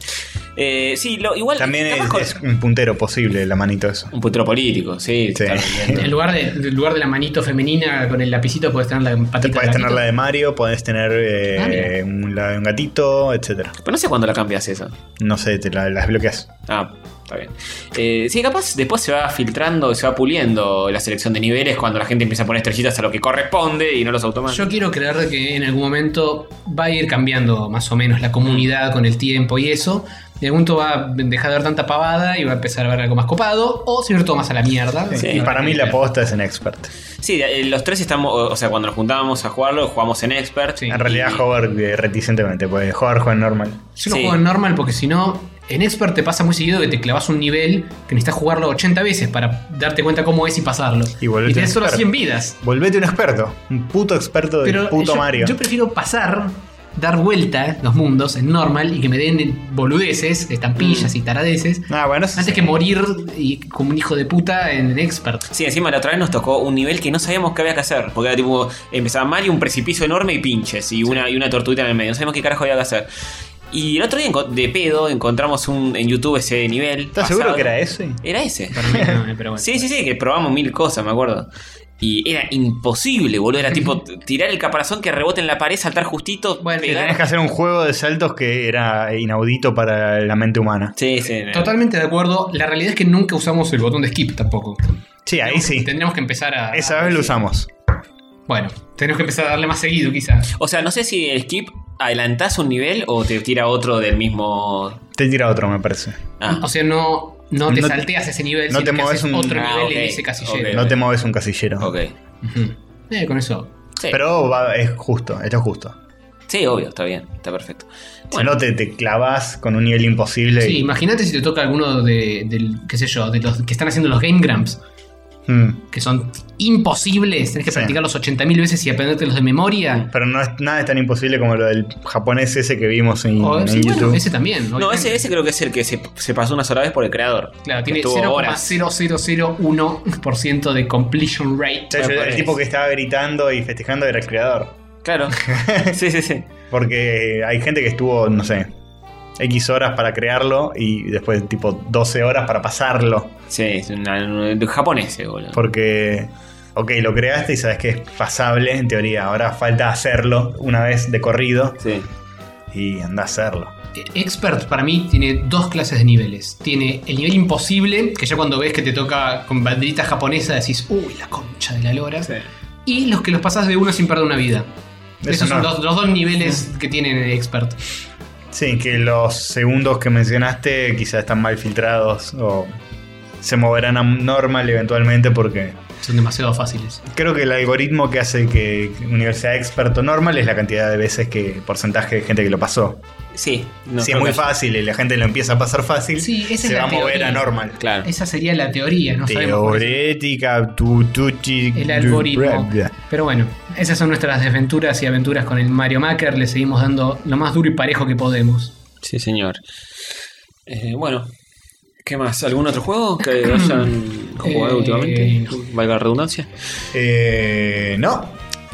Eh, sí, lo, igual.
También
capaz
es,
con-
es un puntero posible la manito eso.
Un putero político, sí.
Sí.
totalmente.
En lugar de, en lugar de la manito femenina con el lapicito, puedes tener la
Te
patita.
podés
del
tener la
gatito.
de Mario, podés tener eh,
Ah, mira.
un, la de un gatito, etcétera.
Pero no sé cuándo la cambias esa.
No sé, te la, las bloqueas.
Ah, está bien. Eh, sí, capaz después se va filtrando, se va puliendo la selección de niveles cuando la gente empieza a poner estrellitas a lo que corresponde y no los automáticos.
Yo quiero creer que en algún momento va a ir cambiando más o menos la comunidad con el tiempo y eso. De algún momento va a dejar de haber tanta pavada y va a empezar a ver algo más copado o se va a ir todo más a la mierda.
Sí, y para mí la posta es en expert.
Sí, eh, los tres estamos, o o sea, cuando nos juntábamos a jugarlo, jugamos en expert.
Sí.
En realidad, jugar eh, reticentemente, pues jugar juega en normal.
Yo lo
Sí.
juego en normal porque si no, en expert te pasa muy seguido que te clavas un nivel que necesitas jugarlo 80 veces para darte cuenta cómo es y pasarlo.
Y volverte
tenés
un
solo
expert.
100 vidas.
Volvete un experto, un puto experto del
Pero
puto
yo,
Mario.
yo prefiero pasar, dar vuelta los mundos en normal y que me den boludeces, estampillas y taradeces.
Ah, bueno, eso
Antes
sí.
que morir y, como un hijo de puta en expert.
Sí, encima la otra vez nos tocó un nivel que no sabíamos qué había que hacer. Porque era tipo, empezaba mal y un precipicio enorme y pinches. Y una, y una tortuguita en el medio. No sabíamos qué carajo había que hacer. Y el otro día, enco- de pedo, encontramos un, en YouTube ese nivel.
¿Estás
pasado.
seguro que era ese?
Era ese.
Para mí no, eh, pero bueno.
Sí, sí, sí, que probamos mil cosas, me acuerdo. Y era imposible, boludo. Era tipo t- tirar el caparazón que rebote en la pared, saltar justito,
Bueno,
pegar.
Tenías que hacer un juego de saltos que era inaudito para la mente humana.
Sí, sí. no.
Totalmente de acuerdo. La realidad es que nunca usamos el botón de skip tampoco.
Sí, ahí sí.
Tendríamos que empezar a.
Esa vez lo usamos.
Bueno, tenemos que empezar a darle más seguido, quizás.
O sea, no sé si el skip adelantás un nivel o te tira otro del mismo.
Te tira otro, me parece.
Ah,
O sea, no, no te
No-
salteas ese nivel,
no
sino
te
que
mueves
haces
un-
otro
Ah,
nivel
ok,
en ese casillero.
No te mueves un casillero.
ok.
Ujú. Eh, con eso.
Sí.
Pero va- es justo, esto es justo.
Sí, obvio, está bien, está perfecto.
Si no te, te clavas con un nivel imposible.
Sí,
y-
imagínate si te toca alguno de, del, qué sé yo, de los que están haciendo los Game Grumps,
Mm.
que son imposibles. Tenés que
Sí.
practicarlos 80.000 veces y aprendértelos de memoria.
Pero no es nada es tan imposible como lo del japonés ese que vimos en,
O,
Mm, en
Oh, sí,
YouTube.
bueno, ese también.
No,
obviamente.
ese, ese creo que es el que se, se pasó una sola vez por el creador.
Claro, tiene
Estuvo horas.
0,0001% de completion rate.
O sea, yo- el
japonés.
tipo que estaba gritando y festejando era el creador.
Claro. sí, sí, sí.
Porque hay gente que estuvo, no sé, X horas para crearlo y después tipo 12 horas para pasarlo.
Sí, es una- un japonés, eh, boludo.
Porque, ok, lo creaste y sabes que es pasable en teoría. Ahora falta hacerlo una vez de corrido
Sí.
y anda a hacerlo.
eh, Expert para mí tiene dos clases de niveles. Tiene el nivel imposible, que ya cuando ves que te toca con banderita japonesa decís, uy, la concha de la lora. Y los que los pasás de uno sin perder una vida.
Eso
Esos son
no.
los, los dos niveles que tiene Expert.
Sí, que los segundos que mencionaste quizás están mal filtrados o se moverán a normal eventualmente porque
Son demasiado fáciles.
Creo que el algoritmo que hace que universidad experto normal es la cantidad de veces que porcentaje de gente que lo pasó.
Sí, no,
si
creo
es muy
que-
fácil y la gente lo empieza a pasar fácil,
Sí, esa es
se
la
va a mover
teoría.
a normal.
Claro.
Esa sería la teoría, no sabemos. cuál es
Teorética, tu, tu, chi-
El
tu-
algoritmo.
bla, bla.
Pero bueno, esas son nuestras desventuras y aventuras con el Mario Maker. Le seguimos dando lo más duro y parejo que podemos.
Sí, señor. Eh, bueno, ¿qué más? ¿Algún otro juego que hayan jugado
Eh,
últimamente?
no.
Valga la redundancia.
Eh, no.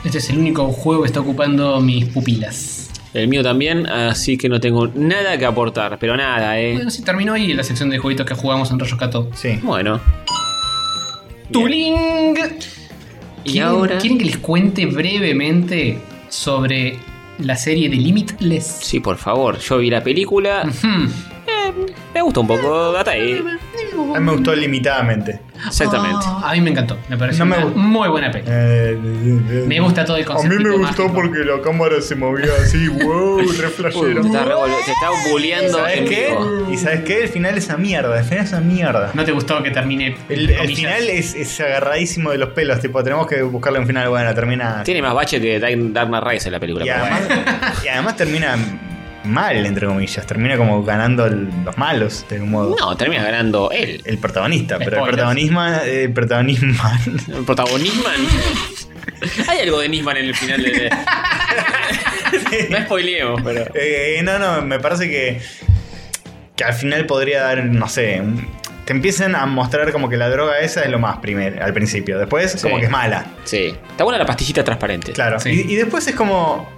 Este es el único juego que está ocupando mis pupilas.
El mío también, así que no tengo nada que aportar, pero nada, ¿eh?
Bueno, sí, terminó ahí la sección de jueguitos que jugamos en Rayo Cato.
Sí.
Bueno.
¡Tuling!
Y
¿Quieren-
ahora...
¿Quieren que les cuente brevemente sobre la serie de Limitless?
Sí, por favor, yo vi
*laughs*
la película.
Hmm.
Me gustó un poco, hasta ahí.
A mí me gustó limitadamente.
Exactamente.
Ah, a mí me encantó. Me pareció
No me
una
gustó.
muy buena peli.
Eh,
Me gusta todo el
A
concepto.
mí me gustó
mágico.
porque la cámara se movía así, *laughs* wow, re
Uy,
flashero.
te está, revol- te está bulleando en
¿Sabes qué?
vivo.
¿Y sabes qué? El final es esa mierda, el final es esa mierda.
No te gustó que termine.
El,
entre
el
comillas?
final es, es agarradísimo de los pelos, tipo, tenemos que buscarle un final bueno, termina.
Tiene más bache que Dark Dark Knight Rises la película.
Y
pero bueno.
además, y además termina mal, entre comillas, termina como ganando el- los malos, de algún modo.
No, termina ganando él.
El protagonista, pero el
Spoilers.
protagonismo, el protagonismo *laughs*
El protagonista. *laughs* Hay algo de Nisman en el final de. no spoileemos, pero.
Eh, no, no, me parece que, que al final podría dar, no sé, un- te empiezan a mostrar como que la droga esa es lo más primer, al principio. Después como
Sí.
que es mala,
Sí. Está buena la pastillita transparente.
claro.
Sí.
Y, y después es como,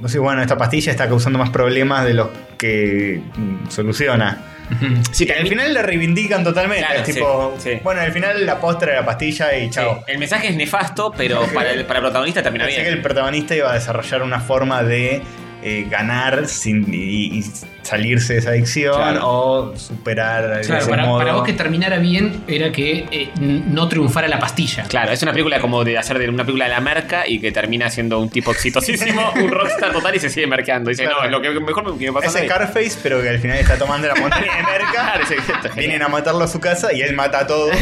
no sé, bueno, esta pastilla está causando más problemas de los que mm, soluciona.
Ujú.
Sí,
Y al
termi-
final la reivindican totalmente.
Claro,
es
sí,
tipo,
sí.
bueno, al final la postre de la pastilla y
sí,
chao.
El mensaje es nefasto, pero
*laughs*
para el, para el protagonista termina
Pensé
bien.
que el protagonista iba a desarrollar una forma de eh, ganar sin, y, y salirse de esa adicción
Claro.
o superar de
Claro,
ese
para,
modo.
para vos que terminara bien era que eh, n- no triunfara la pastilla.
Claro, es una película como de hacer de una película de la merca y que termina siendo un tipo exitosísimo,
*laughs*
un rockstar total y se sigue mercando. Dice,
Claro.
no, es lo que mejor que me pasó.
es
a mí".
Scarface, pero que al final está tomando la montaña de merca.
*laughs* Claro, sí, sí, está genial.
Vienen a matarlo a su casa y él mata a todos.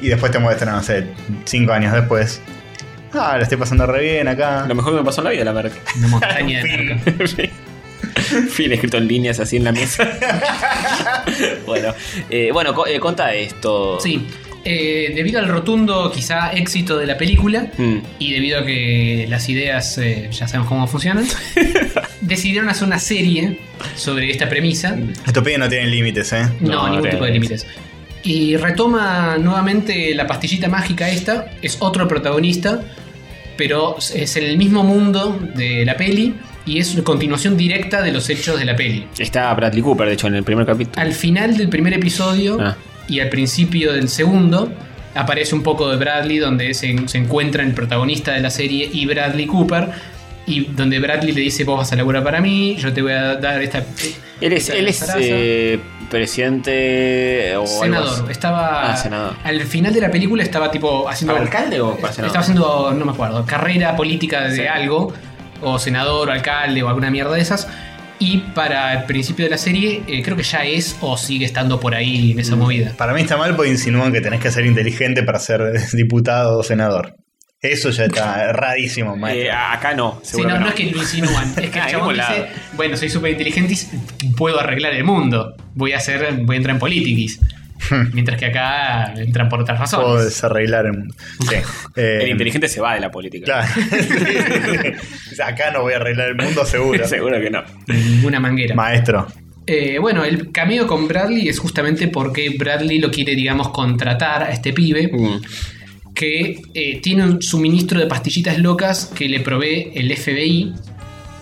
y después te muestran, no sé, cinco años después. Ah, la estoy pasando re bien acá.
Lo mejor que me pasó en la vida,
*laughs*
la merca.
Una montaña de narcos.
Fin escrito en líneas así en la mesa.
*laughs*
bueno, eh, bueno, co- eh, contá esto.
Sí. eh, debido al rotundo, quizá, éxito de la película
Mm.
y debido a que las ideas eh, ya sabemos cómo funcionan, decidieron hacer una serie sobre esta premisa.
Estos pibes no tienen límites, eh.
No,
No,
ningún
te-
tipo de límites. Y retoma nuevamente la pastillita mágica esta, es otro protagonista, pero es el mismo mundo de la peli y es una continuación directa de los hechos de la peli.
Está Bradley Cooper, de hecho, en el primer capítulo.
Al final del primer episodio
Ah.
y al principio del segundo aparece un poco de Bradley donde se, se encuentran el protagonista de la serie y Bradley Cooper y donde Bradley le dice vos vas a laburar para mí, yo te voy a dar esta...
Él es,
esta
él es
zaraza".
eh, presidente o algo
senador.
así.
Estaba.
Ah, senador.
Al final de la película estaba tipo haciendo.
¿Para alcalde o para
Est-
senador?
Estaba haciendo, no me acuerdo, carrera política de
Sí.
algo. O senador, o alcalde, o alguna mierda de esas. Y para el principio de la serie, eh, creo que ya es o sigue estando por ahí
Mm.
en esa movida.
Para mí está mal porque insinúan que tenés que ser inteligente para ser *laughs* diputado o senador. Eso ya está rarísimo, maestro.
Eh, acá no,
Sí, no,
seguramente
no es que lo insinúan, es que
*laughs* Ah,
el chabón
ningún lado.
dice, bueno, soy súper inteligente y puedo arreglar el mundo. Voy a hacer, voy a entrar en politiquis.
Hmm.
Mientras que acá entran por otras razones.
Puedo desarreglar el mundo.
*laughs*
Sí. Eh,
El inteligente se va de la política.
Claro. *laughs* Acá no voy a arreglar el mundo seguro.
*laughs* Seguro que no.
Ninguna manguera.
Maestro.
Eh, bueno, el cameo con Bradley es justamente porque Bradley lo quiere, digamos, contratar a este pibe
Mm.
que eh, tiene un suministro de pastillitas locas que le provee el FBI.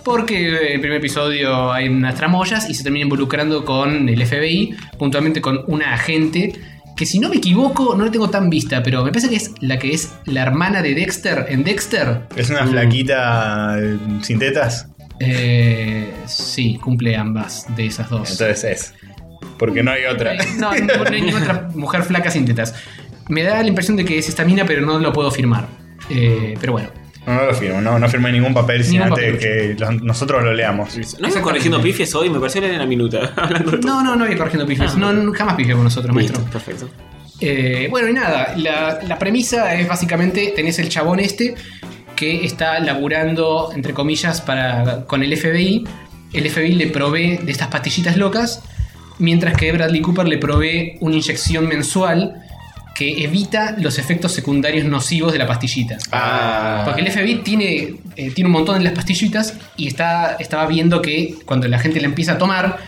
Porque en el primer episodio hay unas tramoyas y se termina involucrando con el FBI, puntualmente con una agente que, si no me equivoco, no la tengo tan vista, pero me parece que es la que es la hermana de Dexter en Dexter.
Es una flaquita eh, sin tetas.
Eh, sí, cumple ambas de esas dos.
Entonces es. Porque no hay otra.
No, no, no hay ninguna otra mujer flaca sin tetas. Me da la impresión de que es esta mina, pero no lo puedo firmar. Eh, pero bueno.
No, no lo firmo, no, no firmé ningún papel sin
Ningún
antes
papel.
que lo- nosotros lo leamos.
¿No están corrigiendo pifies hoy? Me pareció leer en la minuta. *laughs* hablando de todo.
No, no, no había corrigiendo pifes.
Ah.
No, no, jamás pifes con nosotros,
Listo,
maestro.
perfecto.
Eh, bueno, y nada, la, la premisa es básicamente, tenés el chabón este que está laburando, entre comillas, para, con el FBI. El FBI le provee de estas pastillitas locas, mientras que Bradley Cooper le provee una inyección mensual que evita los efectos secundarios nocivos de la pastillita.
Ah.
Porque el FBI tiene, eh, tiene un montón de las pastillitas y está, estaba viendo que cuando la gente la empieza a tomar,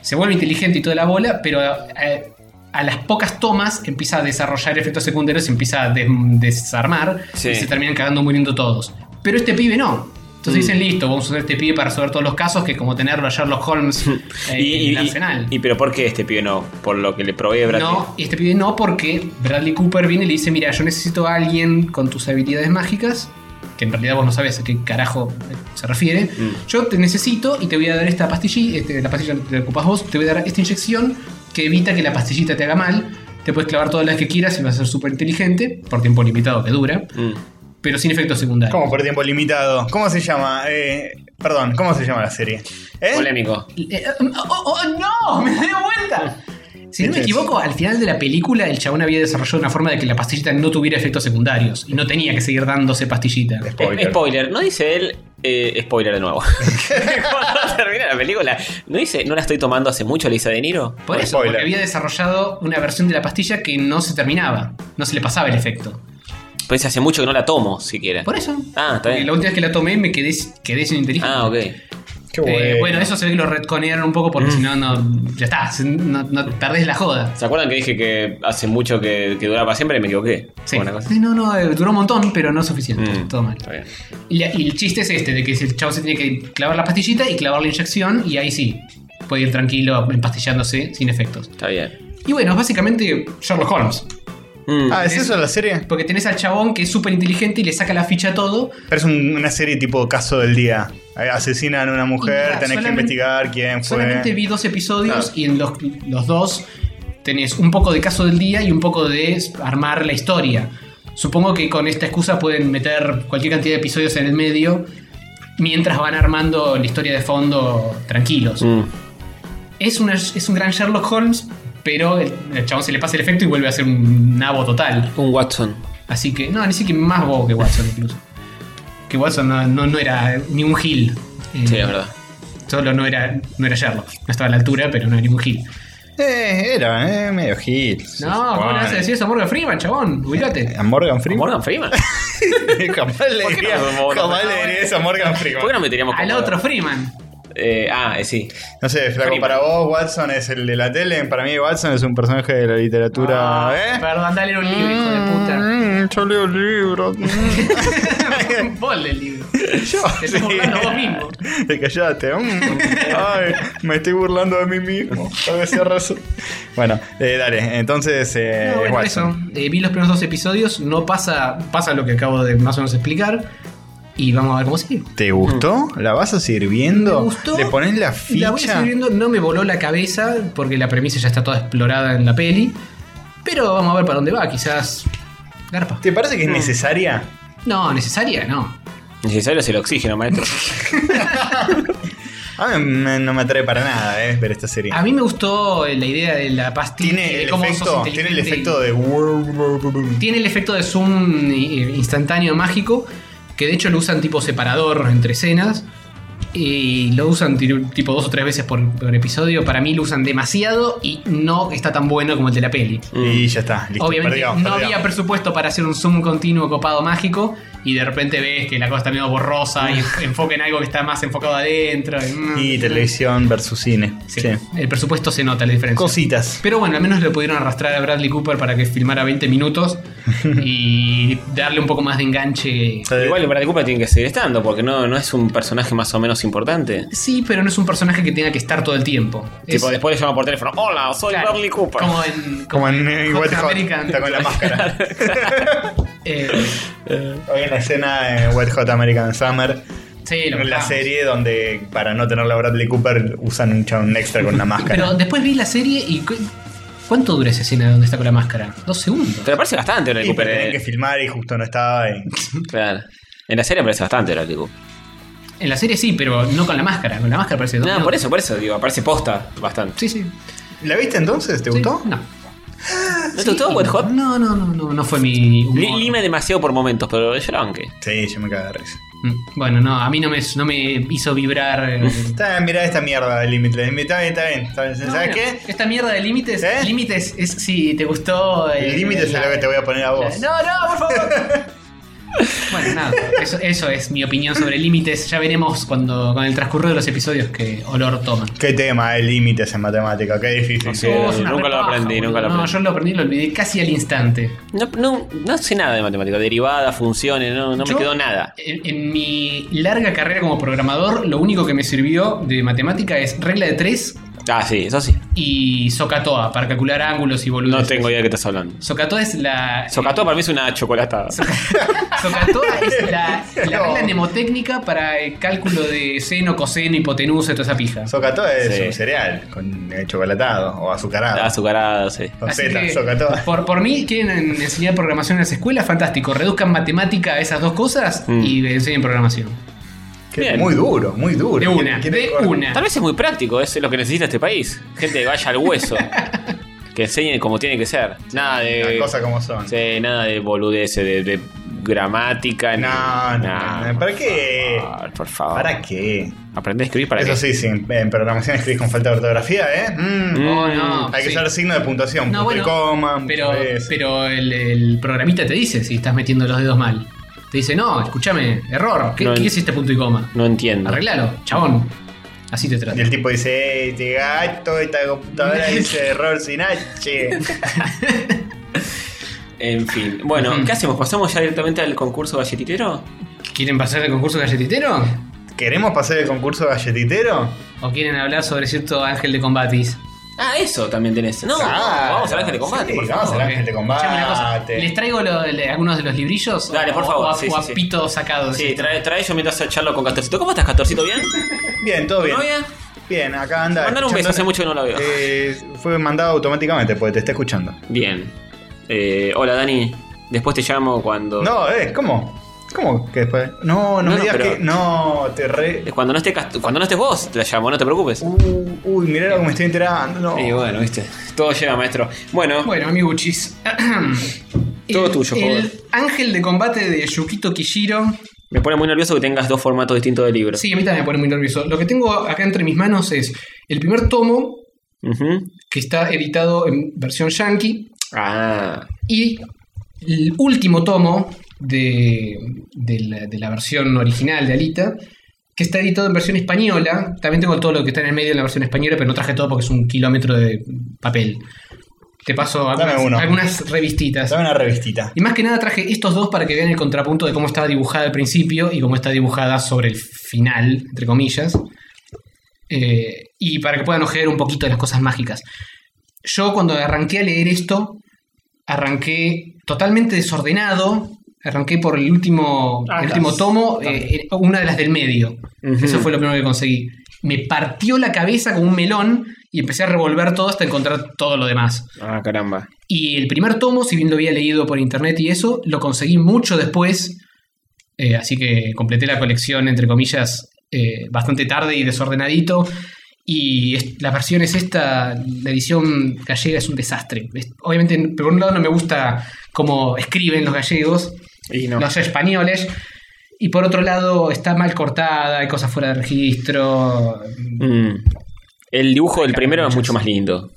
se vuelve inteligente y toda la bola, pero eh, a las pocas tomas empieza a desarrollar efectos secundarios, se empieza a des- desarmar
Sí.
y se terminan cagando muriendo todos. Pero este pibe no. Entonces
Mm.
dicen, listo, vamos a usar este pibe para resolver todos los casos, que es como tenerlo a Sherlock
*laughs*
Holmes eh, en el arsenal.
y- pero ¿por qué este pibe no? Por lo que le provee Brad Pitt.
No, y este pibe no, porque Bradley Cooper viene y le dice: Mira, yo necesito a alguien con tus habilidades mágicas, que en realidad vos no sabes a qué carajo eh, se refiere. Yo te necesito y te voy a dar esta pastillita, este, la pastilla te la ocupas vos, te voy a dar esta inyección que evita que la pastillita te haga mal. Te puedes clavar todas las que quieras y vas a ser súper inteligente, por tiempo limitado que dura,
Mm.
pero sin efectos secundarios.
¿Cómo por tiempo limitado? ¿Cómo se llama? Eh, perdón, ¿cómo se llama la serie? ¿Eh?
Polémico.
Eh, ¡Oh, oh, oh, no! *laughs* ¡Me doy vuelta! Si no me
Entonces-
equivoco, al final de la película el chabón había desarrollado una forma de que la pastillita no tuviera efectos secundarios y no tenía que seguir dándose pastillita.
Spoiler. spoiler. No dice él. eh, spoiler
*laughs*
de nuevo. *laughs* Cuando termina la película, ¿no dice no la estoy tomando hace mucho, Lisa De Niro?
Por eso,
Spoiler.
porque había desarrollado una versión de la pastilla que no se terminaba, no se le pasaba el efecto.
Pues dice, hace mucho que no la tomo, siquiera.
Por eso.
Ah, está
porque La
bien.
última vez que la tomé me quedé, quedé sin inteligente.
Ah, ok. Mm.
Qué
Eh,
bueno.
bueno, eso se ve que lo retconearon un poco porque si no, no, ya está, se- no, no perdés la joda.
¿Se acuerdan que dije que hace mucho que, que duraba para siempre y me equivoqué?
Sí.
Buena cosa.
Sí, no, no, eh, duró un montón, pero no suficiente.
Mm.
Todo mal.
Está bien.
Y, la- y el chiste es este, de que el chavo se tiene que clavar la pastillita y clavar la inyección y ahí sí, puede ir tranquilo empastillándose sin efectos.
Está bien.
Y bueno, básicamente Sherlock Holmes,
Mm.
Ah, ¿es eso la serie?
porque tenés al chabón que es súper inteligente y le saca la ficha a todo.
Pero es un- una serie tipo caso del día. Eh, Asesinan a una mujer,
mira,
tenés que
solamente-
investigar quién fue.
Solamente vi dos episodios y en los, los dos tenés un poco de caso del día y un poco de armar la historia. Supongo que con esta excusa pueden meter cualquier cantidad de episodios en el medio mientras van armando la historia de fondo tranquilos.
Mm.
es, una- es un gran Sherlock Holmes, pero el, el chabón se le pasa el efecto y vuelve a ser un nabo total.
Un Watson.
Así que, no, ni siquiera más bobo que Watson incluso. Que Watson no, no- no era ni un Gil. Eh,
Sí, es verdad.
Solo no era, no era Sherlock. No estaba a la altura, pero no era ni un Gil.
Eh, era, eh, medio hit. se
No, ¿cómo
supone.
le vas a decir eso a Morgan Freeman, chabón? Ubicate.
¿A Morgan Freeman?
Morgan Freeman.
*laughs* jamás le
¿Por qué
diría,
no?
jamás le diría eso a Morgan
¿Por qué
Freeman.
no meteríamos
Al
como-
otro Freeman.
Eh, ah, eh, sí.
No sé, flaco,
Freeman.
para vos Watson es el de la tele, para mí Watson es un personaje de la literatura,
Ah,
¿eh?
Perdón, dale un libro, hijo de
*laughs*
puta. *laughs*
Mm, yo leo libros. Mm.
Vol del libro.
Yo,
Te estás burlando vos mismo.
*laughs* Te callaste. mm. Ay, me estoy burlando de mí mismo. Tal vez
*laughs*
sea razón. Bueno, eh, dale. Entonces, eh,
No, bueno,
Watson.
eso. Eh, vi los primeros dos episodios, no pasa, pasa lo que acabo de más o menos explicar. Y vamos a ver cómo sigue.
¿Te gustó? ¿La vas a seguir viendo?
Mm. Me gustó.
¿Le pones la
La voy a
ficha?
seguir viendo, no me voló la cabeza, porque la premisa ya está toda explorada en la peli. Pero vamos a ver para dónde va, quizás. Garpa.
¿Te parece que es necesaria?
No, necesaria, no.
Necesario es el oxígeno, maestro.
A mí me- no me atrae para nada, eh, ver esta serie.
A mí me gustó eh, la idea de la pastilla.
Tiene
de
el,
cómo sos
efecto, tiene el
inteligente
efecto
y-
de.
Tiene el efecto de zoom eh, instantáneo mágico, que de hecho lo usan tipo separador entre escenas. Y lo usan ti- tipo dos o tres veces por, por episodio. Para mí lo usan demasiado y no está tan bueno como el de la peli.
Y ya está, listo.
Mm. Obviamente
perdió,
no
perdió.
había presupuesto para hacer un zoom continuo copado mágico y de repente ves que la cosa está medio borrosa
*laughs*
y enfoca en algo que está más enfocado adentro. y, mm,
Y televisión versus cine.
sí,
Sí.
El presupuesto se nota la diferencia.
Cositas.
Pero bueno, al menos le pudieron arrastrar a Bradley Cooper para que filmara 20 minutos
*laughs*
y darle un poco más de enganche.
Igual Bradley Cooper tiene que seguir estando, porque no, no es un personaje más o menos importante.
Sí, pero no es un personaje que tenga que estar todo el tiempo. Es-
Tipo, después le llaman por teléfono, hola, soy
claro,
Bradley Cooper.
Como en,
Como en eh,
Hot
What Hot,
American.
está con
*laughs*
la máscara.
eh,
Hoy en la escena en Wet Hot American Summer,
sí, lo
en la
contamos.
serie donde para no tenerla a Bradley Cooper usan un chabón extra
*laughs*
con una máscara.
Pero después vi la serie y cu- ¿cuánto dura esa escena donde está con la máscara? Dos segundos.
Pero aparece bastante Bradley
y pero
Cooper.
tenían
eh.
que filmar y justo no estaba. y-
Claro. En la serie aparece bastante Bradley Cooper.
En la serie sí, pero no con la máscara. Con la máscara
Ah,
parece dos
No,
minutos.
por eso, por eso, digo, aparece posta bastante.
Sí, sí.
¿La viste entonces? ¿Te
Sí,
gustó?
No.
¿No te gustó Wet Hot?
No, no, no, no, no fue mi humor.
Li- Lima demasiado por momentos, pero yo la banqué.
Sí, yo me cago de risa.
Mm, Bueno, no, a mí no me, no me hizo vibrar. eh,
Está bien, mirá esta mierda de Limitless. Está bien, está bien. Está bien.
no,
¿Sabes
bueno,
qué?
Esta mierda de límites.
¿Eh?
Límites es si te gustó. eh,
El límite es lo que te voy a poner a vos.
No, no, por favor. bueno, nada, eso, eso es mi opinión sobre límites. Ya veremos cuando con el transcurso de los episodios que olor toman.
Qué tema, el límites en matemática, qué difícil.
No sé. Eh,
Oh, es una
nunca lo
repaja,
aprendí,
boludo.
nunca lo
No,
aprendí.
yo lo aprendí y lo olvidé casi al instante.
No, no, no sé nada de matemática, derivadas, funciones, no, no me
Yo-
quedó nada.
En, en mi larga carrera como programador, lo único que me sirvió de matemática es regla de 3
Ah, sí, eso sí.
y Socatoa para calcular ángulos y boludos.
No tengo idea de qué estás hablando.
Socatoa es la.
Socatoa para mí es una chocolatada.
Socatoa
*laughs*
es la, la
No.
regla mnemotécnica para el cálculo de seno, coseno, hipotenusa y toda esa pija.
Socatoa es
Sí.
un cereal con eh, chocolatado o azucarado.
Azucarada, sí.
con
Así
zeta,
que,
Socatoa.
Por, por mí, quieren enseñar programación en las escuelas, fantástico. Reduzcan matemática a esas dos cosas
Mm.
y enseñen programación.
Que
Bien.
Muy duro, muy duro.
De una,
Quiere-
de
quiere-
una.
Tal vez es muy práctico, es lo que necesita este país. Gente que vaya al
*laughs*
hueso. que enseñe como tiene que ser. Nada de.
Las cosas como son.
Sí, nada de boludeces, de, de gramática. ni-
No, no,
nada,
no, ¿para
por
qué?
favor, por favor.
¿Para qué?
Aprende a escribir para
Eso
qué.
sí, sí, en programación escribís con falta de ortografía, ¿eh? Mm.
Oh, no,
Hay que
sí.
usar signo de puntuación,
No,
punto y
bueno,
coma, muchas
Pero,
veces.
pero el, el programista te dice si estás metiendo los dedos mal. Te dice, no, escúchame, error. ¿Qué,
No
qué
en-
es este punto y coma?
No entiendo.
Arreglalo, chabón. Así te trata.
Y el tipo dice, ¡Ey, te gato! Esta
*laughs*
computadora dice error sin H.
En fin.
*laughs*
Bueno,
Ujú.
¿qué hacemos? ¿Pasamos ya directamente al concurso galletitero?
¿Quieren pasar el concurso galletitero?
¿Queremos pasar el concurso galletitero?
¿O quieren hablar sobre cierto ángel de combatis?
Ah, eso también tenés. No, Ah,
Claro.
no, vamos al ángel de combate.
Sí,
por
vamos
favor.
al ángel de combate.
Escuchame una cosa, ¿Les traigo lo- le- algunos de los librillos?
Dale, por
O-
favor,
O, a-
sí,
o a
sí, sí.
pito sacado. de
Sí,
esto.
trae, trae yo mientras charlo con Castorcito. ¿Cómo estás, Castorcito? ¿Bien?
Bien, todo bien.
¿Novia?
Bien, acá anda.
Mandar un beso, hace
escuchando-
mucho que no lo veo.
Eh, fue mandado automáticamente porque te está escuchando.
Bien. Eh, hola, Dani. Después te llamo cuando.
No, eh, ¿cómo? ¿Cómo que después? No, no,
No,
me
no,
digas
pero-
que. No, te re.
Cuando no, esté Cast- cuando no estés vos, te la llamo, no te preocupes.
Uh, uy, mirá lo que me estoy enterando. No.
Y bueno, viste. Todo llega, maestro. Bueno,
Bueno, mi *clears throat* Guchis.
Todo
El-
tuyo,
El
joder.
ángel de combate de Yukito Kishiro.
me pone muy nervioso que tengas dos formatos distintos de libros.
Sí, a mí también me pone muy nervioso. Lo que tengo acá entre mis manos es el primer tomo
Ujú.
que está editado en versión yankee
Ah.
y el último tomo de, de la, de la versión original de Alita que está editado en versión española. También tengo todo lo que está en el medio en la versión española, pero no traje todo porque es un kilómetro de papel. Te paso
Dame uno.
algunas, algunas revistitas.
Dame una revistita.
Y más que nada traje estos dos para que vean el contrapunto de cómo estaba dibujada al principio y cómo está dibujada sobre el final, entre comillas. Eh, y para que puedan ojear un poquito de las cosas mágicas. Yo cuando arranqué a leer esto, arranqué totalmente desordenado. Arranqué por el último, el último tomo, eh, una de las del medio.
Ujú.
Eso fue lo primero que conseguí. Me partió la cabeza con un melón y empecé a revolver todo hasta encontrar todo lo demás.
Ah, caramba.
Y el primer tomo, si bien lo había leído por internet y eso, lo conseguí mucho después. eh, así que completé la colección, entre comillas, eh, bastante tarde y desordenadito. Y es- la versión es esta, la edición gallega es un desastre. Es- obviamente, por un lado no me gusta cómo escriben los gallegos,
Y no.
los españoles. Y por otro lado, está mal cortada, hay cosas fuera de registro.
Mm. El dibujo del primero es mucho más lindo.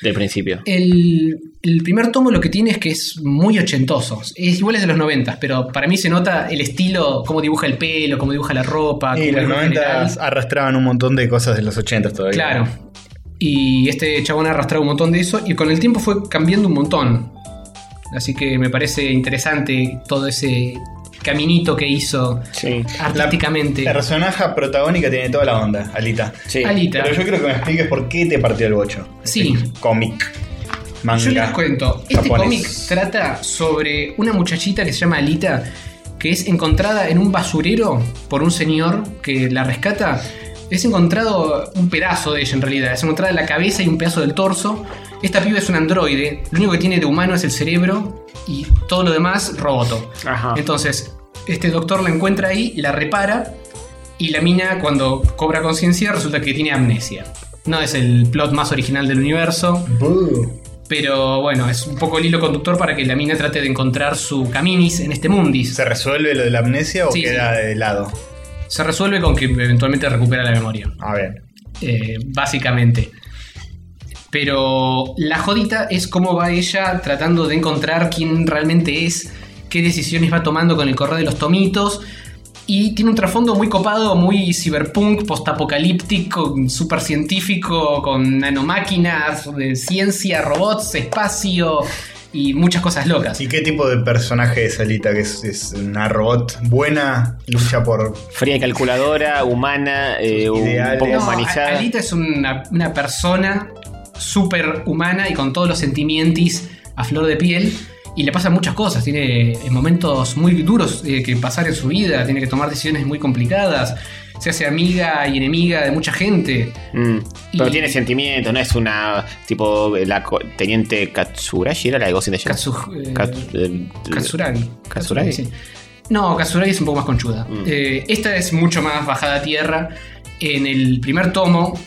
Del principio.
El, el primer tomo lo que tiene es que es muy ochentoso. Es igual es de los noventas, pero para mí se nota el estilo, cómo dibuja el pelo, cómo dibuja la ropa. cómo
Y los ah,
dibuja en
90
general.
arrastraban un montón de cosas de los 80 todavía.
Claro. Y este chabón ha arrastrado un montón de eso y con el tiempo fue cambiando un montón. Así que me parece interesante todo ese caminito que hizo
Sí.
artísticamente.
La personaje protagónica tiene toda la onda, Alita.
Sí.
Alita.
Pero yo creo que me expliques por qué te partió el bocho.
Sí.
Este cómic. Manga.
Yo les cuento, este
japonés.
cómic trata sobre una muchachita que se llama Alita, que es encontrada en un basurero por un señor que la rescata. Es encontrado un pedazo de ella en realidad, es encontrada la cabeza y un pedazo del torso. Esta piba es un androide, lo único que tiene de humano es el cerebro y todo lo demás roboto.
Ajá.
Entonces, este doctor la encuentra ahí, la repara y la mina cuando cobra conciencia resulta que tiene amnesia. No es el plot más original del universo.
Boo.
Pero bueno, es un poco el hilo conductor para que la mina trate de encontrar su caminis en este mundis.
¿Se resuelve lo de la amnesia o
Sí,
queda de lado?
Se resuelve con que eventualmente recupera la memoria.
A ver.
eh, básicamente. Pero la jodita es cómo va ella tratando de encontrar quién realmente es, qué decisiones va tomando con el correo de los tomitos. Y tiene un trasfondo muy copado, muy cyberpunk, postapocalíptico, super científico, con nanomáquinas, de ciencia, robots, espacio y muchas cosas locas.
¿Y qué tipo de personaje es Alita? Que es, es una robot buena, lucha por.
Fría y calculadora, humana, eh,
Sus
un
ideales.
poco
No,
humanizada.
A- Alita es una, una persona súper humana y con todos los sentimientos a flor de piel. Y le pasan muchas cosas. Tiene eh, momentos muy duros eh, que pasar en su vida. Tiene que tomar decisiones muy complicadas. Se hace amiga y enemiga de mucha gente.
Mm, Pero
Y-
tiene sentimientos, no es una. Tipo, la co- teniente Katsurashi era la de Ghost in the Shell.
Katsu- eh,
Kat- eh,
Katsuragi.
Katsuragi.
sí. No, Katsuragi es un poco más conchuda.
Mm.
Eh, esta es mucho más bajada a tierra. En el primer tomo,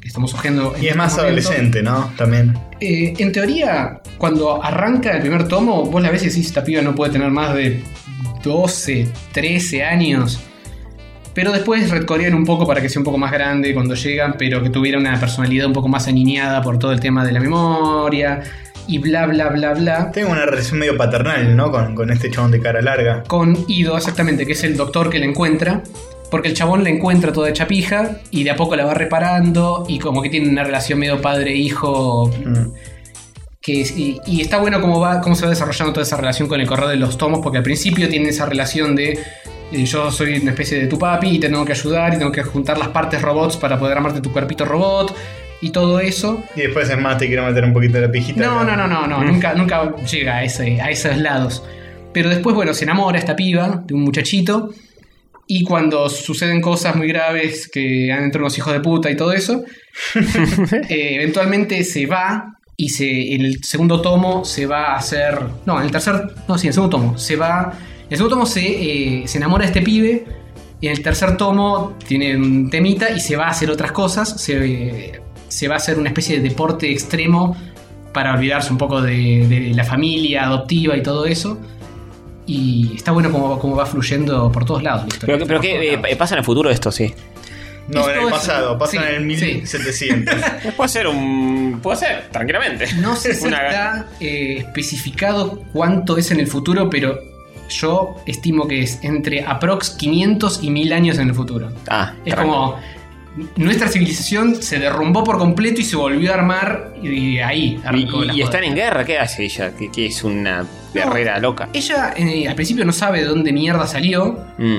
que estamos hojeando. en
Y es
este
más
momento,
adolescente, ¿no? También.
Eh, en teoría, cuando arranca el primer tomo, vos la ves y decís, esta piba no puede tener más de 12, 13 años. Pero después redcorean un poco para que sea un poco más grande cuando llegan, pero que tuviera una personalidad un poco más aniñada por todo el tema de la memoria y bla, bla, bla, bla.
Tengo una relación medio paternal, ¿no? Con, con este chabón de cara larga.
Con Ido, exactamente, que es el doctor que la encuentra. Porque el chabón la encuentra toda hecha pija y de a poco la va reparando y como que tiene una relación medio padre-hijo
Mm.
que es- y, y está bueno cómo va cómo se va desarrollando toda esa relación con el correo de los tomos porque al principio tiene esa relación de eh, yo soy una especie de tu papi y te tengo que ayudar y tengo que juntar las partes robots para poder armarte tu cuerpito robot y todo eso
Y después es más, te quiero meter un poquito la pijita.
no,
acá.
no, no, no, no, nunca, nunca llega a, ese, a esos lados. Pero después, bueno, se enamora esta piba de un muchachito. Y cuando suceden cosas muy graves que han entrado unos hijos de puta y todo eso, eh, eventualmente se va y se, en el segundo tomo se va a hacer. No, en el tercer. No, sí, en el segundo tomo. Se va. En el segundo tomo se, eh, se enamora de este pibe. Y en el tercer tomo tiene un temita y se va a hacer otras cosas. Se, se va a hacer una especie de deporte extremo para olvidarse un poco de, de la familia adoptiva y todo eso. Y está bueno como, como va fluyendo por todos lados la historia.
Pero, pero que eh, pasa en el futuro esto, sí.
No, en
Esto
el
es-
pasado, pasa
sí,
en el
sí. *laughs*
1700.
Puede ser un. Puede ser, tranquilamente.
No
*laughs*
sé si
eh, Una-
está eh, especificado cuánto es en el futuro, pero yo estimo que es entre aprox 500 y 1000 años en el futuro.
Ah,
Es
tranqui.
como nuestra civilización se derrumbó por completo y se volvió a armar y ahí arrancó la
Y, y
joda.
están en guerra, ¿qué hace ella? Que, que es una guerrera loca.
Ella eh, al principio no sabe de dónde mierda salió.
Mm.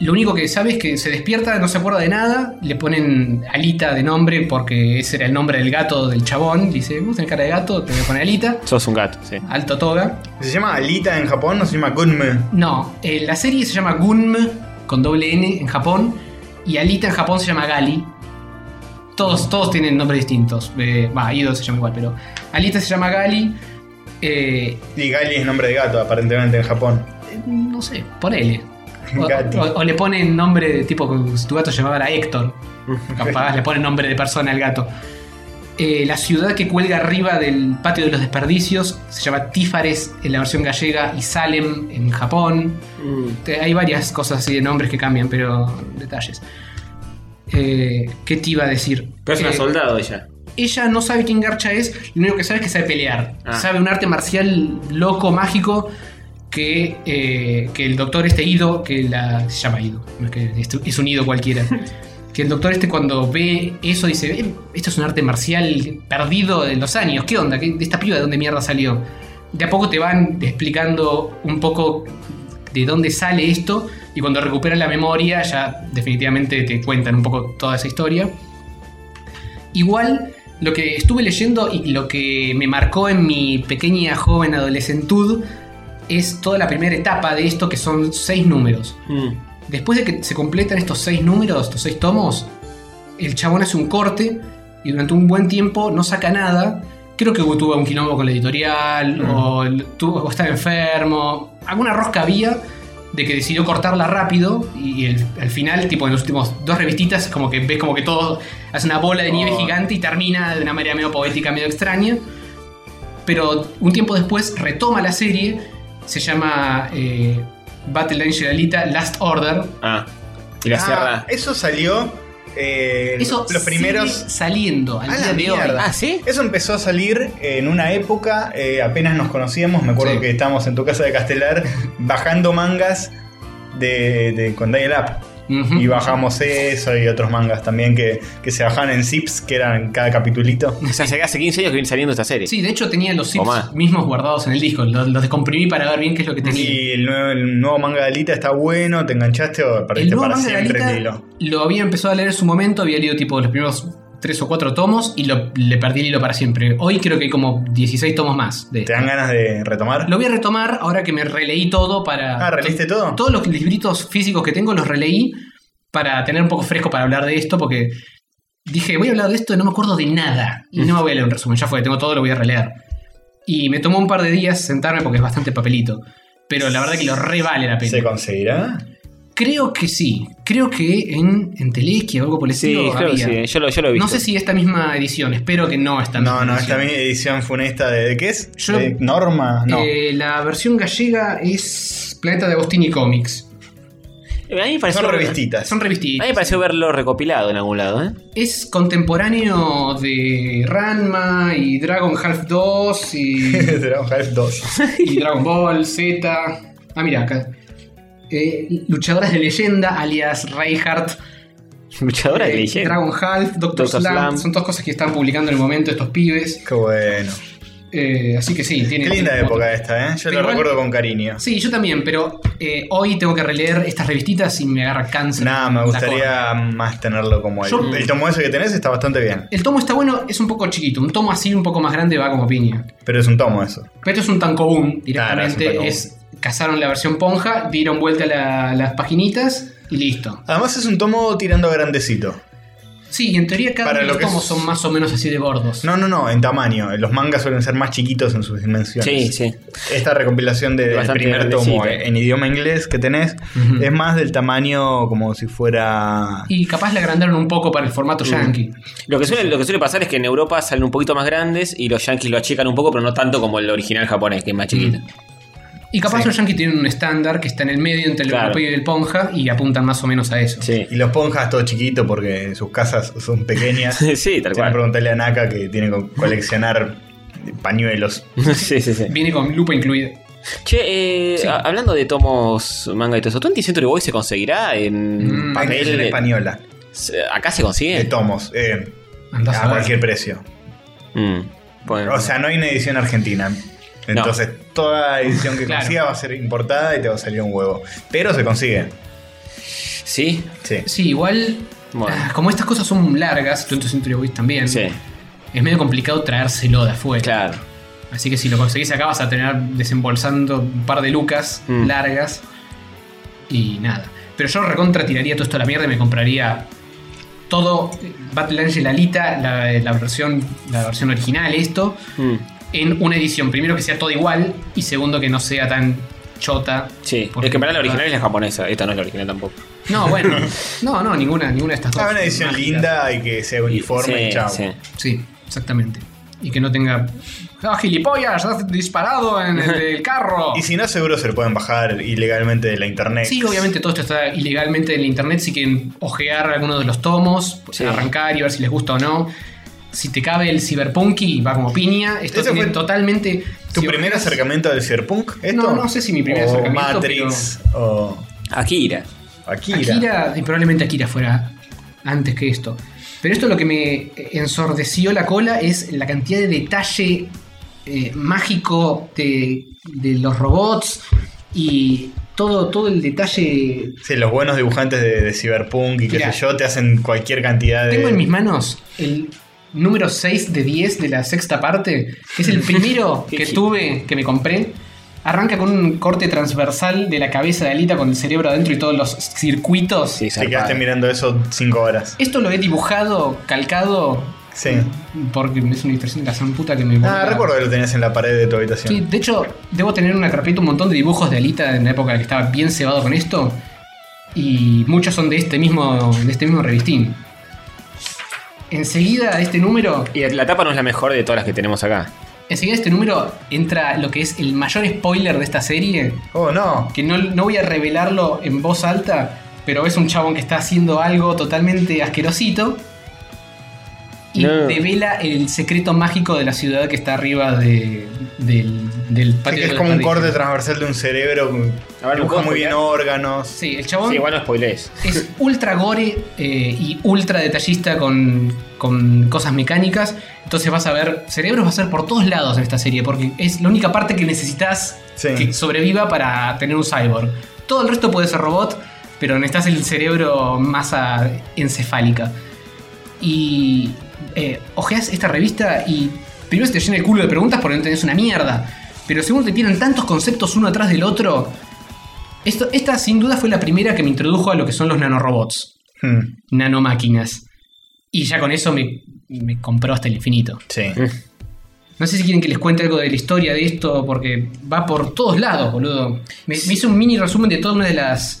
Lo único que sabe es que se despierta, no se acuerda de nada, le ponen Alita de nombre porque ese era el nombre del gato del chabón. Dice, vos tenés cara de gato, te voy a poner Alita.
Sos un gato, sí.
Alto toga.
¿Se llama Alita en Japón o se llama Gunme?
No, eh, la serie se llama Gunm con doble N en Japón y Alita en Japón se llama Gali. Todos, todos tienen nombres distintos. Eh, Va, Ido se llama igual, pero Alita se llama Gali. eh,
Y Gali es nombre de gato, aparentemente, en Japón.
no sé, ponele. O,
Gati.
o- o le ponen nombre de tipo, como si tu gato se llamara Héctor. Capaz le ponen nombre de persona al gato. Eh, la ciudad que cuelga arriba del patio de los desperdicios se llama Tífares en la versión gallega y Salem en Japón.
Mm.
Te- Hay varias cosas así de nombres que cambian, pero detalles. Eh, ¿Qué te iba a decir?
Pero es una
Eh,
soldado ella.
Ella no sabe quién Garcha es, lo único que sabe es que sabe pelear.
Ah.
Sabe un arte marcial loco, mágico, que, eh, que el doctor este Ido, que la, se llama Ido, no es, que este- es un Ido cualquiera. que el doctor este cuando ve eso dice, "Eh, esto es un arte marcial perdido de los años, ¿qué onda? ¿Qué- ¿Esta piba de dónde mierda salió? De a poco te van explicando un poco de dónde sale esto y cuando recuperan la memoria ya definitivamente te cuentan un poco toda esa historia. Igual, lo que estuve leyendo y lo que me marcó en mi pequeña joven adolescentud es toda la primera etapa de esto, que son seis números.
Mm.
Después de que se completan estos seis números, estos seis tomos, el chabón hace un corte y durante un buen tiempo no saca nada. Creo que tuvo un quilombo con la editorial, o, el- tuvo, o estaba enfermo, alguna rosca había. de que decidió cortarla rápido y el- al final, tipo en los últimos dos revistitas, como que ves como que todo hace una bola de nieve gigante y termina de una manera medio poética, medio extraña. Pero un tiempo después retoma la serie, se llama eh, Battle Angel Alita Last Order.
Ah, y la
Ah,
cierra.
Eso salió. eh,
Eso
los
sigue
primeros.
saliendo al
A
día
la
de hoy.
mierda.
Ah, ¿sí?
Eso empezó a salir en una época, eh, apenas nos conocíamos, me acuerdo
Sí.
que estábamos en tu casa de Castelar bajando mangas de, de- con Dial Up.
Ujú.
Y bajamos eso y otros mangas también que, que se bajaban en zips, que eran cada capitulito.
O sea, hace- hace 15 años que viene saliendo esta serie.
Sí, de hecho tenía los
O más.
zips mismos guardados en el disco. Los, los descomprimí para ver bien qué es lo que tenía.
Y el nuevo, el nuevo manga de Alita está bueno, te enganchaste o
El
perdiste
nuevo
para
manga de
siempre el
Alita
hilo.
lo había empezado a leer en su momento, había leído tipo los primeros tres o cuatro tomos y lo- le perdí el hilo para siempre. Hoy creo que hay como 16 tomos más de
¿Te
esto.
dan ganas de retomar?
Lo voy a retomar ahora que me releí todo para...
Ah, ¿releíste todo?
Todos los libritos físicos que tengo los releí para tener un poco fresco para hablar de esto porque dije, voy a hablar de esto y no me acuerdo de nada. Y no me voy a leer un resumen, ya fue, tengo todo, lo voy a releer. Y me tomó un par de días sentarme porque es bastante papelito. Pero la verdad que lo re vale la pena.
¿Se conseguirá?
Creo que sí. Creo que en, en Telequia o algo por el
Sí,
estilo
creo que
había.
sí. Yo lo, yo lo he visto.
No sé si esta misma edición, espero que no esta misma
No, no, esta
edición.
mi- edición funesta de, ¿de qué es?
Yo-
¿De Norma? No.
Eh, la versión gallega es Planeta de Agostini Comics.
A mí me pareció,
Son revistitas. *laughs*
Son
A
revistitas.
mí me pareció verlo recopilado en algún lado, ¿eh? *laughs*
Es contemporáneo de Ranma y Dragon Half 2
*laughs*
y,
Dragon Half
*laughs*
2.
y Dragon Ball Z. Ah, mira acá. Eh, luchadoras de leyenda, alias Reinhardt,
Luchadora de
eh,
leyenda.
Dragon Half, Doctor,
Dr.
Slam.
Slump.
Son dos cosas que están publicando en el momento estos pibes.
Qué bueno.
Eh, así que sí, tiene.
Qué linda
tiene-
época esta, ¿eh? Yo
Pero
la
igual-
recuerdo con cariño.
Sí, yo también, pero eh, hoy tengo que releer estas revistitas y me agarra cáncer.
Nada, me
La cola.
gustaría más tenerlo como el.
Yo-
El tomo ese que tenés está bastante bien.
El tomo está bueno, es un poco chiquito. Un tomo así, un poco más grande, va como piña.
Pero es un tomo eso.
Pero esto es un tankobun directamente.
Claro, es
es, cazaron la versión ponja, dieron vuelta la- las paginitas y listo.
Además es un tomo tirando a grandecito.
Sí, y en teoría cada
Para
uno de
lo
los
que es-
tomos son más o menos así de gordos.
No, no, no, en tamaño. Los mangas suelen ser más chiquitos en sus dimensiones.
Sí, sí.
Esta recopilación de- del
Bastante
primer tomo
grandecita.
eh, en idioma inglés que tenés
Ujú.
es más del tamaño como si fuera.
Y capaz la agrandaron un poco para el
Mm.
formato yankee.
Lo que, suele, lo que suele pasar es que en Europa salen un poquito más grandes y los yankees lo achican un poco, pero no tanto como el original japonés, que
Mm.
es más chiquito.
Y capaz
Sí.
los yankees tienen un estándar que está en el medio entre el
Claro.
europeo y el ponja y apuntan más o menos a eso.
Sí.
Y los ponjas todo chiquito porque sus casas son pequeñas.
*laughs* *laughs* sí, tal
Tiene que
cual.
preguntarle a Naka que tiene que coleccionar pañuelos.
*laughs* sí, sí, sí.
Viene con lupa incluida.
Che, eh,
Sí.
a- hablando de tomos, manga y todo eso, ¿20th Century Boy se conseguirá en
Mm,
Papel en
papel?
española.
Se- ¿Acá se
De
consigue?
tomos. eh,
Andás
a
ver.
cualquier precio.
Mm, bueno.
O sea, no hay una edición argentina. Entonces, toda edición que
Claro.
consiga va a ser importada y te va a salir un huevo. Pero se consigue.
¿Sí?
Sí.
Sí, igual.
Bueno.
ah, como estas cosas son largas, 20th Century Boys también,
Sí,
es medio complicado traérselo de afuera.
claro.
Así que si lo conseguís acá vas a tener desembolsando un par de lucas
Mm.
largas y nada. Pero yo recontra tiraría todo esto a la mierda y me compraría todo eh, Battle Angel Alita, la, la versión, la versión original, esto,
Mm,
en una edición. Primero que sea todo igual y segundo que no sea tan chota.
sí,
Porque-
es que para la original es la japonesa, esta no es la original tampoco.
*laughs* No, bueno. no, no, ninguna, ninguna de estas dos.
Ah, una edición
Mágicas.
linda y que sea uniforme
Sí,
y chao.
sí.
Sí, exactamente. Y que no tenga. ¡Ah, gilipollas! ¡Has disparado en
*laughs*
el, del carro!
Y si no, seguro se lo pueden bajar ilegalmente de la internet.
Sí, obviamente todo esto está ilegalmente en la internet. Si quieren ojear alguno de los tomos,
Sí.
arrancar y ver si les gusta o no. Si te cabe el Cyberpunky, va como piña. Esto
Ese
tiene
fue
totalmente.
¿Tu
si
primer
ojeas-
acercamiento al Cyberpunk? ¿Esto?
No, no sé si mi primer
o
acercamiento,
Matrix o
Akira.
Akira.
Akira, y probablemente Akira fuera antes que esto. Pero esto lo que me ensordeció la cola es la cantidad de detalle eh, mágico de, de los robots y todo, todo el detalle.
Sí, los buenos dibujantes de, de Cyberpunk y qué
Mirá.
sé yo te hacen cualquier cantidad de.
Tengo en mis manos el número 6 de 10 de la sexta parte, que
*laughs*
es el primero que tuve, que me compré. Arranca con un corte transversal de la cabeza de Alita con el cerebro adentro y todos los circuitos.
Sí,
Te
zarpado.
quedaste mirando eso cinco horas.
Esto lo he dibujado, calcado
Sí.
Porque es una distracción de la san puta que me
Ah,
volca.
recuerdo que lo tenías en la pared de tu habitación.
Sí, de hecho, debo tener en una carpeta un montón de dibujos de Alita en la época en la que estaba bien cebado con esto. Y muchos son de este mismo, de este mismo revistín. Enseguida de este número,
Y la tapa no es la mejor de todas las que tenemos acá.
enseguida de este número entra lo que es el mayor spoiler de esta serie,
Oh, no.
que no, no voy a revelarlo en voz alta, pero es un chabón que está haciendo algo totalmente asquerosito y
No.
devela el secreto mágico de la ciudad que está arriba de- del, del
Sí,
patio.
que
de
es
los
como un
jardines.
corte transversal de un cerebro.
A ver, ¿me
dibuja
puedo
muy bien
spoilear?
órganos.
Sí, el chabón
Sí, igual no spoilés.
es ultra gore eh, y ultra detallista con, con cosas mecánicas. Entonces vas a ver, cerebros vas a ver por todos lados en esta serie, porque es la única parte que necesitas
Sí.
que sobreviva para tener un cyborg. Todo el resto puede ser robot, pero necesitas el cerebro masa encefálica. Y eh, ojeas esta revista y primero se te llena el culo de preguntas porque no tenés una mierda. Pero segundo te tienen tantos conceptos uno atrás del otro. Esto, esta sin duda fue la primera que me introdujo a lo que son los nanorobots,
Hmm,
nanomáquinas. Y ya con eso me, me compró hasta el infinito.
sí.
Mm.
No sé si quieren que les cuente algo de la historia de esto, porque va por todos lados, boludo. Me, me hice un mini resumen de todas una de las,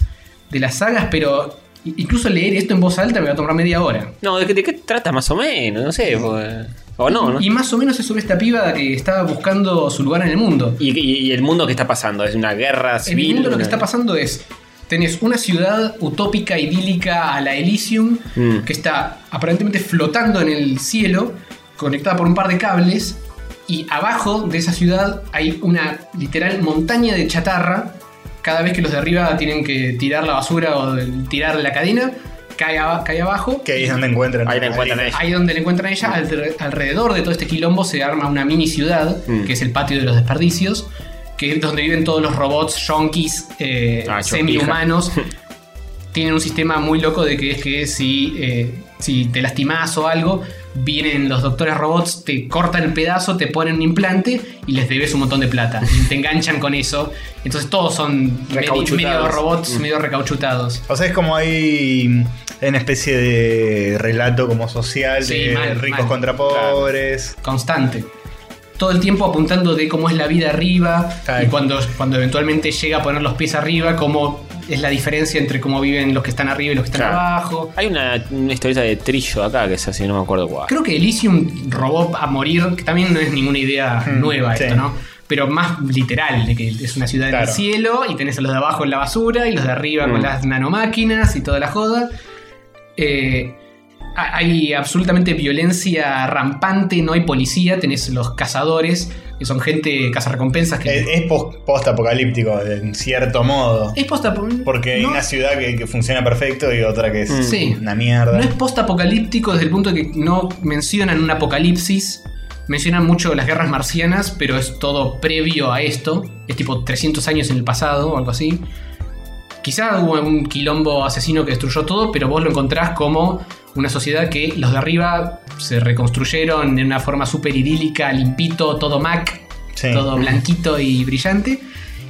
de las sagas, pero incluso leer esto en voz alta me va a tomar media hora.
No, ¿de qué, de qué trata más o menos? No sé. pues, O no, ¿no?
Y
Y,
más o menos es sobre esta piba que estaba buscando su lugar en el mundo.
y- y el mundo que está pasando, es una guerra
En
civil.
el mundo lo que
una-
está pasando es, tenés una ciudad utópica, idílica a la Elysium,
Mm.
que está aparentemente flotando en el cielo, conectada por un par de cables, y abajo de esa ciudad hay una literal montaña de chatarra. Cada vez que los de arriba tienen que tirar la basura o el- tirar la cadena, cae, aba- cae abajo.
Que ahí es donde encuentran.
Ahí la encuentran a ella.
Ahí donde la encuentran a ella, alter- alrededor de todo este quilombo se arma una mini ciudad,
Mm.
que es el patio de los desperdicios, que es donde viven todos los robots, yonkis, eh,
Ah, *laughs*
semi-humanos. Tienen un sistema muy loco de que es que si, eh, si te lastimas o algo, vienen los doctores robots, te cortan el pedazo, te ponen un implante y les debes un montón de plata. Y te enganchan con eso. Entonces todos son medio,
Recauchutados. Mm.
medio robots, medio recauchutados.
O sea, es como hay una especie de relato como social
Sí,
de
mal,
ricos
mal.
contra pobres.
constante. Todo el tiempo apuntando de cómo es la vida arriba
Claro.
y cuando, cuando eventualmente llega a poner los pies arriba, cómo es la diferencia entre cómo viven los que están arriba y los que están
Claro.
abajo.
Hay una, una historieta de trillo acá que es así, no me acuerdo cuál.
Creo que Elysium robó a morir, que también no es ninguna idea
Hmm,
nueva
sí.
esto, ¿no? Pero más literal, de que es una ciudad en
Claro.
el cielo y tenés a los de abajo en la basura y los de arriba con
Mm.
las nanomáquinas y toda la joda. Eh, ha- hay absolutamente violencia rampante, no hay policía, tenés los cazadores, que son gente cazarrecompensas que...
Es, es pos- post-apocalíptico, en cierto modo.
es posta...
Porque hay
no-
una ciudad que, que funciona perfecto y otra que es
Sí.
una mierda.
No es post-apocalíptico desde el punto de que no mencionan un apocalipsis. Mencionan mucho las guerras marcianas, pero es todo previo a esto. Es tipo 300 años en el pasado o algo así. Quizá hubo un quilombo asesino que destruyó todo, pero vos lo encontrás como una sociedad que los de arriba se reconstruyeron en una forma súper idílica, limpito, todo Mac,
Sí.
todo blanquito y brillante.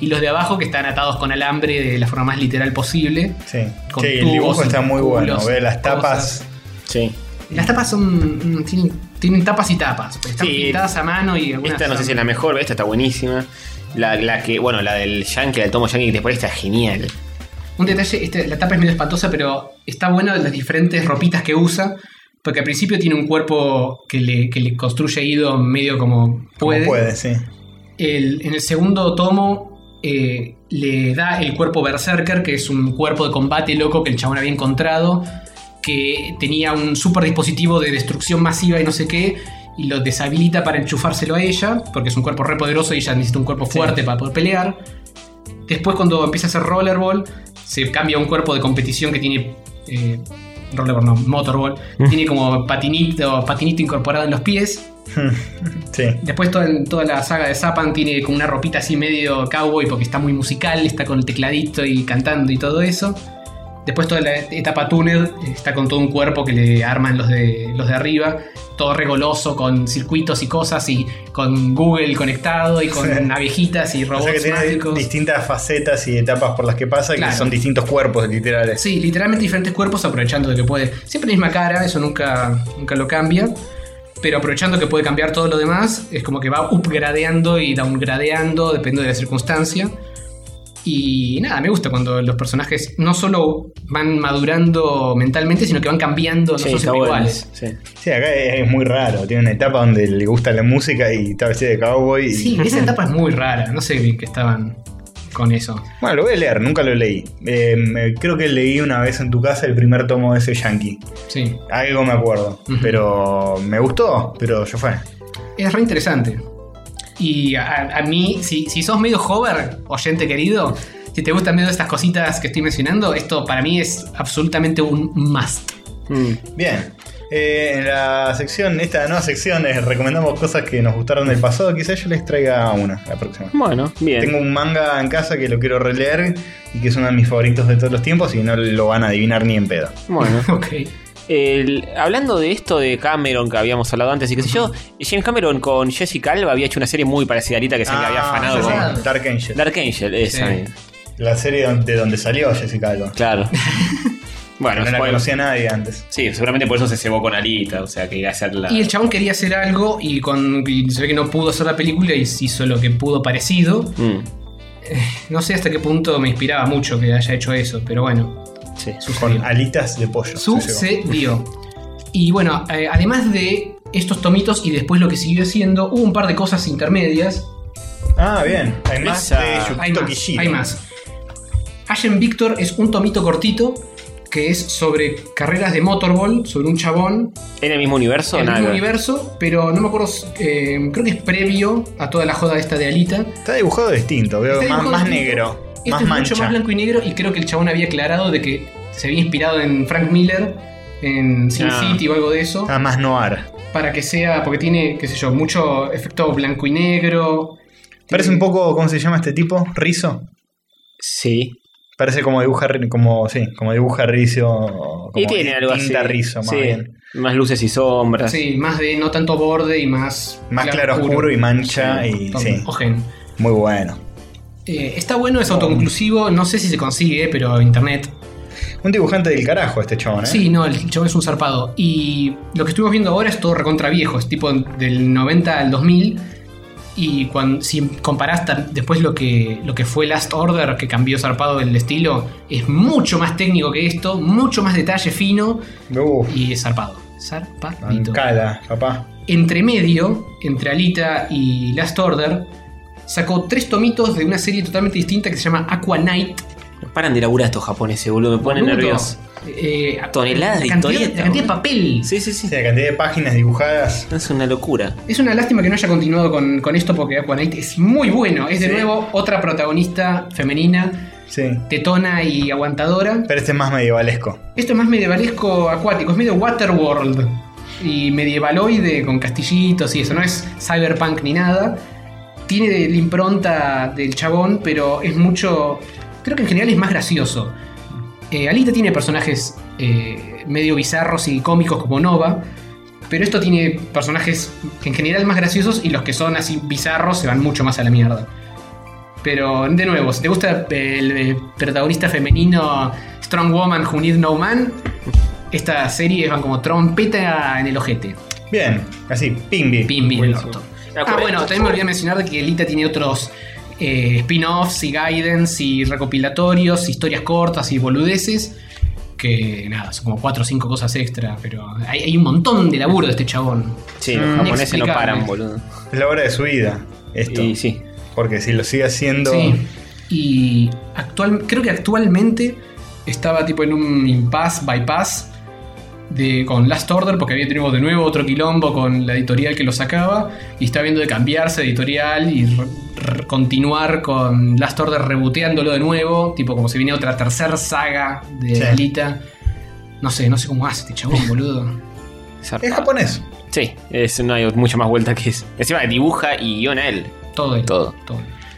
Y los de abajo que están atados con alambre de la forma más literal posible.
Sí.
con
Che, el
tubos
dibujo
y
está muy
culos
bueno.
y
Ve las tapas.
cosas.
Sí.
Las tapas son. mm, Tienen, tienen tapas y tapas. porque Están
Sí.
pintadas a mano y algunas.
Esta no sé
son-
si es la mejor, pero esta está buenísima. La, la que, bueno, la del Yankee, la del tomo Yankee, que te pone está genial.
Un detalle, este, la tapa es medio espantosa, pero está buena las diferentes ropitas que usa. Porque al principio tiene un cuerpo que le, que le construye Ido medio como
Como
puede.
puede, sí.
El- en el segundo tomo eh, le da el cuerpo Berserker, que es un cuerpo de combate loco que el chabón había encontrado, que tenía un super dispositivo de destrucción masiva y no sé qué, y lo deshabilita para enchufárselo a ella, porque es un cuerpo re poderoso y ella necesita un cuerpo fuerte para poder pelear. Después cuando empieza a hacer rollerball, se cambia a un cuerpo de competición que tiene... eh, rollerball no, motorball. Tiene como patinito, patinito incorporado en los pies.
Sí.
Después toda, toda la saga de Zapan tiene como una ropita así medio cowboy porque está muy musical, está con el tecladito y cantando y todo eso. Después toda la etapa túnel está con todo un cuerpo que le arman los de, los de arriba, todo regoloso con circuitos y cosas y con Google conectado y con
Sí.
abejitas y
O
robots
sea que tiene
mágicos.
distintas facetas y etapas por las que pasa,
Claro.
que son distintos cuerpos literales.
Sí, literalmente diferentes cuerpos aprovechando de que puede. Siempre la misma cara, eso nunca, nunca lo cambia. pero aprovechando que puede cambiar todo lo demás, es como que va upgradeando y downgradeando, depende de la circunstancia. Y nada, me gusta cuando los personajes no solo van madurando mentalmente, sino que van cambiando, no
Sí,
son
está
siempre
bueno.
iguales.
Sí.
Sí, acá es es muy raro. Tiene una etapa donde le gusta la música y tal vez de cowboy. y-
Sí, esa etapa es muy rara, no sé bien qué estaban con eso.
Bueno, lo voy a leer, nunca lo leí. Eh, me- creo que leí una vez en tu casa el primer tomo de ese Yankee.
Sí,
Algo me acuerdo.
Ujú.
Pero me gustó, pero yo fue.
es re interesante. Y a, a mí, si, si sos medio hover, oyente querido, si te gustan medio estas cositas que estoy mencionando, esto para mí es absolutamente un must. *laughs*
Mm.
Bien. Eh, en la sección, esta nueva sección, eh, recomendamos cosas que nos gustaron del pasado. Quizás yo les traiga una la próxima.
Bueno, bien.
Tengo un manga en casa que lo quiero releer y que es uno de mis favoritos de todos los tiempos y no lo van a adivinar ni en pedo.
Bueno.
Ok.
El- hablando de esto de Cameron que habíamos hablado antes y qué sé yo, James Cameron con Jessica Alba había hecho una serie muy parecida a Alita que se le había afanado
Ah, sí, sí,
con
con-
Dark Angel.
Dark Angel, esa.
Sí.
eh,
La serie don- de donde salió Jessica Alba. *laughs*
Claro.
Que
bueno,
no la
spoiler.
conocía nadie antes.
Sí, seguramente por eso se cebó con Alita, o sea que iba a ser la.
Y el chabón quería hacer algo y, con, y se ve que no pudo hacer la película y hizo lo que pudo parecido.
Mm,
No sé hasta qué punto me inspiraba mucho que haya hecho eso, pero bueno,
sí.
sucedió.
Con alitas de pollo. se llegó.
Sucedió. Y bueno, eh, además de estos tomitos y después lo que siguió haciendo, hubo un par de cosas intermedias.
Ah, bien. Hay más
Esa-
de Yukito
Hay más.
Kishiro.
Hay más. Ashen Victor es un tomito cortito que es sobre carreras de motorball, sobre un chabón
¿En el mismo universo?
en el
Nada.
mismo universo, pero no me acuerdo, eh, creo que es previo a toda la joda esta de Alita.
Está dibujado distinto, veo
Está
más,
dibujado
más
distinto.
negro,
Este
más
es
mancha.
mucho más blanco y negro y creo que el chabón había aclarado de que se había inspirado en Frank Miller, en Sin
Ah.
City o algo de eso,
Ah, más noir.
para que sea, porque tiene, qué sé yo, mucho efecto blanco y negro.
Parece
Tiene-
un poco, ¿cómo se llama este tipo? Rizo.
Sí.
Parece como dibuja, ri- como, sí, como dibuja Rizo. Como
y tiene algo así.
tinta Rizo, más
Sí,
bien.
Más luces y sombras.
Sí, más de no tanto borde y más.
Ah. Más claro oscuro y mancha y
Tom-
sí,
Ojen.
muy bueno.
Eh, está bueno, es autoconclusivo, no sé si se consigue, pero internet.
Un dibujante del carajo este chabón, ¿eh?
Sí, no, el chabón es un zarpado. Y lo que estuvimos viendo ahora es todo recontra viejo, es tipo del 90 al 2000. Y cuando, si comparás tam- después lo que, lo que fue Last Order, que cambió zarpado el estilo, es mucho más técnico que esto, mucho más detalle fino
Uf,
y es zarpado. Zarpadito.
bancala, papá.
Entre medio, entre Alita y Last Order, sacó tres tomitos de una serie totalmente distinta que se llama Aqua Knight.
No paran de laburar estos japoneses, boludo. Me ponen
Boludo,
nervioso.
eh,
Toneladas de
la cantidad,
historieta,
la cantidad de
boludo.
papel.
Sí, sí, sí.
Sí, la cantidad de páginas dibujadas.
Es una locura.
Es una lástima que no haya continuado con, con esto porque Aqua Knight es muy bueno. Es de nuevo otra protagonista femenina,
Sí.
tetona y aguantadora.
Pero este es más medievalesco.
Esto es más medievalesco acuático, es medio Waterworld y medievaloide con castillitos y eso, no es cyberpunk ni nada. Tiene la impronta del chabón, pero es mucho. Creo que en general es más gracioso. Eh, Alita tiene personajes eh, medio bizarros y cómicos como Nova, pero esto tiene personajes en general más graciosos y los que son así bizarros se van mucho más a la mierda. Pero de nuevo, si te gusta el, eh, protagonista femenino Strong Woman Who Need No Man, estas series van como trompeta en el ojete.
Bien, así, pimbi.
Pim, pim, el
Buenísimo.
orto.
De
Ah,
acuerdo.
bueno, también me olvidé mencionar de que Elita tiene otros eh, spin-offs y guidance y recopilatorios, historias cortas y boludeces. Que nada, son como cuatro o cinco cosas extra, pero hay, hay un montón de laburo de este chabón.
Sí, los
Mm,
japoneses no
inexplicable.
paran, boludo.
Es la hora de su vida, esto.
Y sí.
Porque si lo sigue haciendo.
Sí. Y actual, creo que actualmente estaba tipo en un impasse, bypass de, con Last Order, porque había tenido de nuevo otro quilombo con la editorial que lo sacaba. Y estaba viendo de cambiarse de editorial y re- re- continuar con Last Order reboteándolo de nuevo. Tipo como si viniera otra tercera saga de
Sí.
Alita. No sé, no sé cómo hace este chabón, boludo.
zarpado.
Es japonés.
Sí, es, no hay mucha más vuelta que eso. Encima dibuja y guiona él.
Todo él,
Todo.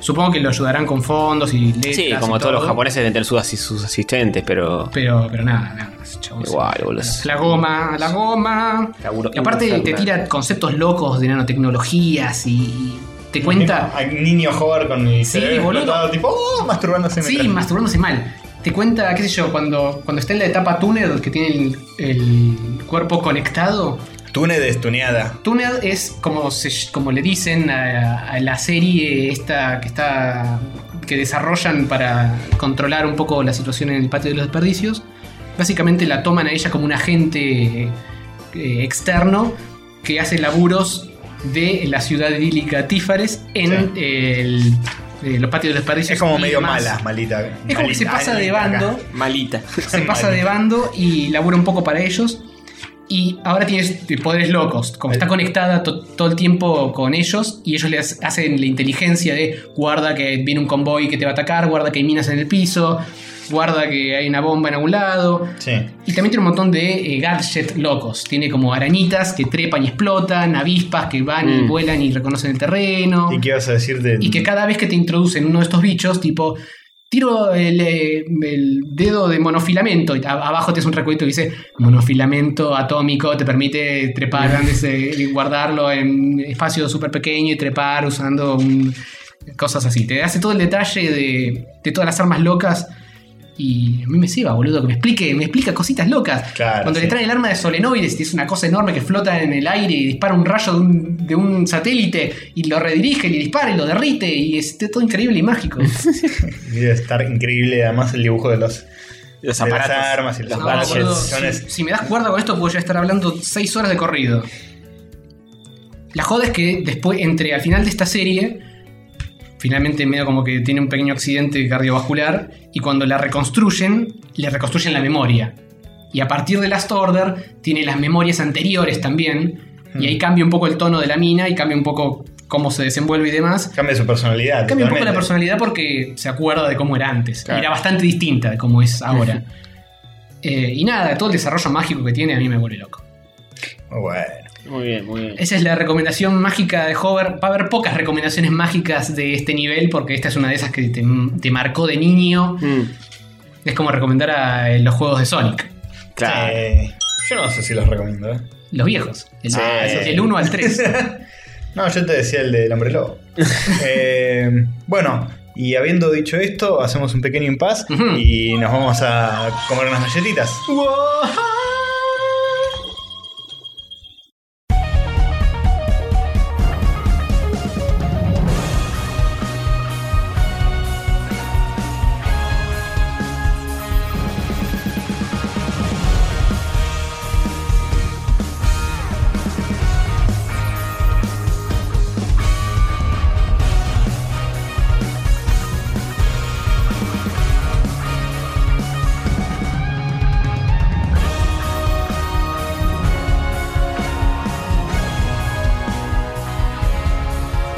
Supongo que lo ayudarán con fondos y letras.
Sí,
y
como todos los
todo.
japoneses deben tener sus, asi- sus asistentes, pero.
Pero, pero nada, nada, ese chabón se-
Igual, boludo.
La goma, la goma.
Laburo
Y aparte te
infernal.
tira conceptos locos de nanotecnologías y, y te cuenta.
Hay un niño joven con el
Sí,
cerebro
boludo.
explotado, tipo, oh, masturbándose.
Sí,
mientras-
masturbándose mal. Te cuenta, qué sé yo, cuando, cuando está en la etapa túnel que tiene el, el cuerpo conectado,
Tune destuneada.
Tuned es como, se- como le dicen a, a la serie esta que está que desarrollan para controlar un poco la situación en el patio de los desperdicios. Básicamente la toman a ella como un agente eh, externo que hace laburos de la ciudad idílica Tífares en el- eh, los patios de los desperdicios.
Es como
y
medio
demás.
mala, malita.
Es como que se pasa de bando
Malita.
se pasa de bando y labura un poco para ellos. Y ahora tiene este, poderes locos. Como está conectada to- todo el tiempo con ellos y ellos le hac- hacen la inteligencia de guarda que viene un convoy que te va a atacar, guarda que hay minas en el piso, guarda que hay una bomba en algún lado.
Sí.
Y también tiene un montón de eh, gadget locos. Tiene como arañitas que trepan y explotan, avispas que van y
Mm.
vuelan y reconocen el terreno.
¿Y qué vas a decir de.?
Y que cada vez que te introducen uno de estos bichos, tipo, tiro el, eh, el dedo de monofilamento, y a- abajo te hace un recuento que dice monofilamento atómico, te permite trepar, grandes, eh, y guardarlo en espacio súper pequeño y trepar usando un- cosas así. Te hace todo el detalle de, de todas las armas locas. Y a mí me ceba, boludo, que me explique, me explica cositas locas.
Claro,
Cuando le
sí.
traen el arma de solenoides, que es una cosa enorme que flota en el aire y dispara un rayo de un, de un satélite y lo redirige, y le dispara y lo derrite y es todo increíble y
*laughs*
mágico.
Debe estar increíble, además, el dibujo de los.
Los
de las
aparatos.
armas y los
los
No,
gadgets.
Ah, boludo,
Son
si,
es-
si me das cuerda con esto, puedo ya estar hablando 6 horas de corrido. La joda es que después, entre al final de esta serie, finalmente medio como que tiene un pequeño accidente cardiovascular, y cuando la reconstruyen, le reconstruyen la memoria. Y a partir de Last Order, tiene las memorias anteriores también,
Mm.
y ahí cambia un poco el tono de la mina y cambia un poco cómo se desenvuelve y demás.
Cambia su personalidad.
Cambia un poco la
totalmente.
personalidad porque se acuerda de cómo era antes.
Claro.
Y Era bastante distinta de cómo es ahora. Eh, y nada, todo el desarrollo mágico que tiene a mí me vuelve loco.
Muy Bueno.
Muy bien, muy bien.
Esa es la recomendación mágica de Hover. Va a haber pocas recomendaciones mágicas de este nivel porque esta es una de esas que te, te marcó de niño.
Mm,
Es como recomendar a eh, los juegos de Sonic.
claro.
Sí. yo no sé si los recomiendo, ¿eh?
Los viejos. El,
Sí.
el 1 al 3.
No, yo te decía el del hombre *laughs* lobo. Eh, bueno, y habiendo dicho esto, hacemos un pequeño impas
Ujú.
y nos vamos a comer unas galletitas.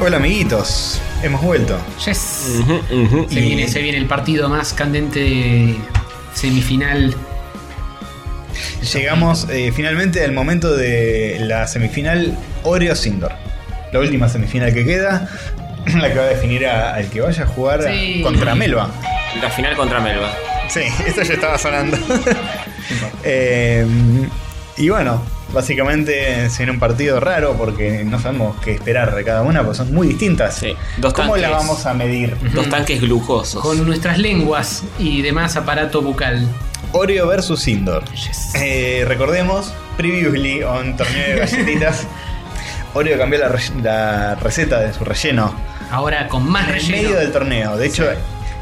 Hola amiguitos, hemos vuelto.
Yes.
Ujú, ujú.
Se
Y-
viene, se viene el partido más candente de semifinal.
Llegamos eh, finalmente al momento de la semifinal Oreo Indoor. La última semifinal que queda, *laughs* la que va a definir a- al que vaya a jugar
Sí.
contra Melba.
La final contra Melba.
Sí, esto ya estaba sonando. Eh, y bueno, básicamente se viene un partido raro porque no sabemos qué esperar de cada una, porque son muy distintas.
Sí, dos
¿Cómo
tanques.
la vamos a medir?
Dos tanques glucosos.
con nuestras lenguas y demás aparato bucal.
Oreo versus Indoor.
Yes.
Eh, recordemos, previously on torneo de galletitas,
*laughs*
Oreo cambió la, re- la receta de su relleno
Ahora con más
en el medio
relleno.
del torneo. De hecho,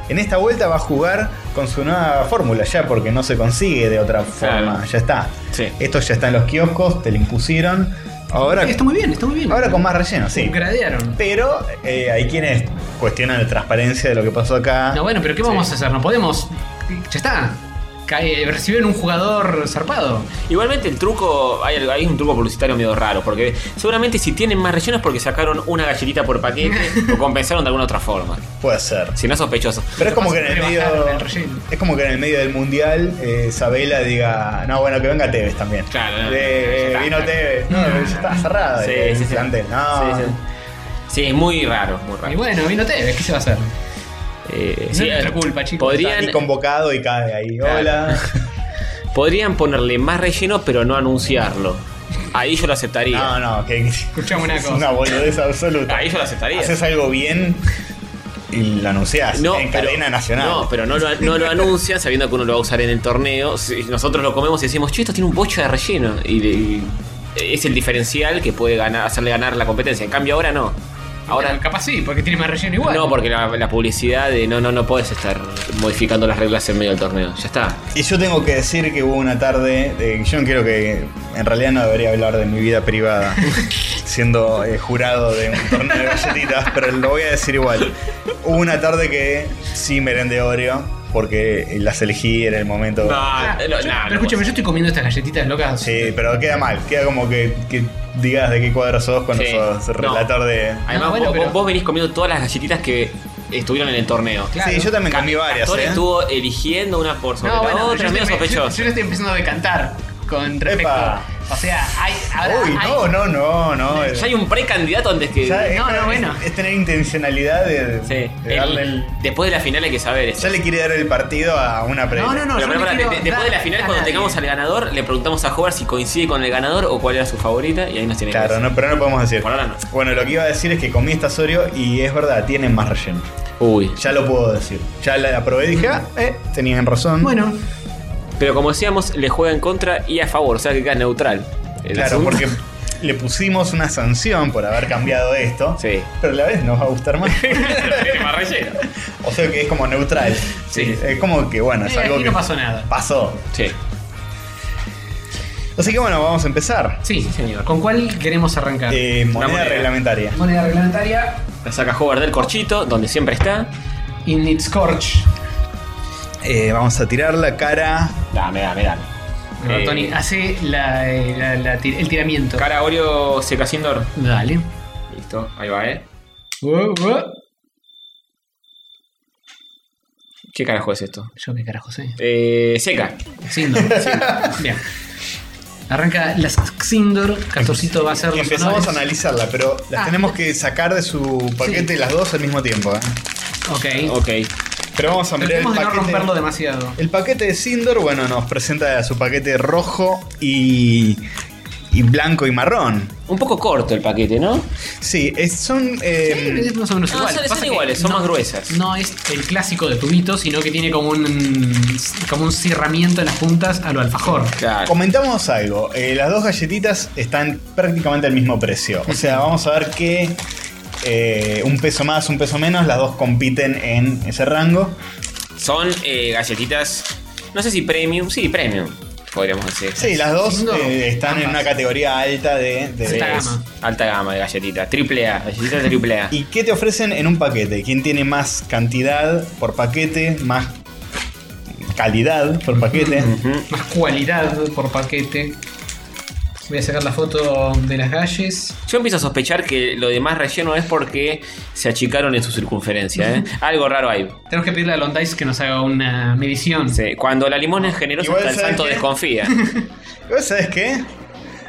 en esta vuelta va a jugar con su nueva fórmula ya, porque no se consigue de otra forma.
Claro.
Ya está.
Sí.
Esto ya está en los kioscos, te lo impusieron. Ahora,
Está muy bien, está muy bien.
ahora con más relleno, sí.
Upgradearon.
Pero eh, hay quienes cuestionan la transparencia de lo que pasó acá.
No, bueno, pero ¿qué vamos a hacer? No podemos. Ya está. Cae- Recibieron un jugador zarpado.
Igualmente el truco, hay, hay un truco publicitario medio raro, porque seguramente si tienen más rellenos porque sacaron una galletita
*laughs*
por paquete o compensaron de alguna otra forma.
Puede ser.
Si no sospechoso.
Pero es como que en el medio.
Rebajaron el relleno.
Es como que en el medio del mundial eh, Sabela diga. No, bueno, que venga Tevez también.
Claro, no,
Eh,
ya está.
vino Tevez. No, ya está cerrada.
Sí,
el
sí, sí.
plantel. No.
Sí, sí. Sí, es muy raro, muy
Y
raro.
bueno, vino Tevez, ¿qué se va a hacer?
Eh,
No
sí,
es nuestra culpa, chicos.
podrían,
Está ni convocado y cae ahí.
Claro. *laughs*
Hola.
podrían ponerle más relleno pero no anunciarlo. Ahí yo lo aceptaría.
No, no, que
Escuchame una
*laughs* es
cosa.
una boludez absoluta.
Ahí yo lo aceptaría.
Haces algo bien y lo anunciás
No,
en
pero,
cadena nacional.
no, pero no lo, no lo anuncian sabiendo que uno lo va a usar en el torneo. Si Nosotros lo comemos y decimos, che, esto tiene un bocho de relleno. Y, y es el diferencial que puede ganar, hacerle ganar la competencia. En cambio, ahora no. Ahora
Ahora, capaz sí, porque tiene más relleno igual.
no, porque la, la publicidad de no, no, no puedes estar modificando las reglas en medio del torneo. Ya está.
Y yo tengo que decir que hubo una tarde, eh, yo no quiero que, en realidad no debería hablar de mi vida
*laughs*
privada, siendo eh, jurado de un torneo de galletitas, pero lo voy a decir igual. Hubo una tarde que sí merendé Oreo, porque eh, las elegí en el momento.
Ah, no,
Yo-
no,
pero
no
escúchame,
puedes.
yo estoy comiendo estas galletitas locas.
Sí, pero queda mal, queda como que, que digas de qué cuadro sos cuando
Sí.
sos relator de...
Además,
No, Ah, bueno,
vos,
pero-
vos- vos venís comiendo todas las galletitas que estuvieron en el torneo.
Claro.
Sí, yo también comí varias.
Castor
¿eh?
estuvo eligiendo una por sobre
No,
la
bueno,
otra,
pero yo,
medio
estoy- yo,
sospechoso.
yo le estoy empezando a decantar con respecto
Epa.
a- O sea, hay. Ahora,
Uy,
hay-
no, no, no, no.
Ya hay un precandidato antes que.
Ya es-
No, no, bueno.
Es tener intencionalidad de,
Sí,
de
el-
darle el...
Después de la final hay que saber eso.
Ya le quiere dar el partido a una previa.
No, no, no.
Pero,
yo
pero,
no
pará,
quiero
de- de- después de la
dar
final,
a
cuando
nadie.
tengamos al ganador, le preguntamos a Howard si coincide con el ganador o cuál era su favorita y ahí nos tiene que
Claro,
decir.
no, pero no podemos decir.
Por ahora no.
Bueno, lo que iba a decir es que comí estas Oreo y es verdad, tienen más relleno.
Uy.
Ya lo puedo decir. Ya la, la probé y dije, ah, eh, tenían razón.
Bueno,
Pero como decíamos, le juega en contra y a favor, o sea que queda neutral. El
Eh, claro,
*laughs* asunto-
porque le pusimos una sanción por haber cambiado esto.
Sí.
Pero a la vez nos va a gustar
*laughs*
más.
Tiene más relleno.
o sea que es como neutral.
Sí.
Es como que, bueno, es
eh,
algo
aquí
que
no pasó nada.
pasó.
Sí.
Así que bueno, vamos a empezar.
Sí, señor. ¿Con cuál queremos arrancar?
Eh, moneda,
moneda.
reglamentaria.
Moneda reglamentaria.
La saca Howard del corchito, donde siempre está.
In its corch.
Eh, vamos a tirar la cara.
Dame, dame, dame.
No,
Eh,
Tony, hace la, eh, la- la tir- el tiramiento.
Cara Oreo secacindor.
Dale.
Listo, ahí va, eh.
Uh, uh.
¿Qué carajo es esto?
Yo qué carajo sé.
Eh, seca.
Xindor.
*laughs*
Bien. Arranca las Xindor. Castorcito va a hacer los
Empezamos a
honores.
analizarla, pero las
Ah.
tenemos que sacar de su paquete las dos al mismo tiempo. ¿eh?
Ok.
Ok.
Pero vamos a mirar el
Tratemos de no
paquete.
romperlo demasiado.
el paquete de Sindor, bueno, nos presenta su paquete rojo y, y blanco y marrón.
Un poco corto el paquete, ¿no?
Sí, es- son. eh,
Es más o menos
no,
igual.
son- son
Pasa que
iguales, son
no-
más gruesas.
No es el clásico de tubito, sino que tiene como un como un cerramiento en las puntas a lo alfajor.
Claro.
Comentamos algo. eh, las dos galletitas están prácticamente al mismo precio.
*laughs*
O sea, vamos a ver que eh, un peso más, un peso menos, las dos compiten en ese rango.
Son eh, galletitas. No sé si premium. Sí, premium. Podríamos decir.
Sí, las dos
No,
eh, están en
ambas.
una categoría alta de. de-
Sí. alta
Es
gama.
Alta gama de galletitas. Triple A. Galletitas de triple A.
*laughs* ¿Y qué te ofrecen en un paquete? ¿Quién tiene más cantidad por paquete? ¿Más calidad por paquete?
Ujú.
Más cualidad por paquete. Voy a sacar la foto de las galles.
Yo empiezo a sospechar que lo demás relleno es porque se achicaron en su circunferencia, ¿eh? Algo raro hay.
Tenemos que pedirle a Londice que nos haga una medición.
Sí, Cuando la limón es generosa,
Igual,
hasta
¿sabes
el santo
qué? *laughs*
desconfía.
¿Vos sabés qué?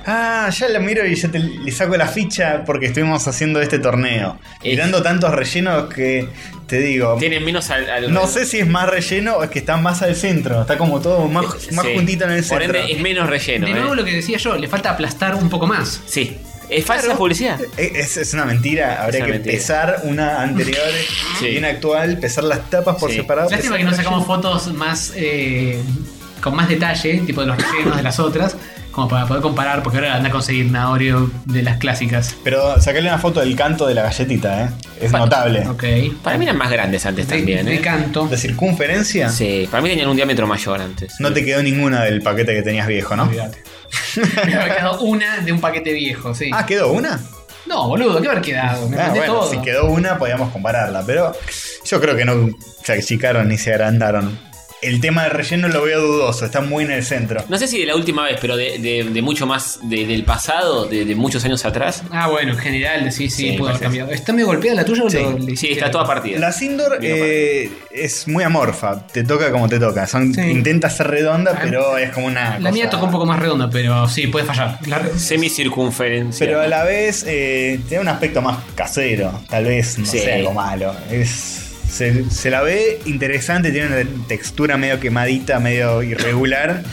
Ah, ya la miro y ya te, le saco la ficha porque estuvimos haciendo este torneo.
Es-
Mirando tantos rellenos que te digo.
Tienen menos al. al-
No sé si es más relleno o es que está más al centro. Está como todo más, más
Eh, Sí.
juntito en el
Por
centro.
ende, es menos relleno.
de
¿eh?
nuevo lo que decía yo, le falta aplastar un poco más.
Sí. Es falsa publicidad.
Eh, Es, es una mentira, habría
una
que
mentira.
pesar una anterior
Sí.
y una actual, pesar las tapas por
Sí.
separado.
Lástima
pesar
que no
el
sacamos fotos más eh, con más detalle, tipo de los rellenos de las otras, como para poder comparar, porque ahora anda a conseguir una Oreo de las clásicas.
Pero sacale una foto del canto de la galletita, ¿eh? Es
Pa-
notable.
Ok.
Para mí eran más grandes antes
De,
también,
de
¿eh?
canto.
¿De circunferencia?
Sí, para mí tenían un diámetro mayor antes.
No te quedó ninguna del paquete que tenías viejo, ¿no?
Olvídate. *laughs* Me había quedado una de un paquete viejo, sí.
Ah, ¿quedó una?
No, boludo, ¿qué haber quedado? Me
Ah,
mandé
bueno,
todo.
si quedó una podíamos compararla, pero yo creo que no se achicaron ni se agrandaron. El tema del relleno lo veo dudoso, está muy en el centro.
No sé si de la última vez, pero de, de- de mucho más de- del pasado, de, de muchos años atrás.
Ah, bueno, en general, sí, sí,
Sí,
pudo haber
parece.
cambiado. ¿Está medio golpeada la tuya o
Sí.
lo- le
Sí,
hiciste
está
algo?
toda partida.
La Sindor
Vino
eh, es muy amorfa, te toca como te toca. Son,
Sí.
Intenta ser redonda,
Ah,
pero es como una.
La mía
cosa-
tocó un poco más redonda, pero sí, puede fallar. La-
Semicircunferencia.
Pero a la vez eh, tiene un aspecto más casero, tal vez no
Sí.
sea algo malo. Es, se, se la ve interesante, tiene una textura medio quemadita, medio irregular.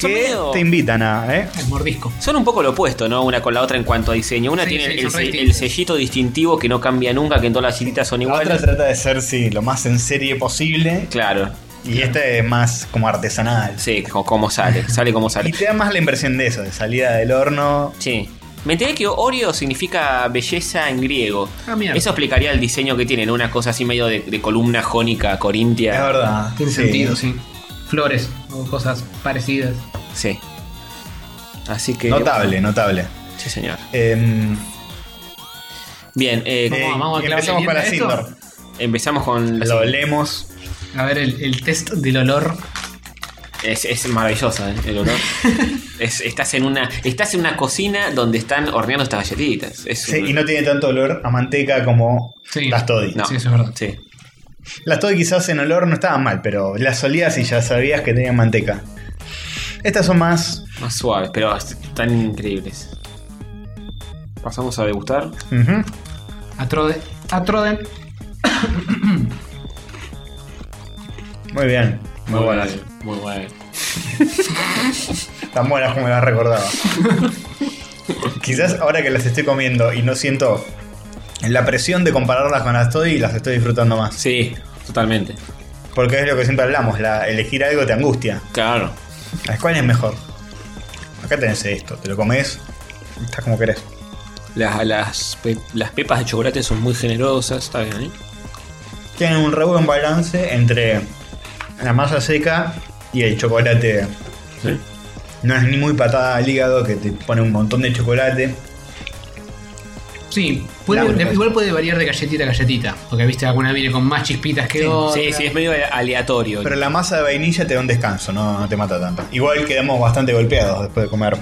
que
*laughs* Son medio-
te invitan a. ¿eh?
El mordisco.
Son un poco lo opuesto, ¿no? Una con la otra en cuanto a diseño. Una
Sí,
tiene
sí,
el,
son re
se- el
distintas.
sellito distintivo que no cambia nunca, que en todas las chilitas son
La otra
iguales.
trata de ser sí, lo más en serie posible.
Claro.
Y este es más como artesanal.
Sí, co- como sale, sale como
Y
sale.
te da más la impresión de eso, de salida del horno.
Sí. Me enteré que Oreo significa belleza en griego.
Ah, mierda.
Eso explicaría el diseño que tienen, una cosa así medio de, de columna jónica corintia.
Es verdad.
Tiene
sí.
sentido, sí. Flores o cosas parecidas.
Sí. Así que.
Notable, notable.
Sí, señor.
Em,
Bien, eh,
eh,
vamos a
y
aclarar
empezamos
bien
con la
esto.
Sindor.
empezamos con. la-
Lo olemos.
A ver, el, el test del olor.
Es, es maravillosa, ¿eh? el olor. Es- estás, en una, estás en una cocina donde están horneando estas galletitas. Es
Sí,
un-
y no tiene tanto olor a manteca como
Sí.
las Toddy.
No.
Sí, eso es verdad.
Sí.
Las Toddy quizás en olor no estaban mal, pero las solías y ya sabías que tenían manteca. Estas son más.
Más suaves, pero est- están increíbles. Pasamos a degustar.
ujú.
Atrode. Atroden.
Muy bien. Muy, buenas.
Muy buenas.
Tan buenas como las recordaba. quizás ahora que las estoy comiendo y no siento la presión de compararlas con las Toddy, las estoy disfrutando más.
Sí, totalmente.
Porque es lo que siempre hablamos, la, elegir algo te angustia.
Claro.
¿Las cuál es mejor? Acá tenés esto, te lo comes, estás como querés.
Las, las, pe- las pepas de chocolate son muy generosas. Está bien, ¿eh?
Tienen un re buen balance entre la masa seca y el chocolate.
Sí.
No es ni muy patada al hígado que te pone un montón de chocolate.
Sí, puede-
La verdad.
igual puede variar de galletita a galletita. Porque viste, alguna viene con más chispitas que otra.
Sí, sí, es medio aleatorio.
Pero la masa de vainilla te da un descanso, no, no te mata tanto. Igual quedamos bastante golpeados después de comer.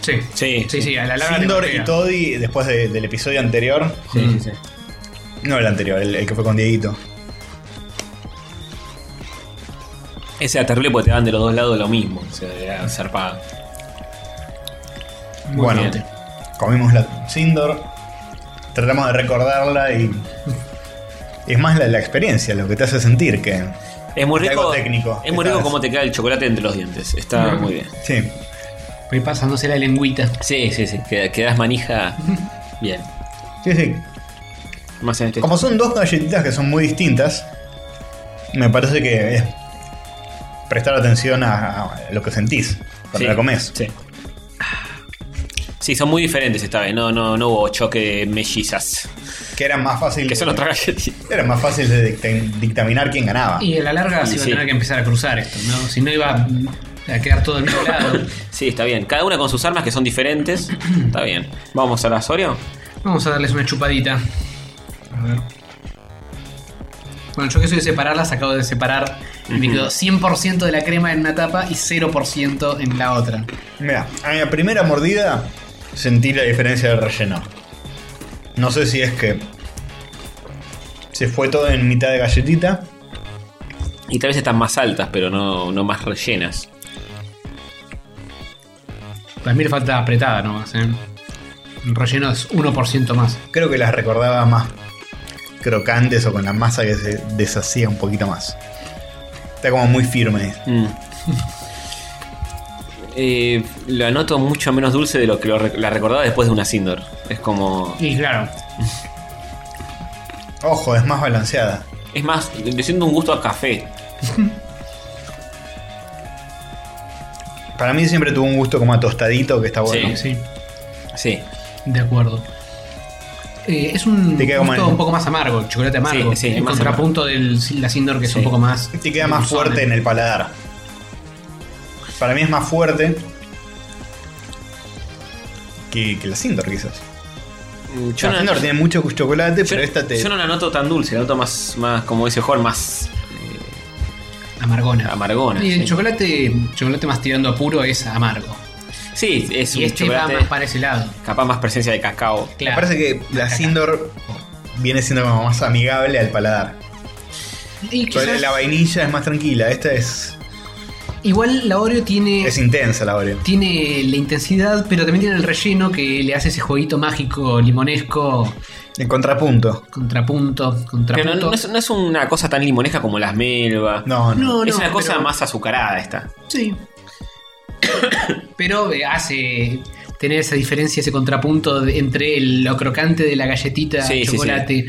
Sí.
Sí,
Sí, sí, a la larga. te
Sindor
golpea.
y Toddy, después de- del episodio anterior,
Sí, sí, sí.
no el anterior, el, el que fue con Dieguito.
Ese era terrible porque te dan de los dos lados lo mismo. O sea, era zarpado.
Muy
bueno,
bien.
comimos la Sindor, tratamos de recordarla y. Es más la, la experiencia lo que te hace sentir que.
Es muy
Algo
rico.
técnico.
es muy rico
Estás-
cómo te queda el chocolate entre los dientes. Está
Ujú.
muy bien.
Sí,
Voy pasándose la lengüita.
Sí, sí, sí. queda- Quedas manija. Bien.
sí, sí.
Más en este.
Eh, Como son dos galletitas que son muy distintas, me parece que es prestar atención a, a lo que sentís cuando
Sí,
la comes.
Sí. Sí, son muy diferentes esta vez. No, no, no hubo choque de mellizas.
Que era más fácil.
Que son otras galletitas.
Era más fácil de dicta- dictaminar quién ganaba.
Y a la larga
Y
se iba
sí.
a tener que empezar a cruzar esto, ¿no? Si no iba a quedar todo en un
*laughs*
lado.
Sí, está bien. Cada una con sus armas que son diferentes. Está bien. Vamos a las Oreo.
Vamos a darles una chupadita. A ver. Bueno, yo que soy de separarlas, acabo de separar. y Me quedó 100% de la crema en una tapa y 0% en la otra.
Mira, a la primera mordida sentí la diferencia del relleno. No sé si es que se fue todo en mitad de galletita.
Y tal vez están más altas, pero no, no más rellenas.
Para mí le falta apretada nomás, ¿eh? El relleno es 1% más.
Creo que las recordaba más crocantes o con la masa que se deshacía un poquito más. Está como muy firme.
Mm. *laughs* Eh, lo anoto mucho menos dulce de lo que lo rec- la recordaba después de una Sindor. Es como.
Y claro,
Ojo, es más balanceada.
Es más, le siento un gusto a café.
Para mí siempre tuvo un gusto como a tostadito que está bueno.
Sí.
sí,
Sí,
de acuerdo. Eh, es un
Te queda como
gusto
en-
un poco más amargo, el chocolate amargo.
Sí, sí,
en
más
contrapunto del la Sindor que es
Sí.
un poco más.
Te queda más
dulzón,
fuerte
¿eh?
en el paladar. Para mí es más fuerte que, que la Sindor, quizás.
Mm, Yo
la
no,
Sindor tiene mucho chocolate,
yo-
pero esta te.
yo no la noto tan dulce, la noto más, más como dice Jorge, más
Amargona.
amargona.
Y el
sí.
chocolate, chocolate más tirando a puro es amargo.
Sí, es
Y
un
este va
chocolate
más para ese lado.
capaz más presencia de cacao.
Me
Claro.
parece que la Sindor viene siendo como más amigable al paladar.
Y
Pero
quizás-
La vainilla es más tranquila, esta es,
igual la Oreo tiene,
es intensa la Oreo.
tiene la intensidad, pero también tiene el relleno que le hace ese jueguito mágico limonesco,
El contrapunto.
contrapunto,
Pero no,
contrapunto.
no es, no es una cosa tan limoneja como las melva.
No, no.
No,
es
no,
una cosa
pero-
más azucarada esta.
Sí. *coughs* pero eh, hace tener esa diferencia, ese contrapunto de- entre el- lo crocante de la galletita
Sí, sí, sí.
chocolate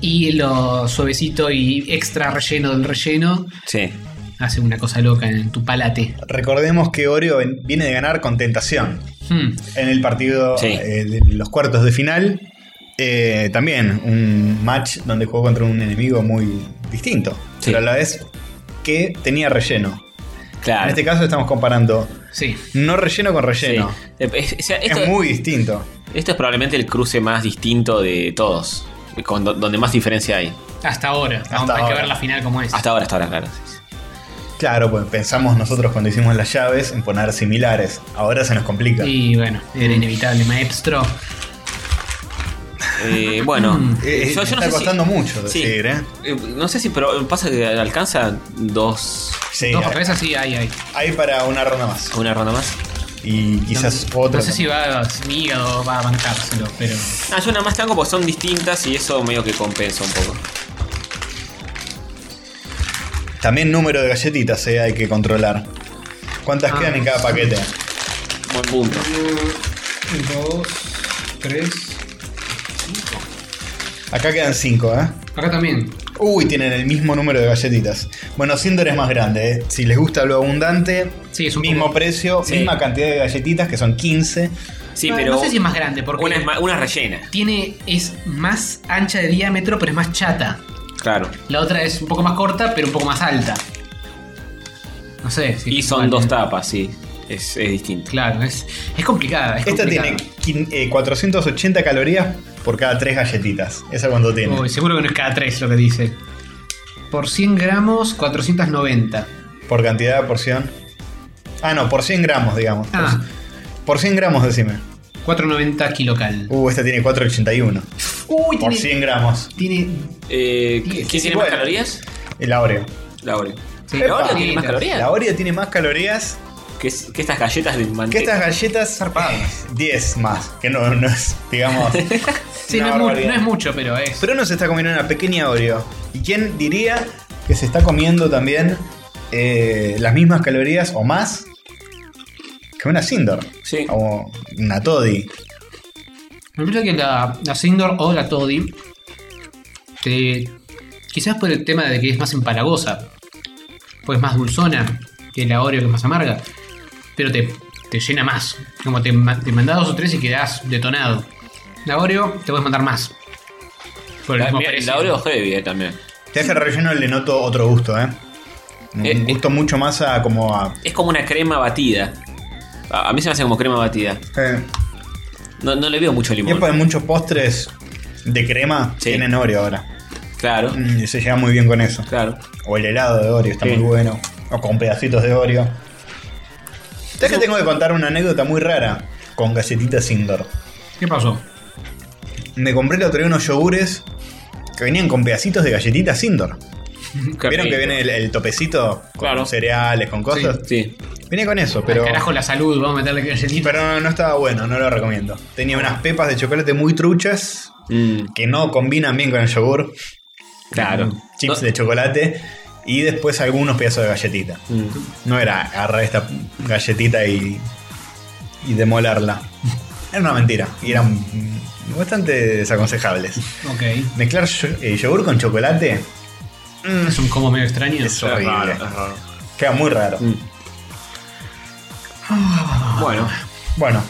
y lo suavecito y extra relleno del relleno.
Sí.
hace una cosa loca en tu palate.
Recordemos que Oreo ven- viene de ganar con tentación
Hmm.
en el partido
Sí.
eh, de los cuartos de final. Eh, también un match donde jugó contra un enemigo muy distinto,
Sí.
pero a la vez que tenía relleno. En
Claro.
este caso estamos comparando
Sí.
no relleno con
Sí.
relleno.
Eh, es- o sea, esto,
es muy distinto.
esto es probablemente el cruce más distinto de todos. con do- donde más diferencia hay.
Hasta ahora. Vamos, hay
ahora.
que ver la final como es.
Hasta ahora, hasta ahora, claro.
Claro, pues pensamos nosotros cuando hicimos las llaves en poner similares. Ahora se nos complica.
Y bueno, era inevitable. Maestro.
Eh, bueno,
Eh,
yo-
me
yo
está
no sé si-
costando mucho
Sí.
decir, ¿eh?
Eh, No sé si, pero pasa que alcanza dos.
Sí,
dos
hay-
cabezas sí hay, hay.
hay para una ronda más.
Una ronda más.
Y quizás otra.
No sé si va, si mi hígado va a bancárselo, pero.
Ah, yo nada más tango porque son distintas y eso medio que compensa un poco.
También número de galletitas eh, hay que controlar. ¿Cuántas
Ah.
quedan en cada paquete?
Buen punto.
Dos, tres, cinco.
Acá quedan 5, ¿eh?
Acá también.
Uy, tienen el mismo número de galletitas. Bueno, Cinder es más grande, ¿eh? Si les gusta lo abundante,
Sí, es un
mismo
poco-
precio,
Sí.
misma cantidad de galletitas, que son 15.
Sí,
no,
pero.
no sé si es más grande, porque
una, es ma- una es rellena.
tiene, es más ancha de diámetro, pero es más chata.
Claro.
La otra es un poco más corta, pero un poco más alta. No sé. si-
Y son
vale.
dos tapas, sí. Es, es distinto.
Claro, es, es complicada. es
Esta
complicada.
tiene quin- eh, 480 calorías por cada 3 galletitas. ¿Esa cuánto tiene?
Uy, seguro que no es cada tres lo que dice. Por 100 gramos, 490.
Por cantidad de porción. Ah, no, por 100 gramos, digamos.
Ah,
Por 100 gramos, decime.
490 kilocal.
Uh, esta tiene 481.
Uy,
Por
tiene,
100 gramos.
tiene
Eh,
Sí,
¿Quién
sí,
tiene
bueno.
más calorías?
El Oreo.
La Oreo.
Sí,
¿La Oreo
Epa.
tiene más calorías?
La Oreo tiene más calorías
Que, es- que estas galletas de
que
manteca.
estas galletas
*laughs*
zarpadas. 10 más. Que no, no es, digamos.
Sí,
una
no, es mu-
barbaridad.
no es mucho, pero es.
Pero uno se está comiendo una pequeña Oreo. ¿Y quién diría que se está comiendo también eh, las mismas calorías o más que una Cinder?
Sí.
O una Toddy.
Me parece que la, la Sindor o la Toddy. te- quizás por el tema de que es más empalagosa. Pues más dulzona que la Oreo, que es más amarga. Pero te, te llena más. Como te, ma- te mandás dos o tres y quedás detonado. La Oreo te puedes mandar más. Por el
La,
mismo
mira,
precio.
la Oreo heavy eh, también.
Te hace relleno le noto otro gusto, ¿eh? Un
Eh,
gusto mucho más a como a.
Es como una crema batida. A, a mí se me hace como crema batida.
eh,
No, no le veo mucho
y es
limón.
para muchos postres de crema
Sí.
tienen Oreo ahora.
Claro,
Mm, y se lleva muy bien con eso.
claro.
O el helado de Oreo está
Sí.
muy bueno. O con pedacitos de Oreo. Ya que tengo que contar una anécdota muy rara con galletitas indoor.
¿Qué pasó?
Me compré el otro día unos yogures que venían con pedacitos de galletitas indoor.
Qué
¿Vieron que
rico.
viene el, el topecito con
Claro.
cereales, con cosas?
Sí. Ah,
Viene con eso, pero.
Al carajo la salud, vamos a meterle galletitas.
Pero no, no estaba bueno, no lo recomiendo. Tenía unas pepas de chocolate muy truchas
Mm,
que no combinan bien con el yogur.
claro.
Chips
No-
de chocolate y después algunos pedazos de galletita.
Mm.
No era agarrar esta galletita y, y demolerla. Era una mentira y eran mm, bastante desaconsejables.
Ok.
Mezclar yo- eh, yogur con chocolate mm,
Es un combo medio extraño.
es horrible.
raro, es raro.
Queda muy raro.
Mm. Bueno,
Bueno,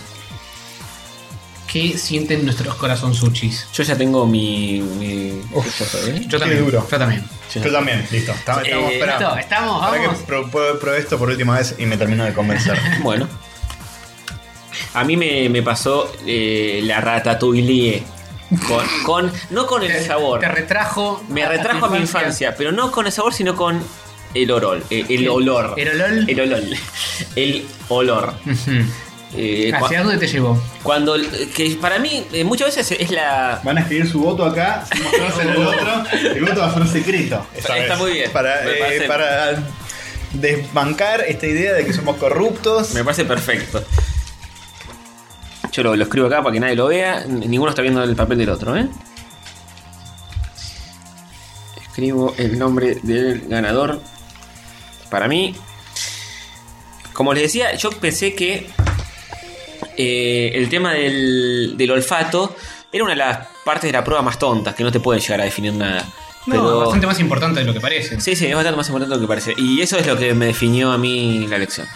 ¿Qué sienten nuestros corazón sushis?
yo ya tengo mi. mi- ¿qué cosa, eh?
Yo
Qué
también.
duro.
Yo también.
Ya.
yo también, listo. Estamos, estamos,
Eh,
esperá.
Listo, estamos,
Para que
vamos.
pro- pro- probé esto por última vez y me termino de convencer.
Bueno. A mí me, me pasó eh, la ratatouille. Con, con- no con el sabor.
Te retrajo.
Me retrajo a mi infancia, pero no con el sabor, sino con el olor. eh, El,
El-
olor.
el Mm. olor.
El olor. El olor.
Ujú.
Eh, cua-
¿Hacia dónde te llevó?
cuando. Que para mí, eh, muchas veces es la.
*laughs* Van a escribir su voto acá, sin mostrárselo *laughs* al otro. El voto va a ser secreto. esta
Está
vez.
muy bien.
Para,
Me
eh,
parece-
para desbancar esta idea de que somos corruptos.
Me parece perfecto. Yo lo, lo escribo acá para que nadie lo vea. N- Ninguno está viendo el papel del otro, ¿eh? Escribo el nombre del ganador. Para mí. Como les decía, yo pensé que eh, el tema del, del olfato era una de las partes de la prueba más tontas, que no te pueden llegar a definir nada.
No,
Pero-
bastante más importante de lo que parece.
Sí, sí, es bastante más importante de lo que parece. Y eso es lo que me definió a mí la elección.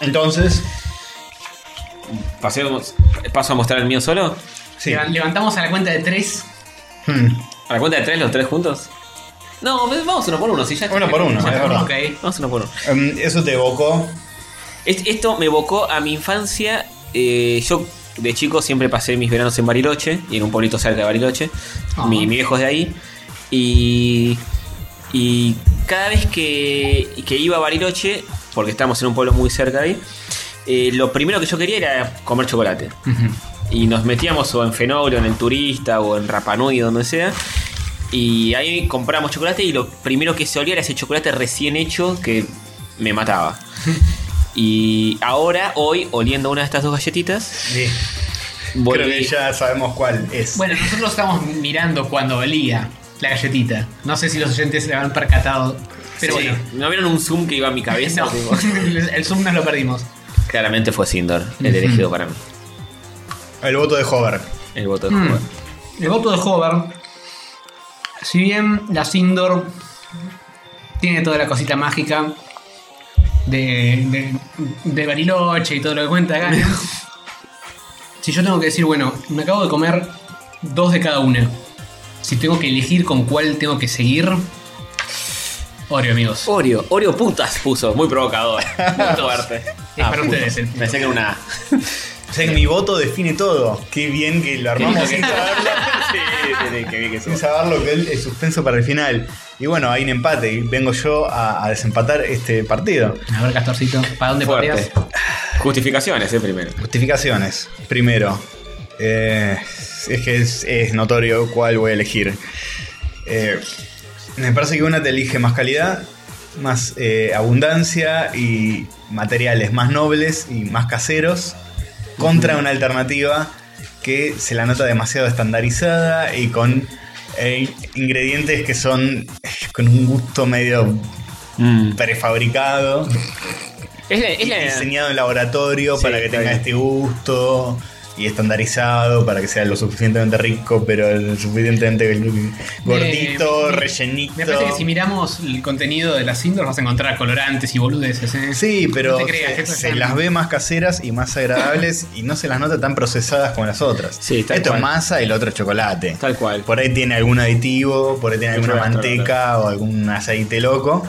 Entonces,
Pasemos- paso a mostrar el mío solo.
sí.
Levan- Levantamos a la cuenta de tres.
Hmm.
¿A la cuenta de tres, los tres juntos? No, vamos uno por uno, si ya está.
Uno por uno,
Ya
es
está.
verdad.
Ok.
Vamos uno por uno.
Em, eso te evocó.
Es- Esto me evocó a mi infancia. Eh, yo de chico siempre pasé mis veranos en Bariloche, y en un pueblito cerca de Bariloche.
Ah.
Mi, mi viejo es de ahí. Y, y cada vez que, que iba a Bariloche, porque estábamos en un pueblo muy cerca de ahí, eh, lo primero que yo quería era comer chocolate. Y nos metíamos o en Fenol, o en el Turista, o en Rapanui, o donde sea. Y ahí compramos chocolate y lo primero que se olía era ese chocolate recién hecho que me mataba. Y ahora, hoy, oliendo una de estas dos galletitas,
Sí. Creo que
volví.
ya sabemos cuál es.
Bueno, nosotros estamos mirando cuando olía la galletita. No sé si los oyentes se la han percatado. Pero
Sí,
bueno. *laughs*
¿No vieron un zoom que iba a mi cabeza?
No,
Tipo,
el Zoom nos lo perdimos.
Claramente fue Sindor, el elegido para mí.
El voto de Hover.
El voto de
Mm.
Hoover.
El voto de Hover. Si bien la Sindor tiene toda la cosita mágica de, de, de Bariloche y todo lo que cuenta acá. ¿no? si yo tengo que decir, bueno, me acabo de comer dos de cada una. Si tengo que elegir con cuál tengo que seguir. Oreo, amigos.
Oreo, Oreo putas puso, muy provocador. Muy fuerte.
Es para
putas.
ustedes el punto.
Pensé que era una.
O sea que mi voto define todo. Qué bien que lo armamos
Qué
sin
lindo que-
saberlo,
*laughs* Sí, sí, sí, qué bien que
sin
sos.
saber lo que es el suspenso para el final. Y bueno, hay un empate y vengo yo a, a desempatar este partido.
A ver, Castorcito, ¿para dónde
Fuerte.
pateas?
Justificaciones, eh, primero.
Justificaciones. Primero, eh, es que es, es notorio cuál voy a elegir. Eh, me parece que una te elige más calidad, más eh, abundancia y materiales más nobles y más caseros, contra una alternativa que se la nota demasiado estandarizada y con eh, ingredientes que son eh, con un gusto medio
Mm.
prefabricado
Es la, es la-
diseñado en laboratorio
Sí,
para que
está
tenga
bien.
este gusto y estandarizado para que sea lo suficientemente rico, pero lo suficientemente gordito,
Eh,
rellenito.
Me parece que si miramos el contenido de las Sindor vas a encontrar colorantes y boludeces. ¿eh?
Sí, pero
No te creas,
se,
esto
se
ya-
las ve más caseras y más agradables y no se las nota tan procesadas como las otras.
Sí, tal
Esto
cual.
es masa y lo otro es chocolate.
Tal cual.
Por ahí tiene algún aditivo, por ahí tiene
Yo
alguna
creo que está
manteca o algún aceite loco.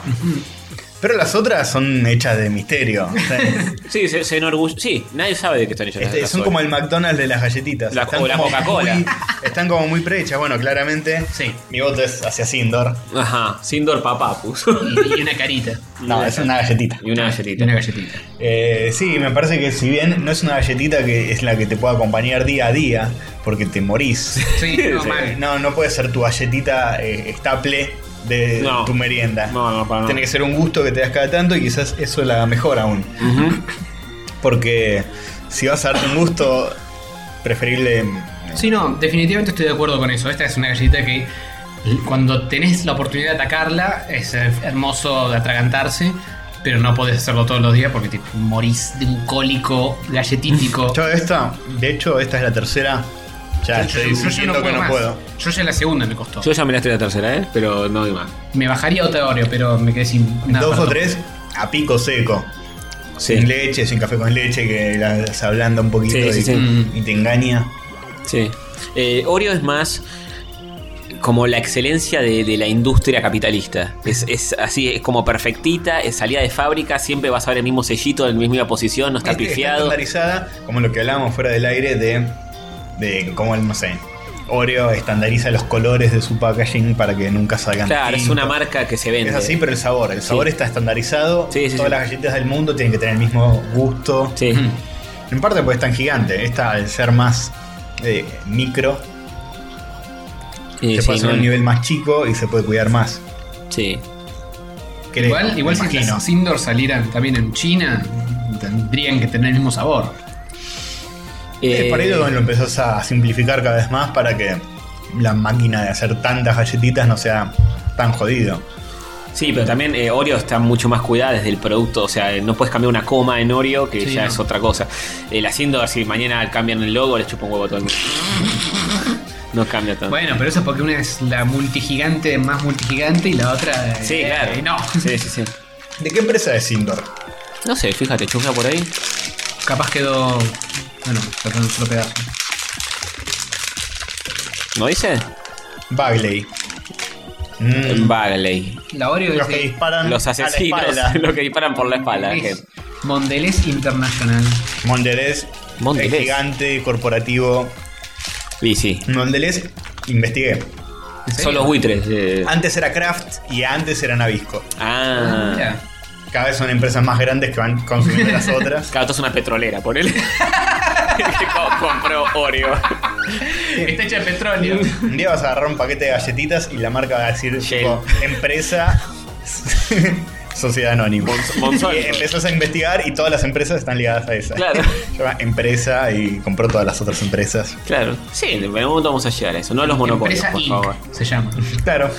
Pero las otras son hechas de misterio. O sea,
Sí, se, se enorgulle- Sí, nadie sabe de qué están hechas.
Este,
las
son
Oreo.
como el McDonald's de las galletitas.
La- o la
como
Coca-Cola.
muy- Están como muy prehechas. Bueno, claramente.
Sí.
Mi voto es hacia Sindor.
Ajá, Sindor papá puso.
Y, y una
*laughs*
carita.
No, es una galletita.
Y una
Y
galletita.
una galletita.
Eh, sí, me parece que si bien no es una galletita que es la que te pueda acompañar día a día, porque te morís.
Sí,
*laughs*
no, mal.
No, no puede ser tu galletita eh, estaple de
No.
tu merienda.
No, no, para nada.
Tiene que ser un gusto que te das cada tanto y quizás eso la mejora aún.
Ujú.
Porque si vas a darte un gusto, preferible.
Sí, no, definitivamente estoy de acuerdo con eso. Esta es una galletita que l- cuando tenés la oportunidad de atacarla es eh, hermoso de atragantarse, pero no podés hacerlo todos los días porque te morís de un cólico galletítico.
*laughs* Yo esta, de hecho, esta es la tercera. Ya, estoy
Yo- yo- yo
diciendo que no
más.
puedo.
Yo ya la segunda me costó.
Yo ya me la estoy la tercera, ¿eh? Pero no doy más.
Me bajaría otra Oreo, pero me quedé sin nada.
Dos
para tomar.
o tres a pico seco.
Sí.
Sin leche, sin café con leche, que las ablanda un poquito
Sí, sí,
y,
sí.
y te engaña. Este
Sí. Eh, Oreo es más como la excelencia de, de la industria capitalista. Es, es así, es como perfectita, es salida de fábrica, siempre vas a ver el mismo sellito, en la misma posición, no está
Este,
pifiado.
estandarizada, como lo que hablábamos fuera del aire de, de cómo, no sé, Oreo estandariza los colores de su packaging para que nunca salgan
Claro, es
distintos.
una marca que se vende.
Es así, pero el sabor. El sabor está estandarizado.
Sí, sí,
Todas
sí.
las galletas del mundo tienen que tener el mismo gusto.
Sí.
En parte porque es tan gigante. Esta, al ser más eh, micro,
Y
se
sí,
puede hacer
no-
un nivel más chico y se puede cuidar más.
sí.
Creo,
igual igual
me
si
imagino.
las Sindor salieran también en China, tendrían que tener el mismo sabor.
Eh,
Eh,
por ahí lo, lo empezás a simplificar cada vez más para que la máquina de hacer tantas galletitas no sea tan jodido.
Sí, pero también eh, Oreo está mucho más cuidada desde el producto. O sea, eh, no puedes cambiar una coma en Oreo, que
Sí,
ya
no. *laughs*
es otra cosa. El haciendo, si mañana cambian el logo, les chupo un huevo a todo el mundo. No cambia tanto.
Bueno, pero eso es porque una es la multigigante más multigigante y la otra. eh,
sí, claro.
No,
Sí, sí, sí.
¿De qué empresa es Indoor?
No sé, fíjate, chusga por ahí.
capaz quedó. Bueno, sacando un solo pedazo.
¿No dice?
Bagley. Mm,
Bagley.
La Oreo
los
es
que
de
disparan
Los
a la
asesinos, *laughs*
espalda.
los que disparan por la espalda.
Mondelez,
gente.
Mondelez International.
Mondelez,
Mondelez.
el gigante corporativo.
Y sí.
Mondelez, investigué.
¿En serio?
Son los buitres. eh.
Antes era Kraft y antes era Nabisco.
Ah,
Ah.
mira.
Cada vez son empresas más grandes que van consumiendo las otras.
Claro, esto es una petrolera,
*laughs*
ponele. *laughs* que co- compró Oreo.
Está hecha de *laughs* petróleo.
Un día vas a agarrar un paquete de galletitas y la marca va a decir
Shell.
tipo, empresa *laughs* sociedad anónima.
Mons- Monsanto.
Y empezás a investigar y todas las empresas están ligadas a esa.
Claro.
*laughs* Se llama empresa y compró todas las otras empresas.
Claro. Sí, en algún momento vamos a llegar a eso. No a los monopolios,
Empresa
por
Inc.
favor.
Se llama.
Claro.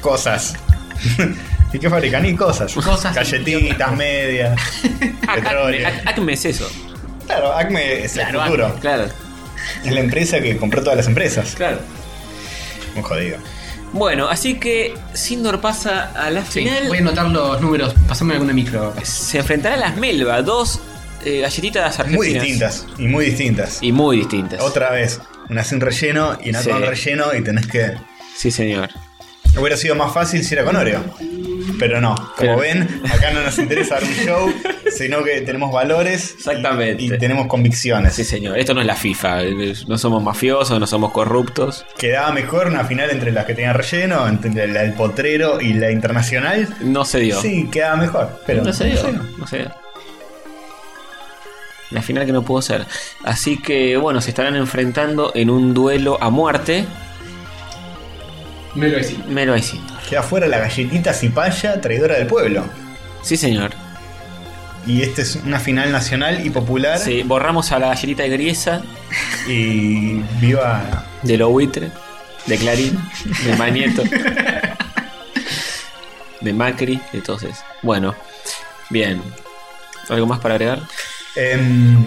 Cosas. *laughs* ¿Y qué fabrican? Y cosas.
Cosas.
Galletitas, medias, petróleo.
Ac- Acme es eso.
Claro, Acme es el futuro.
Claro,
Es la empresa que compró todas las empresas.
claro.
Muy jodido.
Bueno, así que Sindor pasa a la
Sí,
final.
voy a anotar los números. Pasame alguna micro.
Se enfrentará a las Melva, dos eh, galletitas argentinas.
Muy distintas. Y muy distintas.
Y muy distintas.
Otra vez, una sin relleno y una
Sí.
con relleno y tenés que...
Sí, señor.
Hubiera sido más fácil si era con Oreo. Pero no, como
Pero-
ven, acá no nos interesa dar un show, sino que tenemos valores y-
Exactamente.
y, tenemos convicciones.
Sí, señor. Esto no es la FIFA. eh, No somos mafiosos, no somos corruptos.
Quedaba mejor una final entre las que tenían relleno, entre la del potrero y la internacional.
No se dio.
Sí, quedaba mejor, pero
No se dio. No se dio. La final que no pudo ser. Así que, bueno, se estarán enfrentando en un duelo a muerte.
Me lo decís.
Melo y Sindor.
queda fuera la galletita cipaya traidora del pueblo.
Sí, señor.
Y esta es una final nacional y popular
Sí, borramos a la galletita de griesa,
y viva
de lo buitre, de Clarín, *laughs* de Manieto, de Macri, de todos esos. Bueno, bien. ¿Algo más para agregar?
Em,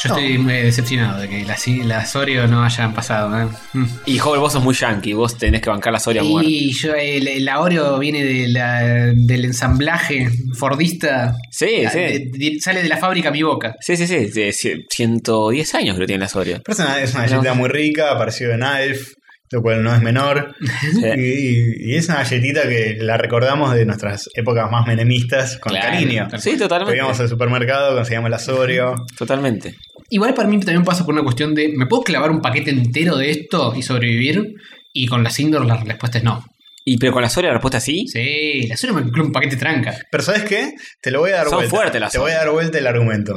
Yo estoy muy decepcionado de que las, las Oreo no hayan pasado. ¿eh? Mm.
Y joven, vos sos muy yankee, vos tenés que bancar la Soria a muerte.
Y yo, el, el Oreo viene de la- del ensamblaje fordista.
Sí,
Ah,
sí.
de- de- sale de la fábrica a mi boca.
Sí, sí, sí, de cie- 110 años creo que tiene la Soria.
pero es una, es una galletita muy rica, apareció en Alf, lo cual no es menor.
*laughs*
Y, y- y es una galletita que la recordamos de nuestras épocas más menemistas con
Claro.
cariño.
Sí, totalmente.
Íbamos al supermercado, conseguíamos la Sorio.
Totalmente.
Igual para mí también pasa por una cuestión de: ¿me puedo clavar un paquete entero de esto y sobrevivir? Y con las Indoor la respuesta es no.
Y pero con la Soria la respuesta sí.
Sí, las Oreo me incluye un paquete tranca.
Pero ¿sabes qué? Te lo voy a dar
Son
vuelta.
fuertes las
Te voy a dar vuelta el argumento.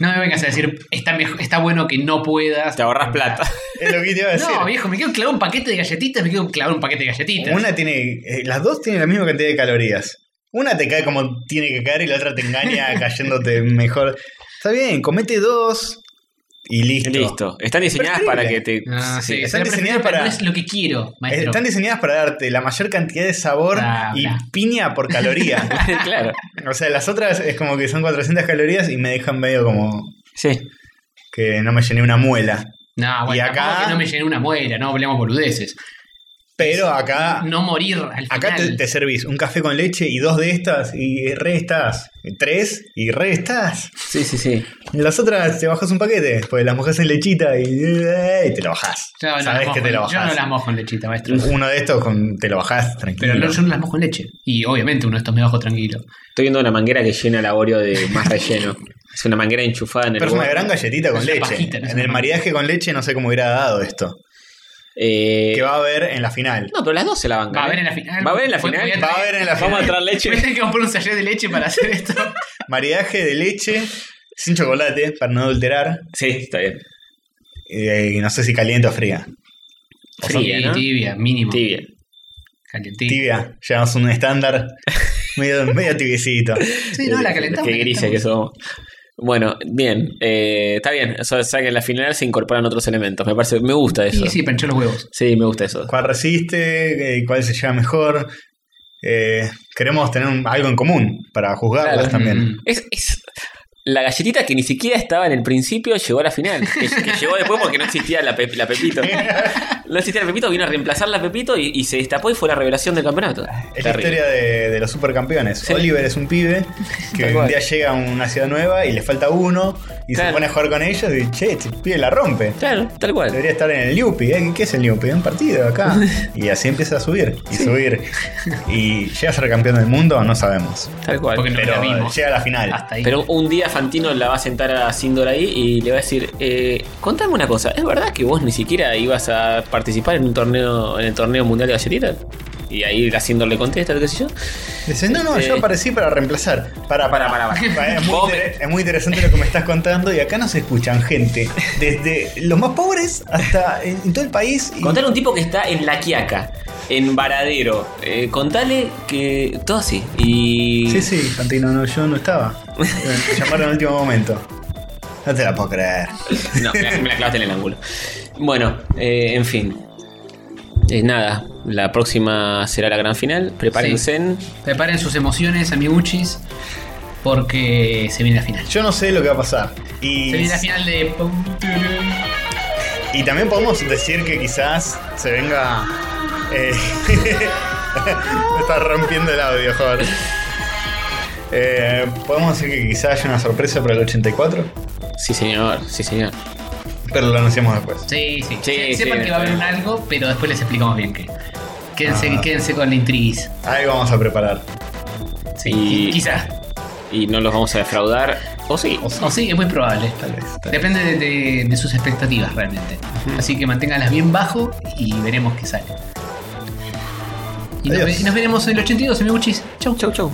No me vengas a decir, está, mej- está bueno que no puedas.
Te ahorras plata.
Es lo que te iba a decir.
*laughs* No, viejo, me quiero clavar un paquete de galletitas, me quiero clavar un paquete de galletitas.
Una tiene. eh, las dos tienen la misma cantidad de calorías. Una te cae como tiene que caer y la otra te
*laughs*
engaña cayéndote mejor. Está bien, comete dos y listo.
*laughs* Listo. Están diseñadas
Preferible.
para que te.
Ah, sí,
están
pero prefiero- pero
diseñadas para-
no es lo que quiero,
Eh,
maestro.
Están diseñadas para darte la mayor cantidad de sabor
Bla,
y
bla.
piña por
*laughs*
caloría.
*laughs* claro.
o sea, las otras es como que son 400 calorías y me dejan medio como
Sí.
que no me llené una muela.
No, bueno,
Y acá-
acá que no me llené una muela, no hablemos boludeces.
Pero acá
No morir al
Acá te,
final.
te servís un café con leche y dos de estas y re estás. Tres y re estás.
Sí, sí, sí.
En Las otras te bajas un paquete, pues las mojas en lechita y, eh, y te lo bajás.
Yo no las
Sabés
mojo
que
en-
te
Yo
lo
no
bajás.
las mojo en lechita, maestro.
Uno de estos con- te lo bajás tranquilo.
Pero no, yo no las mojo en leche. Y obviamente uno de estos me bajo tranquilo.
Estoy viendo una manguera que llena el Oreo de
*laughs*
más relleno. es una manguera enchufada en el.
Pero es una
borde.
gran galletita con
Es una
leche.
pajita, no es
en
una
el
manga.
maridaje con leche no sé cómo hubiera dado esto.
Eh,
Que va a haber en la final.
No, pero las dos se la bancan.
Va a
¿eh?
haber en la final.
Va a haber en la
Voy-
final.
voy
Va a haber en la
*laughs* Vamos a
final.
entrar leche.
*laughs*
Voy a tener que comprar un sachet de leche para hacer
*laughs*
esto.
Maridaje de leche sin chocolate para no adulterar.
Sí, está bien.
Eh, y no sé si caliente o fría.
Fría,
Sí,
¿no?
tibia, mínimo.
Tibia.
Calentita.
Tibia, llevamos un estándar medio, medio tibiecito.
Sí, no, la calentamos.
Eh, Qué
la
grises que
calentamos.
somos. Bueno, bien. eh, está bien. O sea, que en la final se incorporan otros elementos. Me parece. Me gusta eso.
Y sí, panchó los huevos.
Sí, me gusta eso.
cuál resiste, eh, cuál se lleva mejor. Eh, queremos tener un- algo en común para juzgarlas
Claro.
también.
Mm.
Es, es- la galletita que ni siquiera estaba en el principio llegó a la final. Que, que llegó después porque no existía la, pep- la Pepito. No existía la Pepito, vino a reemplazar la Pepito y, y se destapó y fue la revelación del campeonato.
Es la
Terrible.
historia de, de los supercampeones.
Sí.
Oliver es un pibe que un
cual.
día llega a una ciudad nueva y le falta uno y se
Claro.
pone a jugar con ellos y che, este pibe la rompe.
Claro, tal cual.
Debería estar en el Liupi, ¿eh? ¿qué es el Liupi? Un partido acá. Y así empieza a subir y subir. Y llega a ser campeón del mundo, no sabemos.
Tal cual.
Porque no
Pero
la vimos.
llega a la final.
Hasta ahí.
Pero un día Fantino la va a sentar a Sindor ahí y le va a decir, eh, contame una cosa, ¿es verdad que vos ni siquiera ibas a participar en un torneo, en el torneo mundial de galletitas? Y ahí la Sindor le contesta, qué sé yo.
Dice, no, no,
Eh.
yo aparecí para reemplazar. Para, para, para. Es, muy
Vos me-
inter- es muy interesante lo que me estás contando y acá nos escuchan gente. Desde los más pobres hasta en, en todo el país. Y
Contale a un tipo que está en La Quiaca, en Varadero. eh, contale que todo así. Y...
Sí, sí, Fantino, no, yo no estaba. Me llamaron al último momento. No te la puedo creer.
*laughs* No, me la, me la clavaste en el ángulo. Bueno, eh, en fin. Eh, nada, la próxima será la gran final. Prepárense.
Preparen sus emociones, amiguchis, porque se viene la final.
Yo no sé lo que va a pasar. Y,
Se viene la final de.
y también podemos decir que quizás se venga. eh, *laughs* me está rompiendo el audio, joder. Eh, podemos decir que quizás haya una sorpresa para el 84,
Sí, señor, sí, señor.
pero lo anunciamos después.
Sí, sí.
Sí,
Se-
sí,
Sepan que va a haber un
está
algo, pero después les explicamos bien qué. Quédense,
Ah.
quédense con la intriguis.
Algo vamos a preparar.
Sí,
Y-
quizás.
Y no los vamos a defraudar. O sí.
O sí,
O sí, es muy probable.
tal vez. tal vez.
Depende de, de- de sus expectativas realmente. Así que manténgalas bien bajo y veremos qué sale. Y nos,
Adiós.
ve- y nos veremos en el 82, amiguchis. Chau, chau, chau.